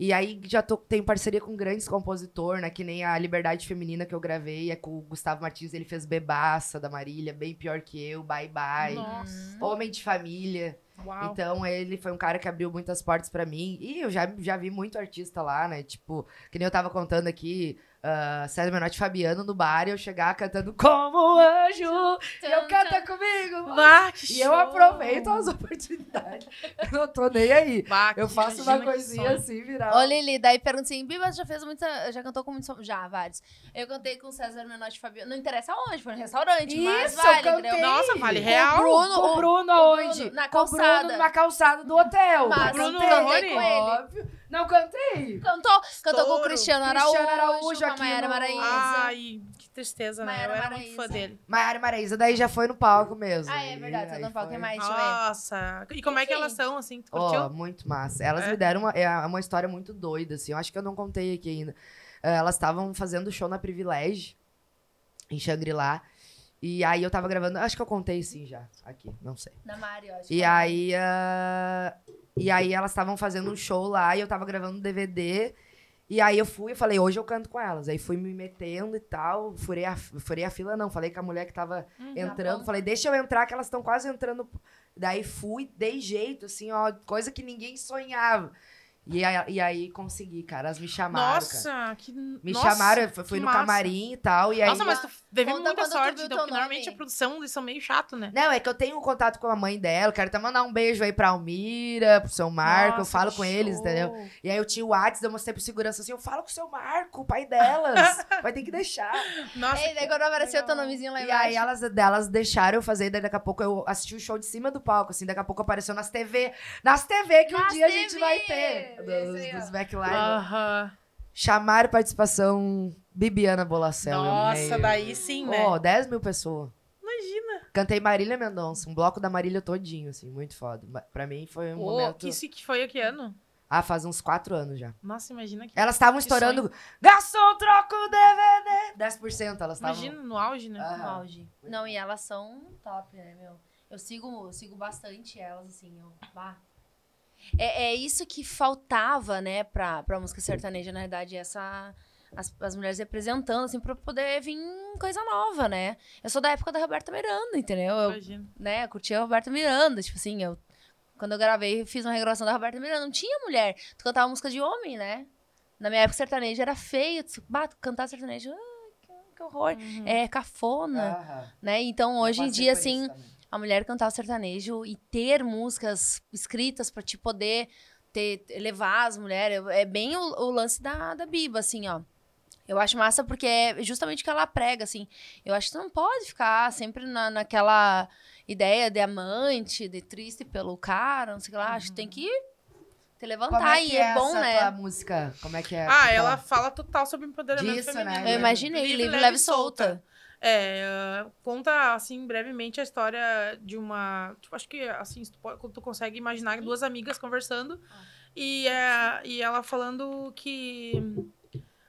Speaker 3: E aí já tô, tenho parceria com grandes compositores, né? Que nem a Liberdade Feminina que eu gravei, é com o Gustavo Martins, ele fez Bebaça da Marília, bem pior que eu, Bye Bye.
Speaker 4: Hum.
Speaker 2: Nossa.
Speaker 3: Homem de Família.
Speaker 2: Uau.
Speaker 3: Então, ele foi um cara que abriu muitas portas pra mim. E eu já, já vi muito artista lá, né? Tipo, que nem eu tava contando aqui, ah, César Menotti e Fabiano no bar e eu chegar cantando como um anjo. E eu canta comigo.
Speaker 2: Bah, que
Speaker 3: Então, E eu
Speaker 2: show.
Speaker 3: aproveito as oportunidades. Eu não tô nem aí.
Speaker 2: Bah, que
Speaker 3: Eu faço
Speaker 2: imagina
Speaker 3: uma
Speaker 2: que
Speaker 3: coisinha
Speaker 2: sonho.
Speaker 3: assim, viral.
Speaker 4: Ô, Lili, daí pergunta assim: Biba, já fez muita. Já cantou com muitos. som- Já, vários. Eu cantei com o César Menotti e Fabiano. Não interessa onde, foi no restaurante, mas
Speaker 3: Isso,
Speaker 4: é vale,
Speaker 3: eu
Speaker 4: entendeu?
Speaker 3: cantei.
Speaker 2: Nossa, vale
Speaker 3: Com
Speaker 2: real.
Speaker 3: O Bruno, com o Bruno aonde?
Speaker 4: na
Speaker 3: Com o Bruno
Speaker 4: calçada.
Speaker 3: numa calçada do hotel.
Speaker 4: Mas
Speaker 3: Com o
Speaker 2: Bruno
Speaker 3: cantei,
Speaker 2: Marrone?
Speaker 4: com ele.
Speaker 3: Óbvio. Não cantei.
Speaker 4: Cantou, cantou com o
Speaker 2: Estouro.
Speaker 4: Cristiano Araújo,
Speaker 3: Cristiano Araújo
Speaker 4: com a
Speaker 3: aqui
Speaker 4: Mayara
Speaker 3: no-
Speaker 4: Maraíza.
Speaker 2: Ai, que tristeza, né? Eu
Speaker 4: Maiara
Speaker 2: era muito fã
Speaker 4: Maraíza.
Speaker 2: dele.
Speaker 3: Maiara e Maraísa, daí já foi no palco mesmo.
Speaker 4: Ah, é verdade,
Speaker 3: Aí
Speaker 4: eu não falo quem
Speaker 3: foi. Ah.
Speaker 4: mais também.
Speaker 2: Nossa. E como é que
Speaker 4: Enfim.
Speaker 2: elas são, assim? Tu
Speaker 3: Ó,
Speaker 2: curtiu?
Speaker 3: muito massa. Elas
Speaker 2: É?
Speaker 3: me deram uma, é uma história muito doida, assim. Eu acho que eu não contei aqui ainda. Eh, elas estavam fazendo show na Privilege, em Shangri-La. E aí eu tava gravando. Acho que eu contei sim já. Aqui, não sei.
Speaker 4: Na Mari, eu acho.
Speaker 3: E aí. ah, E aí elas estavam fazendo um show lá e eu tava gravando um DVD. E aí eu fui e falei, hoje eu canto com elas. Aí fui me metendo e tal. Furei a, furei a fila, não. Falei com a mulher que tava
Speaker 2: Hum,
Speaker 3: entrando.
Speaker 2: tá.
Speaker 4: bom.
Speaker 3: falei, deixa eu entrar, que elas estão quase entrando. Daí fui, dei jeito, assim, ó, coisa que ninguém sonhava. E aí, e aí consegui, cara. Elas me chamaram. cara.
Speaker 2: Nossa, que.
Speaker 3: Me
Speaker 2: nossa,
Speaker 3: chamaram, eu fui- fui
Speaker 2: que
Speaker 3: no
Speaker 2: massa.
Speaker 3: camarim e tal. E aí,
Speaker 2: Nossa, mas tu teve
Speaker 4: Conta
Speaker 2: muita
Speaker 4: quando tu
Speaker 2: sorte,
Speaker 4: viu
Speaker 2: então,
Speaker 4: teu
Speaker 2: porque normalmente a
Speaker 4: nome.
Speaker 2: produção, eles são meio chato, né?
Speaker 3: Não, é que eu tenho um contato com a mãe dela. Quero até mandar um beijo aí pra Almira, pro seu Marco. eu
Speaker 2: Nossa,
Speaker 3: falo
Speaker 2: que
Speaker 3: com eles,
Speaker 2: show.
Speaker 3: entendeu? E aí eu tinha o WhatsApp, eu mostrei pro segurança assim: eu falo com o seu Marco, o pai delas. vai ter que deixar.
Speaker 2: Nossa,
Speaker 4: Ei, daí quando apareceu teu
Speaker 2: legal.
Speaker 4: nomezinho lá
Speaker 3: E
Speaker 4: embaixo.
Speaker 3: aí elas delas deixaram eu fazer, daí daqui a pouco eu assisti o show de cima do palco, assim, daqui a pouco apareceu nas TV. Nas TV que um
Speaker 4: Nas
Speaker 3: dia a gente
Speaker 4: TV,
Speaker 3: vai ter. Dos,
Speaker 4: isso aí, ó.
Speaker 3: dos backline.
Speaker 2: Ah. Aham.
Speaker 3: Chamaram participação Bibiana Bolacel. eu
Speaker 2: Nossa,
Speaker 3: amei.
Speaker 2: daí sim, né?
Speaker 3: Ó, 10 mil pessoas.
Speaker 2: Imagina.
Speaker 3: Cantei Marília Mendonça, um bloco da Marília todinho, assim, muito foda. Ma- Pra mim foi um
Speaker 2: Pô,
Speaker 3: momento.
Speaker 2: que isso que foi que ano?
Speaker 3: Ah, faz uns quatro anos já.
Speaker 2: Nossa, imagina que.
Speaker 3: Elas estavam
Speaker 2: Que
Speaker 3: estourando. Garçom, troca o DVD! 10% elas estavam.
Speaker 2: Imagina no auge, né?
Speaker 3: Aham.
Speaker 4: no auge. Não, e elas são top, né, meu? Eu sigo, eu sigo bastante elas, assim, eu... Bah. É, é isso que faltava, né, pra, pra música sertaneja, na verdade, essa... As, as mulheres representando, assim, pra poder vir coisa nova, né? Eu sou da época da Roberta Miranda, entendeu? Eu
Speaker 2: Imagina.
Speaker 4: né, eu curtia a Roberta Miranda, tipo assim, eu quando eu gravei, eu fiz uma regravação da Roberta Miranda, não tinha mulher, tu cantava música de homem, né? Na minha época sertanejo era feio, tu, bah, tu cantar sertanejo, ah, que, que horror, é cafona,
Speaker 3: Aham.
Speaker 4: né? Então
Speaker 3: Eu
Speaker 4: hoje em
Speaker 3: passei
Speaker 4: dia
Speaker 3: por isso
Speaker 4: assim,
Speaker 3: também.
Speaker 4: a mulher cantar o sertanejo e ter músicas escritas pra te poder ter, levar as mulheres. eu- É bem o, o lance da, da Biba, assim, ó. Eu acho massa porque é justamente o que ela prega, assim. Eu acho que tu não pode ficar sempre na, naquela ideia de amante, de triste pelo cara, não sei o que lá. Acho que tem que te levantar
Speaker 3: Uhum. Como é que
Speaker 4: e é, bom,
Speaker 3: essa
Speaker 4: né?
Speaker 3: tua música? Como é que é?
Speaker 2: Ah,
Speaker 3: Tá.
Speaker 2: ela fala total sobre empoderamento
Speaker 3: Disso, né?
Speaker 2: feminino.
Speaker 3: Eu
Speaker 4: imaginei, livre, leve e solta.
Speaker 2: É, uh, conta, assim, brevemente a história de uma... Tipo, acho que, assim, tu, po- tu consegue imaginar duas amigas conversando
Speaker 4: Ah.
Speaker 2: e, é, e ela falando que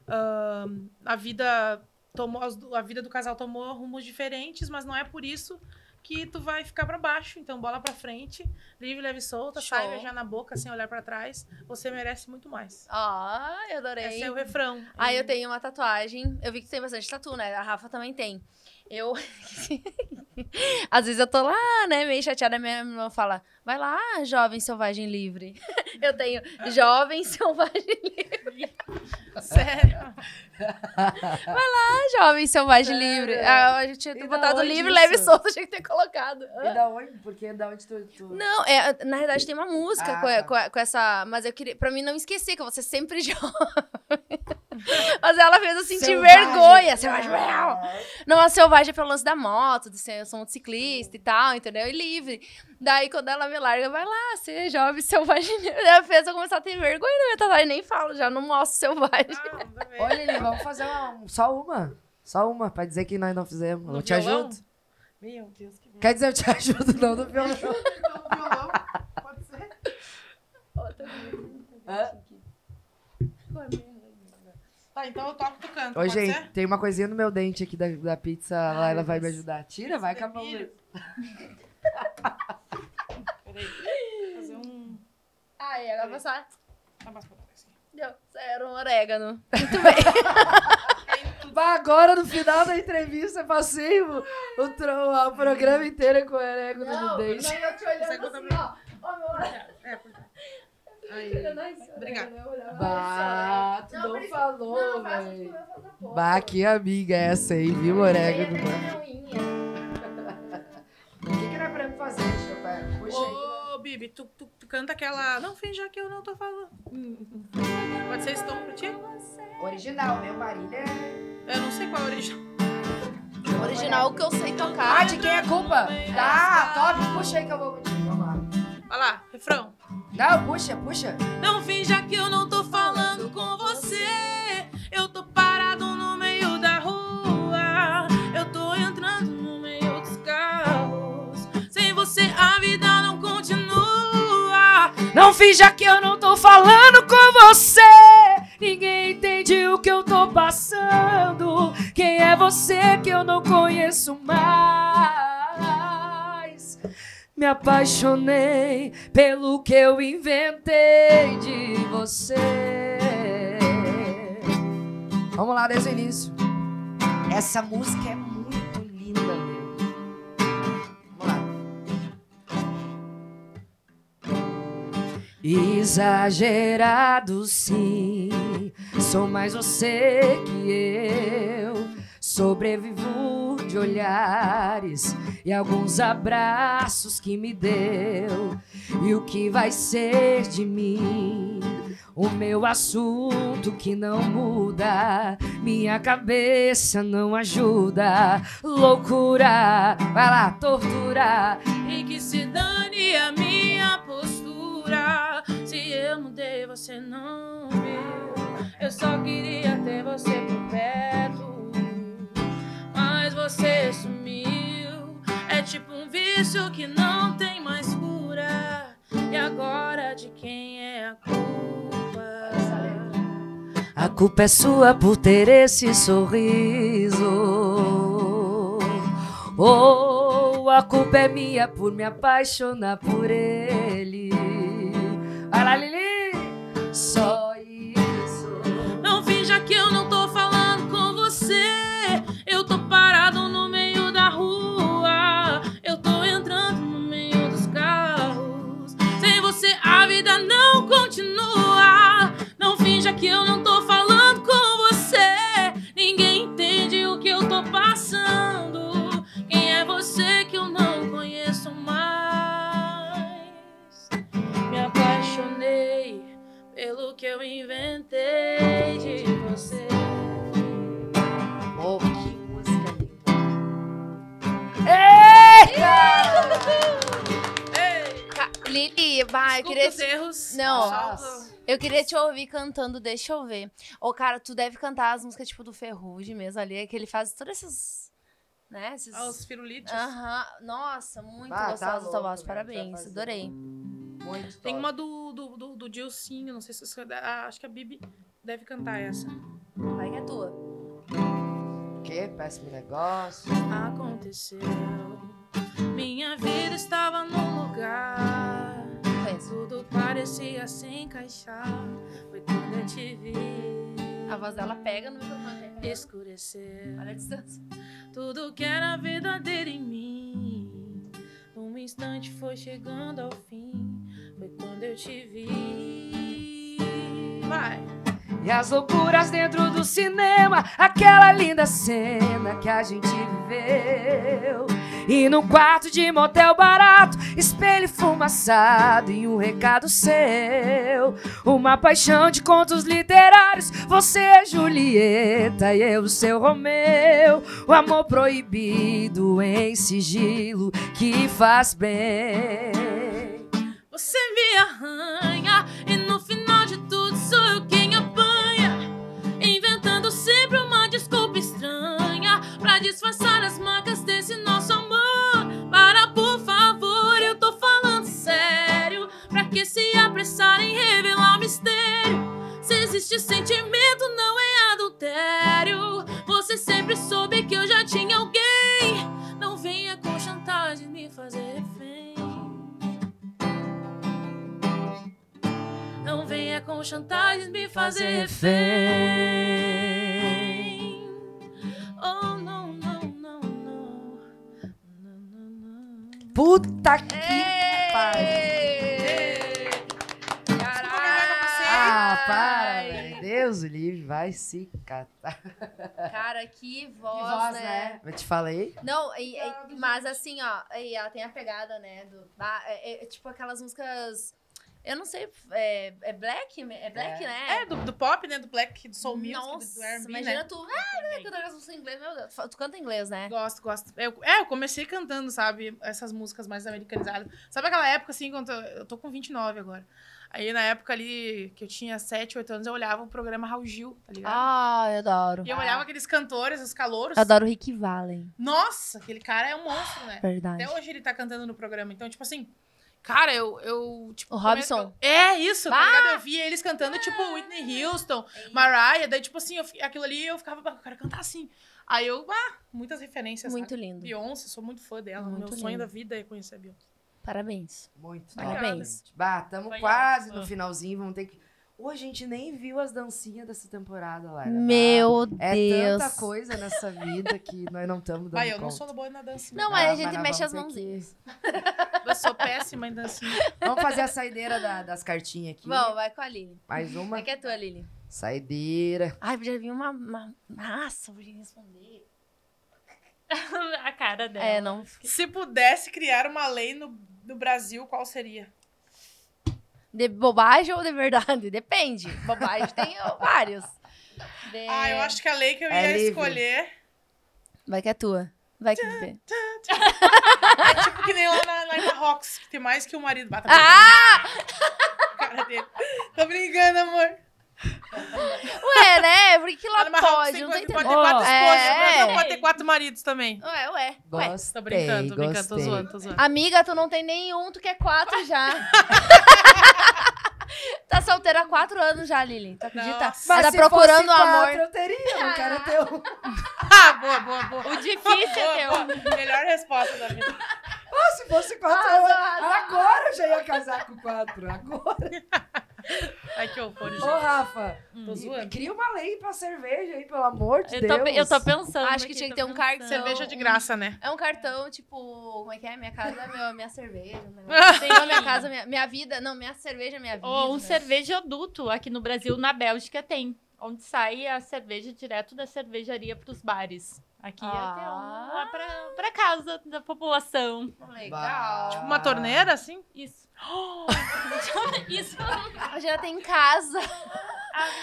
Speaker 2: uh, a vida tomou... as du- A vida do casal tomou rumos diferentes, mas não é por isso que tu vai ficar pra baixo. Então, bola pra frente, livre, leve e solta,
Speaker 4: Show.
Speaker 2: sai beijar na boca sem olhar pra trás. Você merece muito mais.
Speaker 4: Ah, eu adorei.
Speaker 2: Esse é o refrão.
Speaker 4: Aí
Speaker 3: Uhum.
Speaker 4: eu tenho uma tatuagem. Eu vi que tu tem bastante tatu, né? A Rafa também tem. Eu. Às vezes eu tô lá, né? Meio chateada, minha irmã fala: vai lá, jovem selvagem livre. Eu tenho jovem selvagem
Speaker 2: Sério.
Speaker 4: livre. Jovem selvagem livre. Ah, eu tinha
Speaker 3: É. E da
Speaker 4: botado
Speaker 3: onde
Speaker 4: livre,
Speaker 3: isso?
Speaker 4: leve e solto, tinha que ter colocado.
Speaker 3: E da onde? Porque da onde tu. tu-
Speaker 4: Não, é, na verdade tem uma música
Speaker 3: Ah,
Speaker 4: com,
Speaker 3: tá.
Speaker 4: com- com essa. Mas eu queria. Pra mim não esquecer que você sempre jovem. mas ela fez eu sentir
Speaker 3: Selvagem.
Speaker 4: vergonha. Selvagem.
Speaker 3: Ah.
Speaker 4: Não, a selvagem é pelo lance da moto, de ser, eu sou um ciclista e tal, entendeu? E livre. Daí, quando ela me larga, vai lá, ser jovem, selvagem. Ela fez eu começar a ter vergonha da minha tatuagem, nem falo, já não mostro selvagem.
Speaker 2: Ah, não, tá bem.
Speaker 3: Olha, Lili, vamos fazer uma, um, só uma. Só uma, pra dizer que nós não fizemos.
Speaker 2: No
Speaker 3: eu te
Speaker 2: violão?
Speaker 3: ajudo.
Speaker 2: Meu Deus, que medo.
Speaker 3: Quer dizer, eu te ajudo, não, do violão.
Speaker 2: Então, Pode ser?
Speaker 3: tá Hã? né,
Speaker 2: Tá, então eu toco tu canto.
Speaker 3: Ô,
Speaker 2: pode
Speaker 3: gente,
Speaker 2: ser?
Speaker 3: tem uma coisinha no meu dente aqui da, da pizza, lá ela vai me
Speaker 2: Deus.
Speaker 3: ajudar. Tira, vai
Speaker 2: Tem
Speaker 3: com a mão.
Speaker 2: milho? Peraí. Fazer um.
Speaker 4: Aí, agora passar.
Speaker 2: Ah, mas pode assim.
Speaker 4: Deu. Era um orégano.
Speaker 3: Vai agora, no final da entrevista, passei o, o, tro- o programa é inteiro com o orégano no dente.
Speaker 4: eu te olhando
Speaker 2: Consegue botar assim,
Speaker 4: ó.
Speaker 2: É, por favor. Obrigada.
Speaker 3: Bah, tu não, tipo, falou, velho. Bah, que amiga é essa aí, viu, Morega? do Mar? O que que era pra eu fazer, Chopin? Puxa aí.
Speaker 2: Ô, Bibi, tu, tu, tu canta aquela. Não finja que eu não tô falando. Hum, Pode ser Stone pra ti?
Speaker 3: Original, meu marido é...
Speaker 2: Eu não sei qual é a origem.
Speaker 1: Original que eu sei tocar.
Speaker 3: Ah, de quem é a culpa? Tá, top, puxa aí que eu vou contigo, vamos lá.
Speaker 2: Olha lá, refrão.
Speaker 3: Não, puxa, puxa.
Speaker 2: Não finja que eu não tô falando com você. Eu tô parado no meio da rua. Eu tô entrando no meio dos carros. Sem você a vida não continua.
Speaker 3: Não finja que eu não tô falando com você. Ninguém entende o que eu tô passando. Quem é você que eu não conheço mais? Me apaixonei pelo que eu inventei de você. Vamos lá desde o início. Essa música é muito linda, meu. Vamos lá. Exagerado, sim. Sou mais você que eu. Sobrevivo de olhares e alguns abraços que me deu. E o que vai ser de mim? O meu assunto que não muda, minha cabeça não ajuda. Loucura, vai lá, tortura.
Speaker 2: E que se dane a minha postura. Se eu mudei, você não viu. Eu só queria ter você por perto. Mas você sumiu. É tipo um vício que não tem mais cura. E agora de quem é a culpa?
Speaker 3: A culpa é sua por ter esse sorriso. Ou a culpa é minha por me apaixonar por ele. Vai lá, Lili! Só isso.
Speaker 2: Não finja que eu não tô falando com você. Eu tô parado no meio da rua. Eu tô entrando no meio dos carros. Sem você a vida não continua. Não finja que eu não tô falando com você. Ninguém entende o que eu tô passando. Quem é você que eu não conheço mais? Me apaixonei pelo que eu inventei de você.
Speaker 3: Oh, que música linda. Eita!
Speaker 2: Ei,
Speaker 1: Ca- Lili, vai, eu
Speaker 2: desculpa
Speaker 1: queria.
Speaker 2: os erros.
Speaker 1: Não.
Speaker 2: Só-
Speaker 1: Eu queria te ouvir cantando Deixa Eu Ver. Ô, cara, tu deve cantar as músicas tipo do Ferrugem mesmo ali, é que ele faz todos esses. Né? Esses...
Speaker 2: Ah, os pirulitos.
Speaker 1: Aham. Nossa, muito
Speaker 3: Ah, tá
Speaker 1: gostosa a tua
Speaker 3: louco,
Speaker 1: voz.
Speaker 3: velho, já
Speaker 1: Parabéns,
Speaker 3: faz-
Speaker 1: adorei.
Speaker 3: Muito
Speaker 2: Tem
Speaker 3: top.
Speaker 2: uma do, do, do, do Dilcinho, não sei se você... ah, acho que a Bibi deve cantar essa.
Speaker 3: um
Speaker 1: Vai que é tua.
Speaker 3: O quê? Péssimo negócio.
Speaker 2: Aconteceu. Minha vida estava num lugar.
Speaker 1: Conheço.
Speaker 2: Tudo parecia se encaixar. Foi quando eu te vi.
Speaker 1: A voz dela pega no microfone. Isso.
Speaker 2: Escureceu.
Speaker 1: Olha a distância.
Speaker 2: Tudo que era verdadeiro em mim. Um instante foi chegando ao fim. Foi quando eu te vi. Vai!
Speaker 3: E as loucuras dentro do cinema, aquela linda cena que a gente viveu. E num quarto de motel barato, espelho fumaçado e um recado seu. Uma paixão de contos literários, você é Julieta e eu seu Romeu. O amor proibido em sigilo que faz bem.
Speaker 2: Você me arranha e no final de tudo sou eu quem apanha. Inventando sempre uma desculpa estranha pra disfarçar as marcas desse nosso amor. Para, por favor, eu tô falando sério. Pra que se apressar em revelar o mistério? Se existe sentimento, não é adultério. Você sempre soube que eu já tinha alguém. Não venha com chantagem me fazer refém. Não venha com chantagens me fazer refém. Oh, não, não, não, não. Não, não, não.
Speaker 3: Puta que pariu.
Speaker 2: Caralho.
Speaker 3: Ah, Deus, ele vai se catar.
Speaker 4: Cara, que voz, né?
Speaker 3: Eu te falei.
Speaker 4: Não, e- e- mas assim, ó, e ela tem a pegada, né? Do, da- é, é, é tipo aquelas músicas. Eu não sei, é, é black? É black,
Speaker 3: É.
Speaker 4: né?
Speaker 2: É, do, do pop, né? Do black, do soul music,
Speaker 4: Nossa,
Speaker 2: do R&B,
Speaker 4: imagina
Speaker 2: né?
Speaker 4: tu. Ah, né, cantando as músicas em inglês, meu Deus. Tu canta inglês, né?
Speaker 2: Gosto, gosto. Eu, é, eu comecei cantando, sabe? Essas músicas mais americanizadas. Sabe aquela época, assim, quando eu, eu tô com 29 agora. Aí, na época ali, que eu tinha 7, 8 anos, eu olhava o programa Raul Gil, tá ligado?
Speaker 4: Ah, eu adoro.
Speaker 2: e eu olhava aqueles cantores, os calouros.
Speaker 4: Eu adoro Rick Valen,
Speaker 2: Nossa, aquele cara é um monstro, né?
Speaker 4: verdade.
Speaker 2: Até hoje ele tá cantando no programa. Então, tipo assim, cara, eu. eu tipo,
Speaker 4: O
Speaker 2: como é que
Speaker 4: Robson. Ah!
Speaker 2: eu- É, isso, tá ligado? Eu via eles cantando, tipo, Whitney Houston,
Speaker 4: É
Speaker 2: Mariah. Daí, tipo assim, eu fi- aquilo ali eu ficava, "Bah, eu quero cantar assim. Aí eu, ah, muitas referências.
Speaker 4: Muito
Speaker 2: sabe?
Speaker 4: lindo.
Speaker 2: Beyoncé, sou muito fã dela.
Speaker 4: Muito
Speaker 2: Meu sonho
Speaker 4: lindo.
Speaker 2: da vida é conhecer a Beyoncé.
Speaker 4: Parabéns.
Speaker 3: Muito.
Speaker 2: Obrigada.
Speaker 3: Parabéns. Bah, tamo
Speaker 5: Foi
Speaker 3: quase
Speaker 5: ótimo.
Speaker 3: no finalzinho, vamos ter que... Ô, a gente nem viu as dancinhas dessa temporada, Lara.
Speaker 4: Meu
Speaker 3: É
Speaker 4: Deus.
Speaker 3: tanta coisa nessa vida que nós não estamos dando
Speaker 2: Vai, eu não
Speaker 3: conta.
Speaker 2: sou boa na dança.
Speaker 4: Não, mas
Speaker 3: Ah,
Speaker 4: a gente
Speaker 3: mas nós
Speaker 4: mexe
Speaker 3: vamos
Speaker 4: as
Speaker 3: ter que-
Speaker 4: mãozinhas.
Speaker 2: Eu sou péssima em dancinha.
Speaker 3: Vamos fazer a saideira da- das cartinhas aqui.
Speaker 4: Vamos, vai com a Lili.
Speaker 3: Mais
Speaker 4: Como
Speaker 3: uma.
Speaker 4: é que é tua, Lili?
Speaker 3: Saideira.
Speaker 4: Ai, podia vir uma. uma... Nossa, eu podia responder.
Speaker 5: a cara dela.
Speaker 4: É, não.
Speaker 2: Se pudesse criar uma lei no, no Brasil, qual seria?
Speaker 4: De bobagem ou de verdade? Depende. Bobagem tem ó, vários. De-
Speaker 2: Ah, eu acho que a lei que eu
Speaker 3: É
Speaker 2: ia
Speaker 3: livre.
Speaker 2: escolher
Speaker 4: Vai que é tua. Vai que vê.
Speaker 2: é tipo que nem lá na, lá em Marrocos, que tem mais que um marido. Bata
Speaker 4: Ah!
Speaker 2: cara dele. Tô brincando, amor. Tá
Speaker 4: Ué, né? Porque que
Speaker 2: Lá
Speaker 4: lá
Speaker 2: no Marrocos
Speaker 4: pode?
Speaker 2: tem
Speaker 4: Não tô
Speaker 2: coisa que
Speaker 4: entendendo.
Speaker 2: pode ter quatro esposas,
Speaker 4: É.
Speaker 2: no Brasil pode ter quatro maridos também.
Speaker 4: Ué, ué. ué.
Speaker 3: Gostei,
Speaker 2: Tô brincando, tô brincando, tô
Speaker 3: gostei.
Speaker 2: zoando, tô zoando.
Speaker 4: Amiga, tu não tem nenhum, tu quer quatro já. tá solteira há quatro anos já, Lili. Tu acredita?
Speaker 2: Nossa.
Speaker 4: Você tá
Speaker 3: se
Speaker 4: procurando
Speaker 3: fosse quatro,
Speaker 4: amor.
Speaker 3: Eu teria, eu não quero ter um.
Speaker 2: Ah, boa, boa, boa.
Speaker 5: O difícil é teu.
Speaker 2: Boa,
Speaker 4: um.
Speaker 2: boa. Melhor resposta da vida.
Speaker 3: Ah, se fosse quatro,
Speaker 4: Arrasou,
Speaker 3: eu-
Speaker 4: arrasou.
Speaker 3: agora eu já ia casar com quatro. Agora.
Speaker 2: Ai, que horror,
Speaker 3: Ô,
Speaker 2: gente.
Speaker 3: Rafa,
Speaker 4: Hum.
Speaker 2: Tô zoando.
Speaker 3: cria uma lei pra cerveja aí, pelo amor de
Speaker 4: É,
Speaker 5: Eu
Speaker 3: Deus.
Speaker 5: tô, eu tô pensando.
Speaker 4: Acho que
Speaker 5: aqui,
Speaker 4: tinha que
Speaker 5: tô
Speaker 4: ter um cartão.
Speaker 5: pensando.
Speaker 2: Cerveja de graça, né?
Speaker 4: É um cartão, tipo, como é que é? Minha casa, meu, minha cerveja. um negócio
Speaker 5: Sim.
Speaker 4: assim. Não, minha casa, minha, minha vida. Não, minha cerveja, minha vida.
Speaker 5: Ou um
Speaker 4: né?
Speaker 5: cerveja adulto. Aqui no Brasil, na Bélgica, tem. Onde sai a cerveja direto da cervejaria pros bares. Aqui é
Speaker 4: Ah.
Speaker 5: até um, lá pra, pra casa da população.
Speaker 4: Legal.
Speaker 3: Bah.
Speaker 2: Tipo Uma torneira, assim?
Speaker 5: Isso. Isso.
Speaker 4: Tipo, já tem em casa.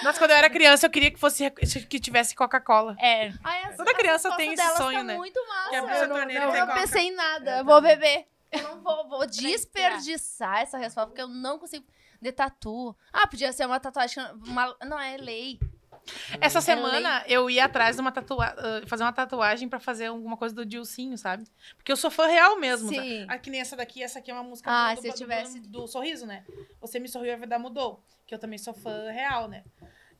Speaker 2: Nossa, quando eu era criança, eu queria que fosse que tivesse Coca-Cola.
Speaker 5: É.
Speaker 4: Ai, essa-
Speaker 2: Toda criança
Speaker 4: essa
Speaker 2: tem
Speaker 4: resposta delas
Speaker 2: esse sonho,
Speaker 4: tá
Speaker 2: né?
Speaker 4: muito massa.
Speaker 2: Que a
Speaker 3: eu não-
Speaker 2: torneira
Speaker 3: não,
Speaker 2: e tem
Speaker 4: Eu não
Speaker 2: Coca.
Speaker 4: pensei em nada.
Speaker 3: Eu
Speaker 4: Eu vou
Speaker 3: também.
Speaker 4: beber. Eu não vou, vou desperdiçar essa resposta, porque eu não consigo. De tatu. Ah, podia ser uma tatuagem. uma- não, é lei.
Speaker 2: Essa semana eu ia atrás de uma tatuagem, fazer uma tatuagem pra fazer alguma coisa do Dilcinho, sabe? Porque eu sou fã real mesmo. tá?
Speaker 4: Sim.
Speaker 2: Ah, que nem essa daqui, essa aqui é uma música
Speaker 4: Ah,
Speaker 2: do,
Speaker 4: se eu
Speaker 2: do-
Speaker 4: tivesse-
Speaker 2: do, sorriso, né? Você me sorriu e a vida mudou. Que eu também sou fã real, né?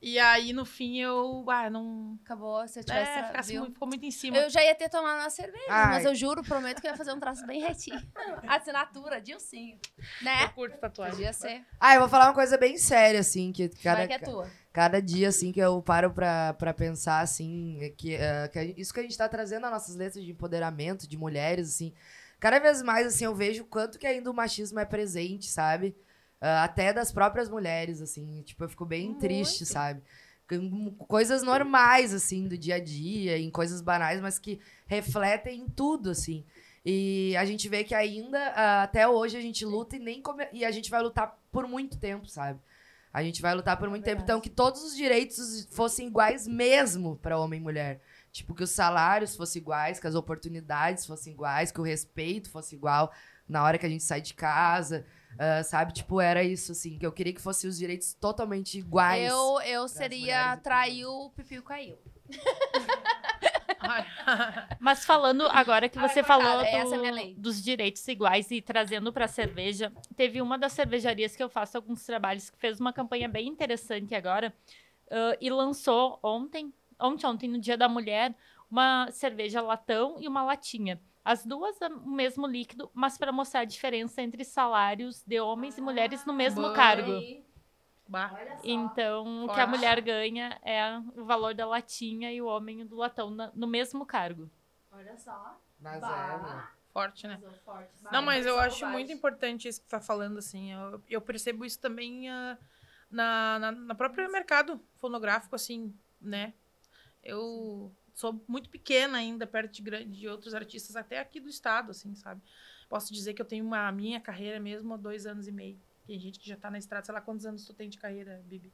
Speaker 2: E aí, no fim, eu. Ah, não.
Speaker 4: Acabou, se eu tivesse.
Speaker 2: É, ficasse
Speaker 4: viu?
Speaker 2: muito- ficou muito em cima.
Speaker 4: Eu já ia ter tomado uma cerveja,
Speaker 3: Ai.
Speaker 4: mas eu juro, prometo que eu ia fazer um traço bem retinho. Assinatura, Dilcinho.
Speaker 2: Eu
Speaker 4: Né?
Speaker 2: curto tatuagem.
Speaker 4: Podia ser.
Speaker 3: Ah, eu vou falar uma coisa bem séria, assim, que cada,
Speaker 4: Vai que é tua.
Speaker 3: cada dia, assim, que eu paro pra, pra pensar, assim, é que, é, que a- isso que a gente tá trazendo nas nossas letras de empoderamento, de mulheres, assim, cada vez mais, assim, eu vejo o quanto que ainda o machismo é presente, sabe? Ah, até das próprias mulheres, assim, tipo, eu fico bem triste, sabe? Com Coisas normais, assim, do dia a dia, em coisas banais, mas que refletem em tudo, assim. E a gente vê que ainda, ah, até hoje, a gente luta e nem come- e a gente vai lutar por muito tempo, sabe? A gente vai lutar por muito tempo. Então, que todos os direitos fossem iguais mesmo para homem e mulher. Tipo, que os salários fossem iguais, que as oportunidades fossem iguais, que o respeito fosse igual na hora que a gente sai de casa, ah, sabe? Tipo, era isso, assim, que eu queria que fossem os direitos totalmente iguais.
Speaker 4: Eu, eu seria
Speaker 3: mulheres e pra mim.
Speaker 4: traiu, o pipiu caiu.
Speaker 5: Mas falando agora que
Speaker 4: Ai,
Speaker 5: você
Speaker 4: coitada,
Speaker 5: falou
Speaker 4: essa
Speaker 5: do-
Speaker 4: é a minha lei.
Speaker 5: dos direitos iguais e trazendo para cerveja, teve uma das cervejarias que eu faço alguns trabalhos que fez uma campanha bem interessante agora ãh, e lançou ontem, ontem, ontem no Dia da Mulher, uma cerveja latão e uma latinha. As duas a- o mesmo líquido, mas para mostrar a diferença entre salários de homens e mulheres no mesmo
Speaker 2: boa.
Speaker 5: cargo.
Speaker 2: Bah.
Speaker 5: Então, o que a
Speaker 2: Forte.
Speaker 5: mulher ganha é o valor da latinha e o homem do latão na- no mesmo cargo.
Speaker 4: Olha só.
Speaker 3: Mas
Speaker 4: Bah.
Speaker 3: é, né?
Speaker 2: Forte, né? Não, mas eu acho muito importante isso que tu tá falando, assim. Eu, eu percebo isso também ah, na, na, na próprio mercado fonográfico, assim, né? Eu sou muito pequena ainda, perto de, gran- de outros artistas, até aqui do estado, assim, sabe? Posso dizer que eu tenho uma a minha carreira mesmo há dois anos e meio. Tem gente que já tá na estrada, sei lá quantos anos tu tem de carreira, Bibi.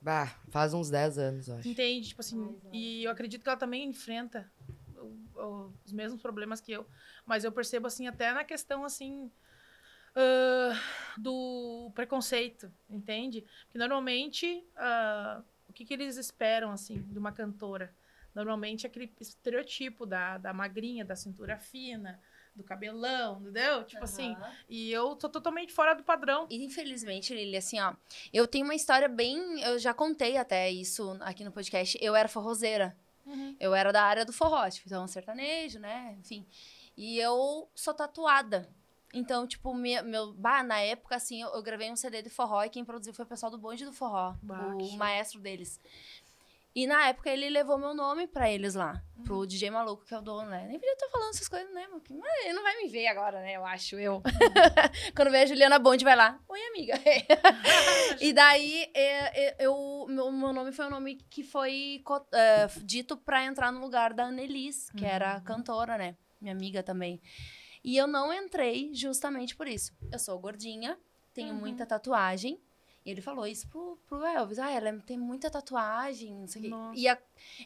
Speaker 3: Bah, faz uns 10 anos, eu acho.
Speaker 2: Entende? Tipo assim, e eu acredito que ela também enfrenta o- o- os mesmos problemas que eu. Mas eu percebo, assim, até na questão, assim, ah, do preconceito, entende? Porque normalmente, ah, o que, que eles esperam, assim, de uma cantora? Normalmente é aquele estereotipo da, da magrinha, da cintura fina, do cabelão, entendeu? Tipo assim, e eu tô totalmente fora do padrão.
Speaker 4: E, Infelizmente, Lili, assim, ó, eu tenho uma história bem. Eu já contei até isso aqui no podcast. Eu era forrozeira.
Speaker 2: Uhum.
Speaker 4: Eu era da área do forró, tipo, então sertanejo, né? Enfim. E eu sou tatuada. Então, tipo, me- meu, bah, na época, assim, eu, eu gravei um CD de forró e quem produziu foi o pessoal do Bonde do Forró,
Speaker 2: Bah, que
Speaker 4: o
Speaker 2: show.
Speaker 4: maestro deles. E na época ele levou meu nome pra eles lá, pro DJ maluco que é o dono, né? Nem podia estar falando essas coisas, né? Mas ele não vai me ver agora, né? Eu acho, eu. Quando vê a Juliana Bond, vai lá. Oi, amiga. e daí, é, é, eu, meu, meu nome foi um nome que foi co- é, dito pra entrar no lugar da Annelise, que era cantora, né? Minha amiga também. E eu não entrei justamente por isso. Eu sou gordinha, tenho muita tatuagem. E ele falou isso pro, pro Elvis. Ah, ela tem muita tatuagem, não sei o
Speaker 2: Nossa.
Speaker 4: quê. E a-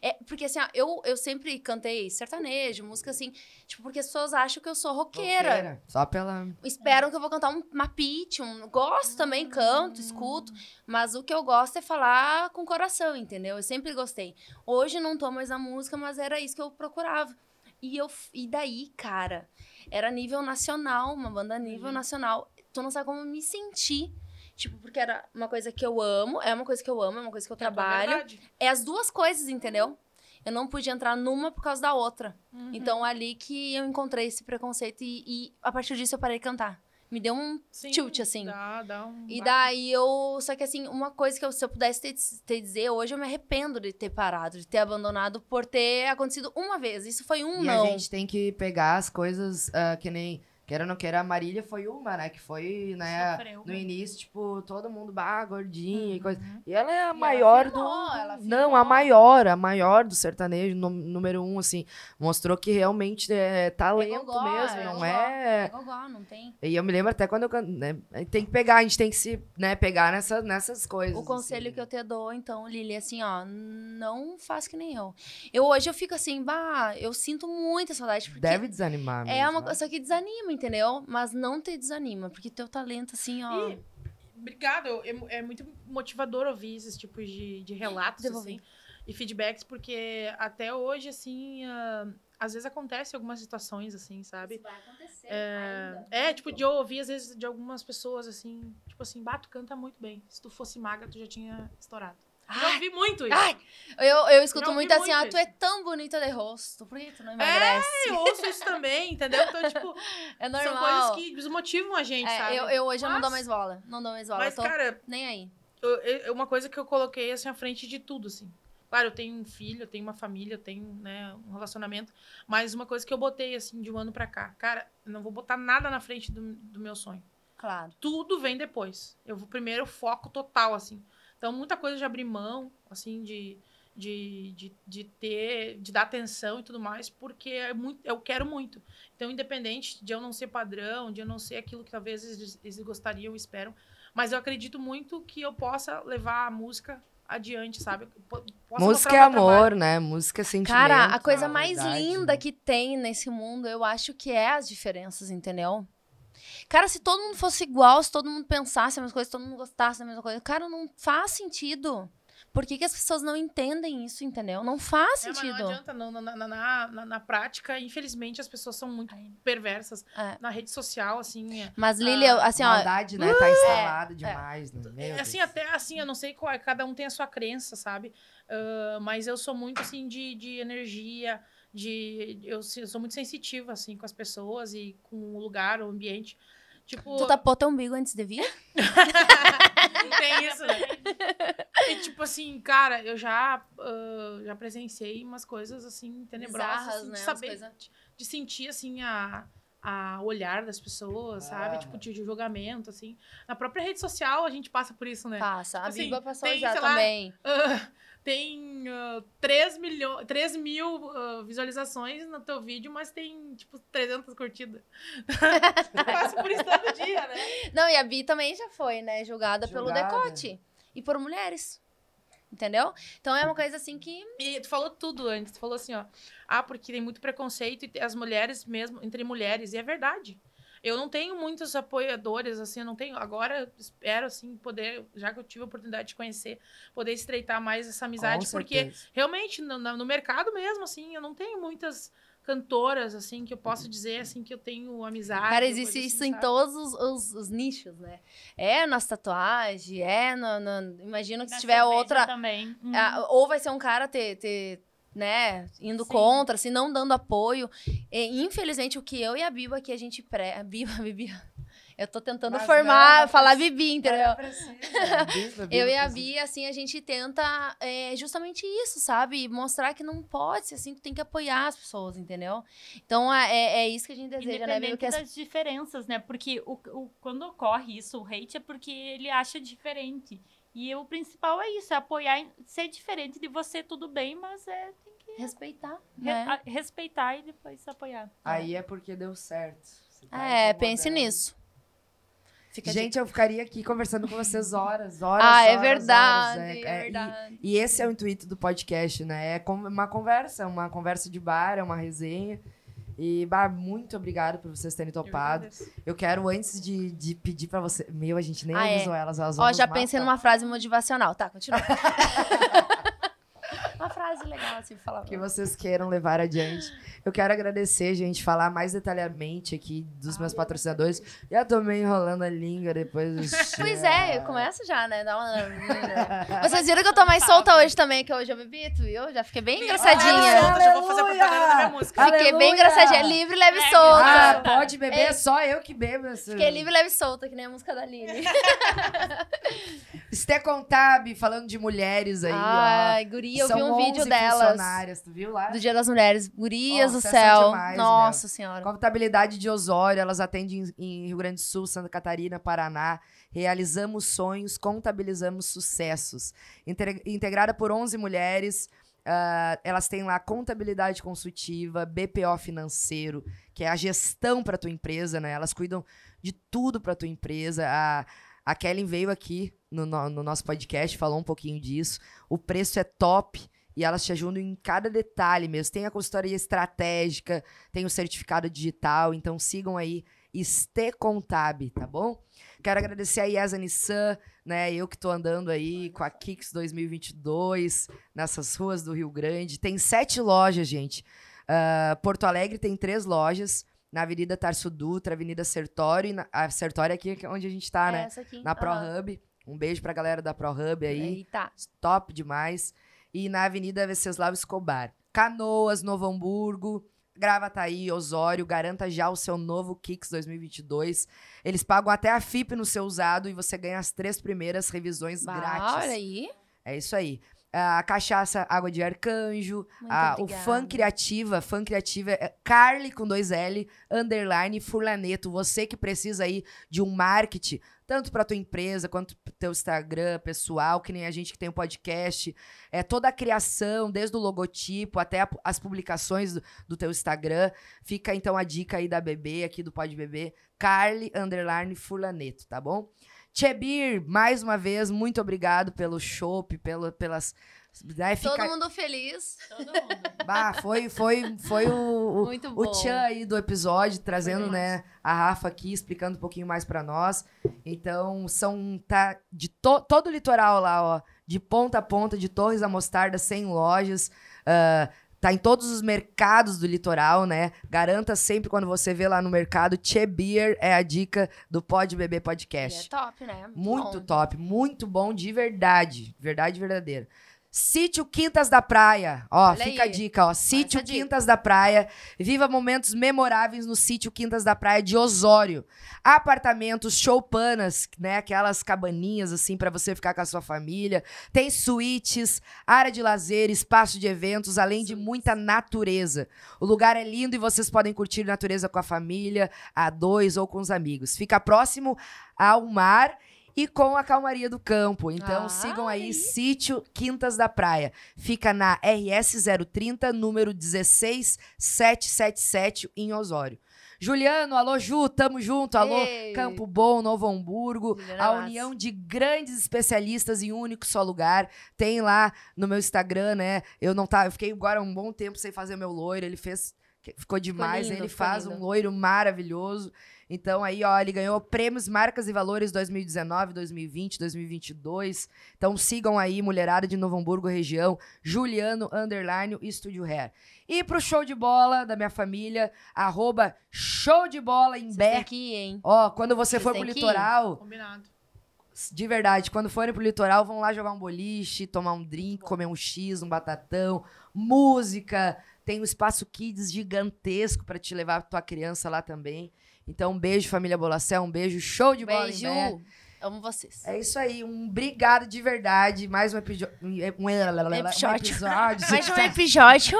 Speaker 4: é, porque assim, ó, eu, eu sempre cantei sertanejo, música assim, tipo, porque as pessoas acham que eu sou roqueira
Speaker 3: Só pela.
Speaker 4: esperam que eu vou cantar um, uma pitch, um gosto também, canto, escuto, mas o que eu gosto é falar com o coração, entendeu? Eu sempre gostei. Hoje não tô mais na música, mas era isso que eu procurava. E eu f- e daí, cara, era nível nacional, uma banda nível nacional. Tu não sabe como eu me senti. Tipo, porque era uma coisa que eu amo, é uma coisa que eu amo, é Uhum. uma coisa que eu trabalho. É as duas coisas, entendeu? Eu não pude entrar numa por causa da outra. Então, ali que eu encontrei esse preconceito e, e a partir disso eu parei de cantar. Me deu um.
Speaker 2: Sim,
Speaker 4: tilt, assim.
Speaker 2: Dá, dá um
Speaker 4: E
Speaker 2: baque.
Speaker 4: daí eu. Só que assim, uma coisa que eu, se eu pudesse te, te dizer hoje, eu me arrependo de ter parado, de ter abandonado por ter acontecido uma vez. Isso foi um
Speaker 3: E
Speaker 4: não.
Speaker 3: a gente tem que pegar as coisas ah, que nem. Queira ou não queira, a Marília foi uma, né? Que foi, né?
Speaker 9: Sofreu.
Speaker 3: No início, tipo, todo mundo, bah, gordinha e coisa. E ela é a
Speaker 4: Uhum. ela
Speaker 3: maior
Speaker 4: afirmou,
Speaker 3: do.
Speaker 4: ela
Speaker 3: não, a maior, a maior do sertanejo, nú- número um, assim. Mostrou que realmente é talento
Speaker 4: gogó,
Speaker 3: mesmo,
Speaker 4: é
Speaker 3: não
Speaker 4: gogó.
Speaker 3: é.
Speaker 4: É gogó, não tem.
Speaker 3: E eu me lembro até quando eu. can- Né, tem que pegar, a gente tem que se né, pegar nessa, nessas coisas. assim,
Speaker 4: O conselho que eu
Speaker 3: né?
Speaker 4: te dou, então, Lili, assim, ó, não faz que nem eu. Eu hoje eu fico assim, bah, eu sinto muita saudade. Porque
Speaker 3: Deve desanimar.
Speaker 4: É
Speaker 3: mesmo,
Speaker 4: uma
Speaker 3: né?
Speaker 4: coisa que desanima, entendeu? Mas não te desanima, porque teu talento, assim, ó.
Speaker 3: Ah.
Speaker 2: E, obrigado, eu- eu- é muito motivador ouvir esses tipos de, de relatos,
Speaker 4: Devolvi.
Speaker 2: assim, e feedbacks, porque até hoje, assim, ah, às vezes acontece algumas situações, assim, sabe?
Speaker 4: vai acontecer.
Speaker 2: É, é, tipo, de eu ouvir, às vezes, de algumas pessoas, assim, tipo assim, Bato canta muito bem, se tu fosse magra, tu já tinha estourado. Eu ouvi muito isso.
Speaker 4: Ai, eu, eu escuto
Speaker 2: Já ouvi
Speaker 4: muito assim,
Speaker 2: muito
Speaker 4: ah, tu é
Speaker 2: isso. É,
Speaker 4: tão bonita de rosto, por que tu não é emagrece?
Speaker 2: Eu ouço isso também, entendeu? Então, tipo,
Speaker 4: É,
Speaker 2: são
Speaker 4: normal.
Speaker 2: coisas que desmotivam a gente,
Speaker 4: É,
Speaker 2: sabe?
Speaker 4: eu, eu hoje eu não dou mais
Speaker 2: Mas-
Speaker 4: bola. Não dou mais bola.
Speaker 2: Mas,
Speaker 4: eu tô
Speaker 2: cara,
Speaker 4: nem aí.
Speaker 2: eu, eu- é uma coisa que eu coloquei assim à frente de tudo, assim. Claro, eu tenho um filho, eu tenho uma família, eu tenho né, um relacionamento, mas uma coisa que eu botei assim de um ano pra cá, cara, eu não vou botar nada na frente do, do meu sonho.
Speaker 4: Claro.
Speaker 2: Tudo vem depois. Eu vou primeiro foco total, assim. Então, muita coisa de abrir mão, assim, de, de, de, de ter, de dar atenção e tudo mais, porque é muito, eu quero muito. Então, independente de eu não ser padrão, de eu não ser aquilo que talvez eles, eles gostariam, esperam, mas eu acredito muito que eu possa levar a música adiante, sabe? Eu po- posso
Speaker 3: Música é
Speaker 2: mostrar o meu
Speaker 3: amor, né? Música é sentimento.
Speaker 4: Cara, a coisa
Speaker 3: na
Speaker 4: mais
Speaker 3: verdade,
Speaker 4: linda
Speaker 3: né?
Speaker 4: que tem nesse mundo, eu acho que é as diferenças, entendeu? Cara, se todo mundo fosse igual, se todo mundo pensasse a mesma coisa, se todo mundo gostasse da mesma coisa, cara, não faz sentido. Por que, que as pessoas não entendem isso, entendeu? Não faz
Speaker 2: É, mas
Speaker 4: sentido.
Speaker 2: não adianta, não. Na, na, na, na- na prática, infelizmente, as pessoas são muito perversas.
Speaker 4: É.
Speaker 2: Na rede social, assim, é-
Speaker 4: Mas, Lili, eu- assim, ó,
Speaker 3: Maldade, né? Tá instalado demais, né?
Speaker 2: É,
Speaker 3: Meu
Speaker 2: assim,
Speaker 3: Deus.
Speaker 2: até assim, eu não sei qual é, cada um tem a sua crença, sabe? Ah, mas eu sou muito assim de, de energia, de. Eu, se- eu sou muito sensitiva, assim, com as pessoas e com o lugar, o ambiente. Tipo,
Speaker 4: tu tá tapou teu umbigo antes de vir?
Speaker 2: tem isso, né? E tipo assim, cara, eu já, ah, já presenciei umas coisas assim, tenebrosas,
Speaker 4: Bizarras, né?
Speaker 2: assim, de
Speaker 4: Umas
Speaker 2: saber,
Speaker 4: coisa-
Speaker 2: de sentir assim a, a olhar das pessoas, sabe? Tipo, de, de julgamento, assim. Na própria rede social a gente passa por isso, né?
Speaker 4: Passa. A
Speaker 2: Assim,
Speaker 4: Bíblia passou
Speaker 2: tem,
Speaker 4: já
Speaker 2: sei lá,
Speaker 4: também.
Speaker 2: Ah, tem ah, 3, milho... 3 mil ah, visualizações no teu vídeo, mas tem, tipo, 300 curtidas. Eu Passo por isso todo dia, né?
Speaker 4: Não, e a Bi também já foi, né? Julgada, pelo
Speaker 3: Julgada.
Speaker 4: decote. E por mulheres. Entendeu? Então é uma coisa assim que.
Speaker 2: E tu falou tudo antes, tu falou assim, ó. Ah, porque tem muito preconceito e te- as mulheres mesmo, entre mulheres, e é verdade. Eu não tenho muitos apoiadores, assim, eu não tenho. Agora eu espero, assim, poder, já que eu tive a oportunidade de conhecer, poder estreitar mais essa amizade,
Speaker 3: Com
Speaker 2: porque
Speaker 3: certeza.
Speaker 2: realmente no, na- no mercado mesmo assim eu não tenho muitas cantoras assim que eu posso dizer assim que eu tenho amizade
Speaker 4: Cara,
Speaker 2: coisa
Speaker 4: existe
Speaker 2: assim,
Speaker 4: isso então. em
Speaker 2: sabe?
Speaker 4: todos os, os- os nichos, né? É nas tatuagens, é no. no- imagino que
Speaker 5: Na
Speaker 4: se tiver
Speaker 5: cerveja
Speaker 4: outra.
Speaker 5: Também. Hum.
Speaker 4: Ah, ou vai ser um cara ter, ter, né, indo
Speaker 5: Sim.
Speaker 4: contra, assim, não dando apoio. E, infelizmente, o que eu e a Biba aqui, a gente pré... A Biba, a Bibi... Eu tô tentando
Speaker 3: Mas não,
Speaker 4: formar,
Speaker 3: não
Speaker 4: falar
Speaker 3: precisa.
Speaker 4: Bibi, entendeu?
Speaker 3: Ela precisa, né? Viva,
Speaker 4: Eu
Speaker 3: viva,
Speaker 4: e a
Speaker 3: precisa.
Speaker 4: Bi, assim, a gente tenta é, justamente isso, sabe? Mostrar que não pode, ser assim, tu tem que apoiar as pessoas, entendeu? Então, é, é- é isso que a gente deseja, né, Bibi?
Speaker 5: Independente
Speaker 4: Que as-
Speaker 5: das diferenças, né? Porque o, o- quando ocorre isso, o hate é porque ele acha diferente. E o principal é isso, é apoiar, em- ser diferente de você, tudo bem, mas é tem que
Speaker 4: Respeitar,
Speaker 5: re-
Speaker 4: né?
Speaker 5: a- respeitar e depois apoiar.
Speaker 3: Aí é porque deu certo. Você tá
Speaker 4: então. É, pense
Speaker 3: incomodando.
Speaker 4: nisso. Fica a dica.
Speaker 3: Gente, eu ficaria aqui conversando com vocês horas, horas.
Speaker 4: Ah, é
Speaker 3: horas,
Speaker 4: verdade,
Speaker 3: horas,
Speaker 4: é
Speaker 3: e-
Speaker 4: verdade.
Speaker 3: E, esse é o intuito do podcast, né? É com- uma conversa, é uma conversa de bar, é uma resenha. E, bah, muito obrigado por vocês terem
Speaker 2: Eu
Speaker 3: topado.
Speaker 2: agradeço.
Speaker 3: Eu quero, antes de, de pedir pra você. Meu, a gente nem
Speaker 4: Ah, é.
Speaker 3: avisou elas. elas vão
Speaker 4: Ó,
Speaker 3: nos
Speaker 4: já pensei
Speaker 3: matar.
Speaker 4: numa frase motivacional. Tá, continua. Uma frase legal assim pra falar.
Speaker 3: que vocês queiram levar adiante. Eu quero agradecer, gente, falar mais detalhadamente aqui dos meus patrocinadores. Já tô meio enrolando a língua depois do
Speaker 4: Pois
Speaker 3: chá.
Speaker 4: é, começa já, né? Dá uma... Vocês viram que eu tô mais solta hoje também, que hoje eu bebi, tu viu? Já fiquei bem engraçadinha.
Speaker 2: Ah, eu já vou fazer a
Speaker 3: Aleluia!
Speaker 2: propaganda da minha música.
Speaker 4: Fiquei bem
Speaker 3: Aleluia!
Speaker 4: engraçadinha. É Livre, leve e
Speaker 5: Leve,
Speaker 4: solta.
Speaker 3: Ah, hum. pode beber, é só eu que bebo. essa-
Speaker 4: Fiquei livre, leve e solta, que nem a música da Lili.
Speaker 3: Esté Contab, falando de mulheres aí, ó.
Speaker 4: Ai, guria, eu
Speaker 3: São
Speaker 4: vi um
Speaker 3: 11
Speaker 4: vídeo delas.
Speaker 3: funcionárias, tu viu lá?
Speaker 4: Do Dia das Mulheres. Gurias do
Speaker 3: Nossa, essa é
Speaker 4: céu.
Speaker 3: demais,
Speaker 4: Nossa senhora.
Speaker 3: Contabilidade de Osório, elas atendem em- em Rio Grande do Sul, Santa Catarina, Paraná. Realizamos sonhos, contabilizamos sucessos. Inte- integrada por 11 mulheres, ah, elas têm lá contabilidade consultiva, BPO financeiro, que é a gestão para tua empresa, né? Elas cuidam de tudo para tua empresa. A, a Kellen veio aqui no, no- no nosso podcast, falou um pouquinho disso. O preço é top. E elas te ajudam em cada detalhe mesmo. Tem a consultoria estratégica, tem o certificado digital, então sigam aí Ste Contab, tá bom? Quero agradecer a Yasa Nissan, né? Eu que tô andando aí com a Kicks 2022 nessas ruas do Rio Grande. Tem sete lojas, gente. Ah, Porto Alegre tem três lojas. Na Avenida Tarso Dutra, Avenida Sertório. E na, a Sertório é aqui que é onde a gente tá, né?
Speaker 4: Essa aqui.
Speaker 3: Na
Speaker 4: aham.
Speaker 3: ProHub. Um beijo pra galera da ProHub aí.
Speaker 4: tá.
Speaker 3: Top demais. E na Avenida Venceslau Escobar. Canoas, Novo Hamburgo, Gravataí, Osório, garanta já o seu novo Kicks 2022. Eles pagam até a FIP no seu usado e você ganha as três primeiras revisões
Speaker 4: Bah,
Speaker 3: grátis.
Speaker 4: Olha aí.
Speaker 3: É isso aí. A cachaça Água de Arcanjo,
Speaker 4: Muito
Speaker 3: a, Ah, o
Speaker 4: obrigada.
Speaker 3: Fan Criativa, Fan Criativa é Carly com dois L, underline, Furlaneto. Você que precisa aí de um marketing, tanto para tua empresa, quanto pro teu Instagram pessoal, que nem a gente que tem o podcast. É toda a criação, desde o logotipo até a- as publicações do, do teu Instagram. Fica então a dica aí da bebê, aqui do Pode Bebê, Carly, underline, Furlaneto, tá bom? Chebir, mais uma vez, muito obrigado pelo chopp, pelo, pelas... né, fica-
Speaker 4: Todo mundo feliz.
Speaker 5: Todo mundo.
Speaker 3: Bah, foi, foi, foi o, o,
Speaker 4: Muito bom.
Speaker 3: o tchan aí do episódio, trazendo
Speaker 4: Foi
Speaker 3: né, a Rafa aqui, explicando um pouquinho mais pra nós. Então, são tá de to- todo o litoral lá, ó, de ponta a ponta, de Torres a Mostarda, 100 lojas. ah, tá em todos os mercados do litoral, né? Garanta sempre quando você vê lá no mercado, Tchê Beer é a dica do Pode Beber
Speaker 4: E
Speaker 3: Podcast.
Speaker 4: É top, né?
Speaker 3: Muito
Speaker 4: bom.
Speaker 3: top, muito bom de verdade. Verdade verdadeira. Sítio Quintas da Praia. Ó,
Speaker 1: Olha
Speaker 3: fica
Speaker 1: aí.
Speaker 3: a dica, ó. Sítio
Speaker 1: a dica.
Speaker 3: Quintas da Praia. Viva momentos memoráveis no Sítio Quintas da Praia de Osório. Apartamentos choupanas, né? Aquelas cabaninhas, assim, pra você ficar com a sua família. Tem suítes, área de lazer, espaço de eventos, além de muita natureza. O lugar é lindo e vocês podem curtir natureza com a família, a dois ou com os amigos. Fica próximo ao mar e com a calmaria do campo. Então
Speaker 1: Ah,
Speaker 3: sigam aí,
Speaker 1: aí.
Speaker 3: Sítio Quintas da Praia. Fica na RS 030, número 16777, em Osório. Juliano, alô Ju, tamo junto. Alô
Speaker 1: Ei.
Speaker 3: Campo Bom, Novo Hamburgo.
Speaker 1: Juliana
Speaker 3: A
Speaker 1: Massa.
Speaker 3: união de grandes especialistas em um único só lugar. Tem lá no meu Instagram, né? Eu não tá, eu fiquei agora um bom tempo sem fazer meu loiro, ele fez que- Ficou demais,
Speaker 1: lindo,
Speaker 3: ele
Speaker 1: ficou
Speaker 3: faz um
Speaker 1: lindo.
Speaker 3: loiro maravilhoso. Então aí, ó, ele ganhou prêmios Marcas e Valores 2019, 2020, 2022. Então sigam aí Mulherada de Novo Hamburgo região, Juliano underline e Estúdio Hair. E pro show de bola da minha família, arroba show de bola em
Speaker 1: Vocês têm
Speaker 3: Beck.
Speaker 1: que ir, hein?
Speaker 3: Ó, quando você
Speaker 1: Vocês
Speaker 3: for
Speaker 1: têm
Speaker 3: pro
Speaker 1: que ir.
Speaker 3: litoral,
Speaker 2: Combinado.
Speaker 3: de verdade, quando forem pro litoral, vão lá jogar um boliche, tomar um drink, comer um X, um batatão, música. Tem um espaço kids gigantesco pra te levar tua criança lá também. Então, um beijo, família Bolacel, um beijo, show de bola. em
Speaker 1: Beijo.
Speaker 3: Bé.
Speaker 1: Amo vocês.
Speaker 3: É isso aí, um obrigado de verdade. Mais um, epijo- um, um- um
Speaker 1: Episódio.
Speaker 3: episódio.
Speaker 1: Mais um episódio.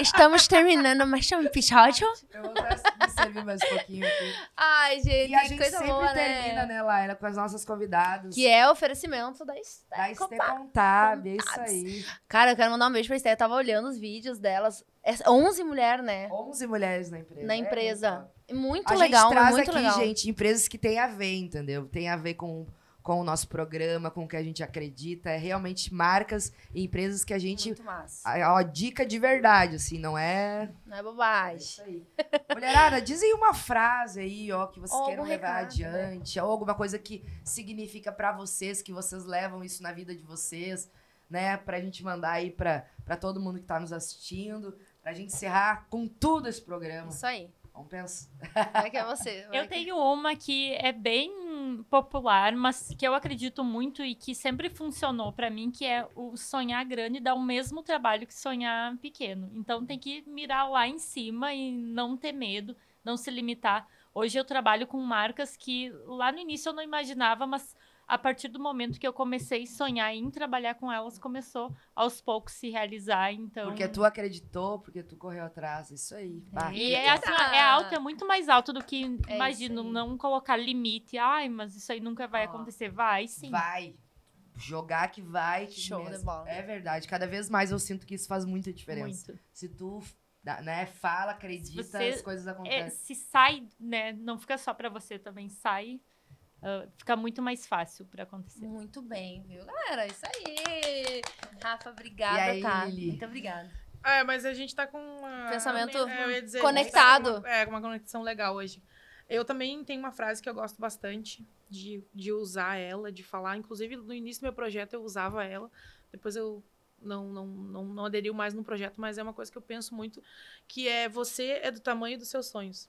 Speaker 1: Estamos terminando mais um episódio.
Speaker 3: Eu vou me servir mais um pouquinho aqui.
Speaker 1: Ai, gente,
Speaker 3: E a
Speaker 1: que
Speaker 3: gente
Speaker 1: coisa
Speaker 3: sempre
Speaker 1: boa,
Speaker 3: termina,
Speaker 1: né?
Speaker 3: né, Laila, com as nossas convidadas.
Speaker 1: Que é oferecimento da
Speaker 3: Da
Speaker 1: Esté.
Speaker 3: Estê
Speaker 1: Copá.
Speaker 3: Contábil, é isso aí.
Speaker 1: Cara, eu quero mandar um beijo pra Esté. Eu tava olhando os vídeos delas. É 11 mulheres, né?
Speaker 3: 11 mulheres na empresa.
Speaker 1: Na
Speaker 3: é muito
Speaker 1: empresa.
Speaker 3: bom.
Speaker 1: Muito
Speaker 3: a
Speaker 1: legal,
Speaker 3: gente traz
Speaker 1: muito
Speaker 3: aqui,
Speaker 1: legal.
Speaker 3: gente, empresas que têm a ver, entendeu? Tem a ver com, com o nosso programa, com o que a gente acredita. É realmente marcas e empresas que a gente. Ah.
Speaker 1: Muito massa.
Speaker 3: a- Ó, dica de verdade, assim, não é.
Speaker 1: Não é
Speaker 3: é
Speaker 1: bobagem.
Speaker 3: isso aí. Mulherada, dizem uma frase aí, ó, que vocês
Speaker 1: Ou
Speaker 3: queiram
Speaker 1: algum
Speaker 3: levar
Speaker 1: recado, né?
Speaker 3: adiante, ou alguma coisa que significa pra vocês, que vocês levam isso na vida de vocês, né? Pra gente mandar aí pra, pra todo mundo que tá nos assistindo, pra gente encerrar com tudo esse programa.
Speaker 1: Isso aí.
Speaker 3: Vamos pensar.
Speaker 1: Como é que é você? Como é
Speaker 5: Eu
Speaker 1: que-
Speaker 5: tenho uma que é bem popular, mas que eu acredito muito e que sempre funcionou pra mim, que é o sonhar grande dá o mesmo trabalho que sonhar pequeno. Então tem que mirar lá em cima e não ter medo, não se limitar. Hoje eu trabalho com marcas que lá no início eu não imaginava, mas a partir do momento que eu comecei a sonhar em trabalhar com elas, começou aos poucos se realizar. Então
Speaker 3: Porque tu acreditou, porque tu correu atrás, isso aí. pá.
Speaker 5: E é,
Speaker 1: Eita!
Speaker 5: assim, ó, é alto, é muito mais alto do que
Speaker 1: É
Speaker 5: imagino.
Speaker 1: isso aí.
Speaker 5: Não colocar limite. Ai, mas isso aí nunca vai
Speaker 1: Ó.
Speaker 5: acontecer. Vai, sim.
Speaker 3: Vai. Jogar que vai. Que
Speaker 1: Show
Speaker 3: mesmo.
Speaker 1: de bola.
Speaker 3: É verdade. Cada vez mais eu sinto que isso faz muita diferença.
Speaker 5: Muito.
Speaker 3: Se tu dá- né, fala, acredita,
Speaker 5: Você-
Speaker 3: as coisas
Speaker 5: É,
Speaker 3: acontecem.
Speaker 5: se sai, né? Não fica só pra você também. Sai. ah, fica muito mais fácil pra acontecer.
Speaker 1: Muito bem, viu, galera? Isso aí. Rafa, obrigada,
Speaker 3: E aí,
Speaker 1: tá?
Speaker 3: Lili?
Speaker 1: Muito obrigada.
Speaker 2: É, mas a gente tá com uma...
Speaker 1: Pensamento
Speaker 2: É, eu ia dizer,
Speaker 1: conectado.
Speaker 2: uma- É, uma conexão legal hoje. Eu também tenho uma frase que eu gosto bastante de, de usar ela, de falar. Inclusive, no início do meu projeto eu usava ela. Depois eu não, não, não, não aderiu mais no projeto, mas é uma coisa que eu penso muito, que é você é do tamanho dos seus sonhos.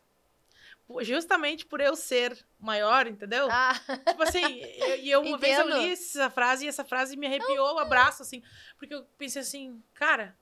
Speaker 2: Pô, Justamente por eu ser maior, entendeu?
Speaker 1: Ah,
Speaker 2: Tipo assim, eu- e eu, uma vez eu
Speaker 1: Entendo.
Speaker 2: li essa frase e essa frase me arrepiou o abraço, assim. Porque eu pensei assim, cara,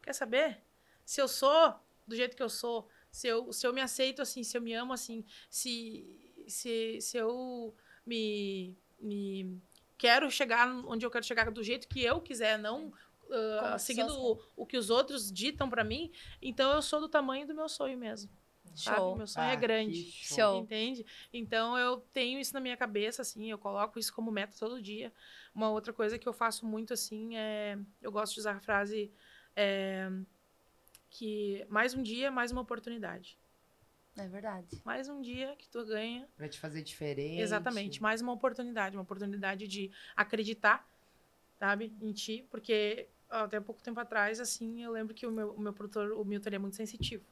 Speaker 2: quer saber? Se eu sou do jeito que eu sou, se eu, se eu me aceito assim, se eu me amo assim, se, se, se eu me, me quero chegar onde eu quero chegar do jeito que eu quiser, não ah,
Speaker 1: Como as
Speaker 2: seguindo
Speaker 1: pessoas
Speaker 2: o, o que os outros ditam pra mim, então eu sou do tamanho do meu sonho mesmo. Sabe?
Speaker 1: Show.
Speaker 2: Meu sonho
Speaker 3: Ah,
Speaker 2: é grande.
Speaker 3: que
Speaker 1: Show.
Speaker 2: Entende? Então eu tenho isso na minha cabeça, assim, eu coloco isso como meta todo dia. Uma outra coisa que eu faço muito, assim, é. Eu gosto de usar a frase é, que mais um dia, mais uma oportunidade.
Speaker 1: é verdade.
Speaker 2: Mais um dia que tu ganha.
Speaker 3: Pra te fazer diferente.
Speaker 2: Exatamente, mais uma oportunidade, uma oportunidade de acreditar, sabe, em ti, porque ó, até pouco tempo atrás, assim, eu lembro que o meu, o meu produtor, o Milton, ele é muito sensitivo.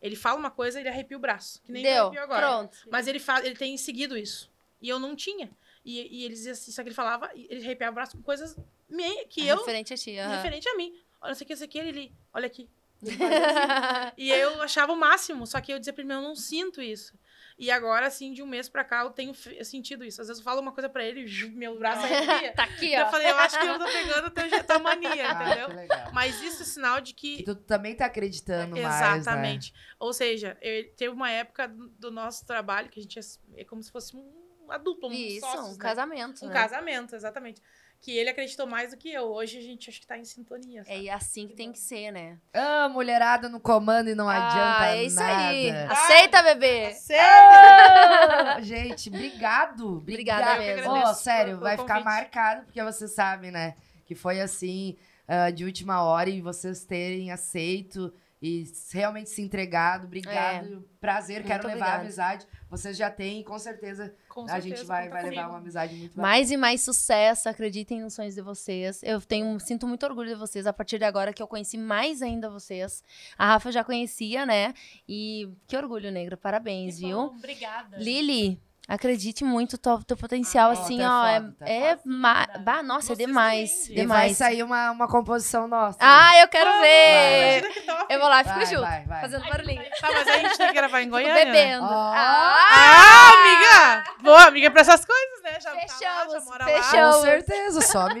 Speaker 2: Ele fala uma coisa, ele arrepia o braço, que nem ele
Speaker 1: Deu,
Speaker 2: arrepiou agora.
Speaker 1: pronto.
Speaker 2: Mas ele, fa- ele tem seguido isso. E eu não tinha. E, e ele dizia assim, só que ele falava, e ele arrepiava o braço com coisas me- que eu,
Speaker 1: Referente a ti, aham.
Speaker 2: referente a mim. Olha, isso aqui, isso aqui, ele, ele, olha aqui. Ele fazia assim. e eu achava o máximo, só que eu dizia pra ele, "Meu, eu não sinto isso. E agora, assim, de um mês pra cá, eu tenho fe- sentido isso. Às vezes eu falo uma coisa pra ele, ju- meu braço arrepia.
Speaker 4: Tá aqui,
Speaker 2: Então eu
Speaker 4: ó.
Speaker 2: falei, eu acho que eu tô pegando a tua, tua mania,
Speaker 3: Ah, que
Speaker 2: entendeu?
Speaker 3: legal.
Speaker 2: Mas isso é sinal de
Speaker 3: E
Speaker 2: que
Speaker 3: tu também tá acreditando mais, né?
Speaker 2: Exatamente. Ou seja, eu- teve uma época do do nosso trabalho que a gente é, é como se fosse um- uma dupla, um
Speaker 4: Isso,
Speaker 2: sócios,
Speaker 4: um
Speaker 2: né?
Speaker 4: casamento.
Speaker 2: Um
Speaker 4: né?
Speaker 2: casamento, exatamente. Que ele acreditou mais do que eu. Hoje a gente acho que tá em sintonia.
Speaker 4: É
Speaker 2: sabe?
Speaker 4: e assim que tem que ser, né?
Speaker 3: Ah, mulherada no comando e não adianta
Speaker 4: ah, é isso
Speaker 3: nada.
Speaker 4: aí. Aceita, bebê.
Speaker 2: É,
Speaker 4: É.
Speaker 3: Ah, gente, obrigado.
Speaker 4: Obrigada
Speaker 3: Obrigada
Speaker 4: mesmo.
Speaker 3: Ô,
Speaker 2: agradeço
Speaker 3: sério,
Speaker 2: pelo
Speaker 3: vai ficar
Speaker 2: convite.
Speaker 3: marcado, porque você sabe, né? Que foi assim, ah, de última hora, e vocês terem aceito e s- realmente se entregado. Obrigado. Prazer,
Speaker 4: É. Muito
Speaker 3: quero levar a
Speaker 4: obrigada.
Speaker 3: amizade. Vocês já têm, com certeza,
Speaker 2: Com
Speaker 3: a
Speaker 2: certeza,
Speaker 3: gente vai,
Speaker 2: conta
Speaker 3: vai levar
Speaker 2: comigo.
Speaker 3: uma amizade muito bacana.
Speaker 4: Mais e mais sucesso, acreditem nos sonhos de vocês. Eu tenho, sinto muito orgulho de vocês a partir de agora que eu conheci mais ainda vocês. A Rafa eu já conhecia, né? E que orgulho, negra. Parabéns,
Speaker 5: Que
Speaker 4: viu?
Speaker 5: bom, Obrigada.
Speaker 4: Lili, acredite muito, teu, teu potencial,
Speaker 3: Ah,
Speaker 4: assim,
Speaker 3: tá
Speaker 4: ó,
Speaker 3: foda, tá
Speaker 4: é, é ma-
Speaker 5: verdade.
Speaker 4: bah, nossa, é
Speaker 2: Vocês
Speaker 4: demais,
Speaker 2: também,
Speaker 3: E vai
Speaker 4: demais.
Speaker 3: sair uma, uma composição nossa.
Speaker 4: Ah, eu quero
Speaker 3: vai.
Speaker 4: ver!
Speaker 2: Imagina que top.
Speaker 4: É. Eu vou lá e
Speaker 3: vai,
Speaker 4: fico junto,
Speaker 3: Vai, vai.
Speaker 4: fazendo barulhinho,
Speaker 2: Tá, mas aí a gente tem que gravar em
Speaker 4: fico
Speaker 2: Goiânia. né?
Speaker 4: bebendo.
Speaker 3: Ó.
Speaker 4: Ah,
Speaker 2: Ah, amiga! Boa, amiga, pra essas coisas, né? Já tá lá, já
Speaker 4: Fechamos,
Speaker 2: mora
Speaker 4: fechamos.
Speaker 2: lá.
Speaker 3: Ah, Com
Speaker 4: show.
Speaker 3: certeza, só me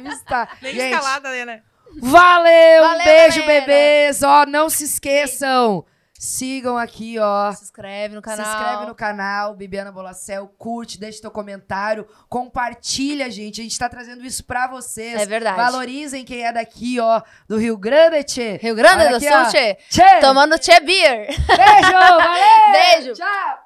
Speaker 3: visitar.
Speaker 2: Nem
Speaker 3: Gente,
Speaker 2: escalada, né, né?
Speaker 3: Valeu, um
Speaker 4: Valeu,
Speaker 3: beijo,
Speaker 4: galera.
Speaker 3: bebês. Ó, não se esqueçam. Sigam aqui, ó.
Speaker 4: se inscreve no
Speaker 3: Se
Speaker 4: canal.
Speaker 3: inscreve no canal, Bibiana Bolacel, curte, deixa teu comentário, compartilha, gente. A gente tá trazendo isso pra vocês.
Speaker 4: É verdade.
Speaker 3: Valorizem quem é daqui, ó, do Rio Grande, tchê.
Speaker 4: Rio Grande
Speaker 3: Olha
Speaker 4: do
Speaker 3: aqui,
Speaker 4: Sul,
Speaker 3: ó.
Speaker 4: tchê.
Speaker 3: Tchê,
Speaker 4: Tomando tchê beer.
Speaker 3: beijo, valeu.
Speaker 4: Beijo.
Speaker 3: Tchau.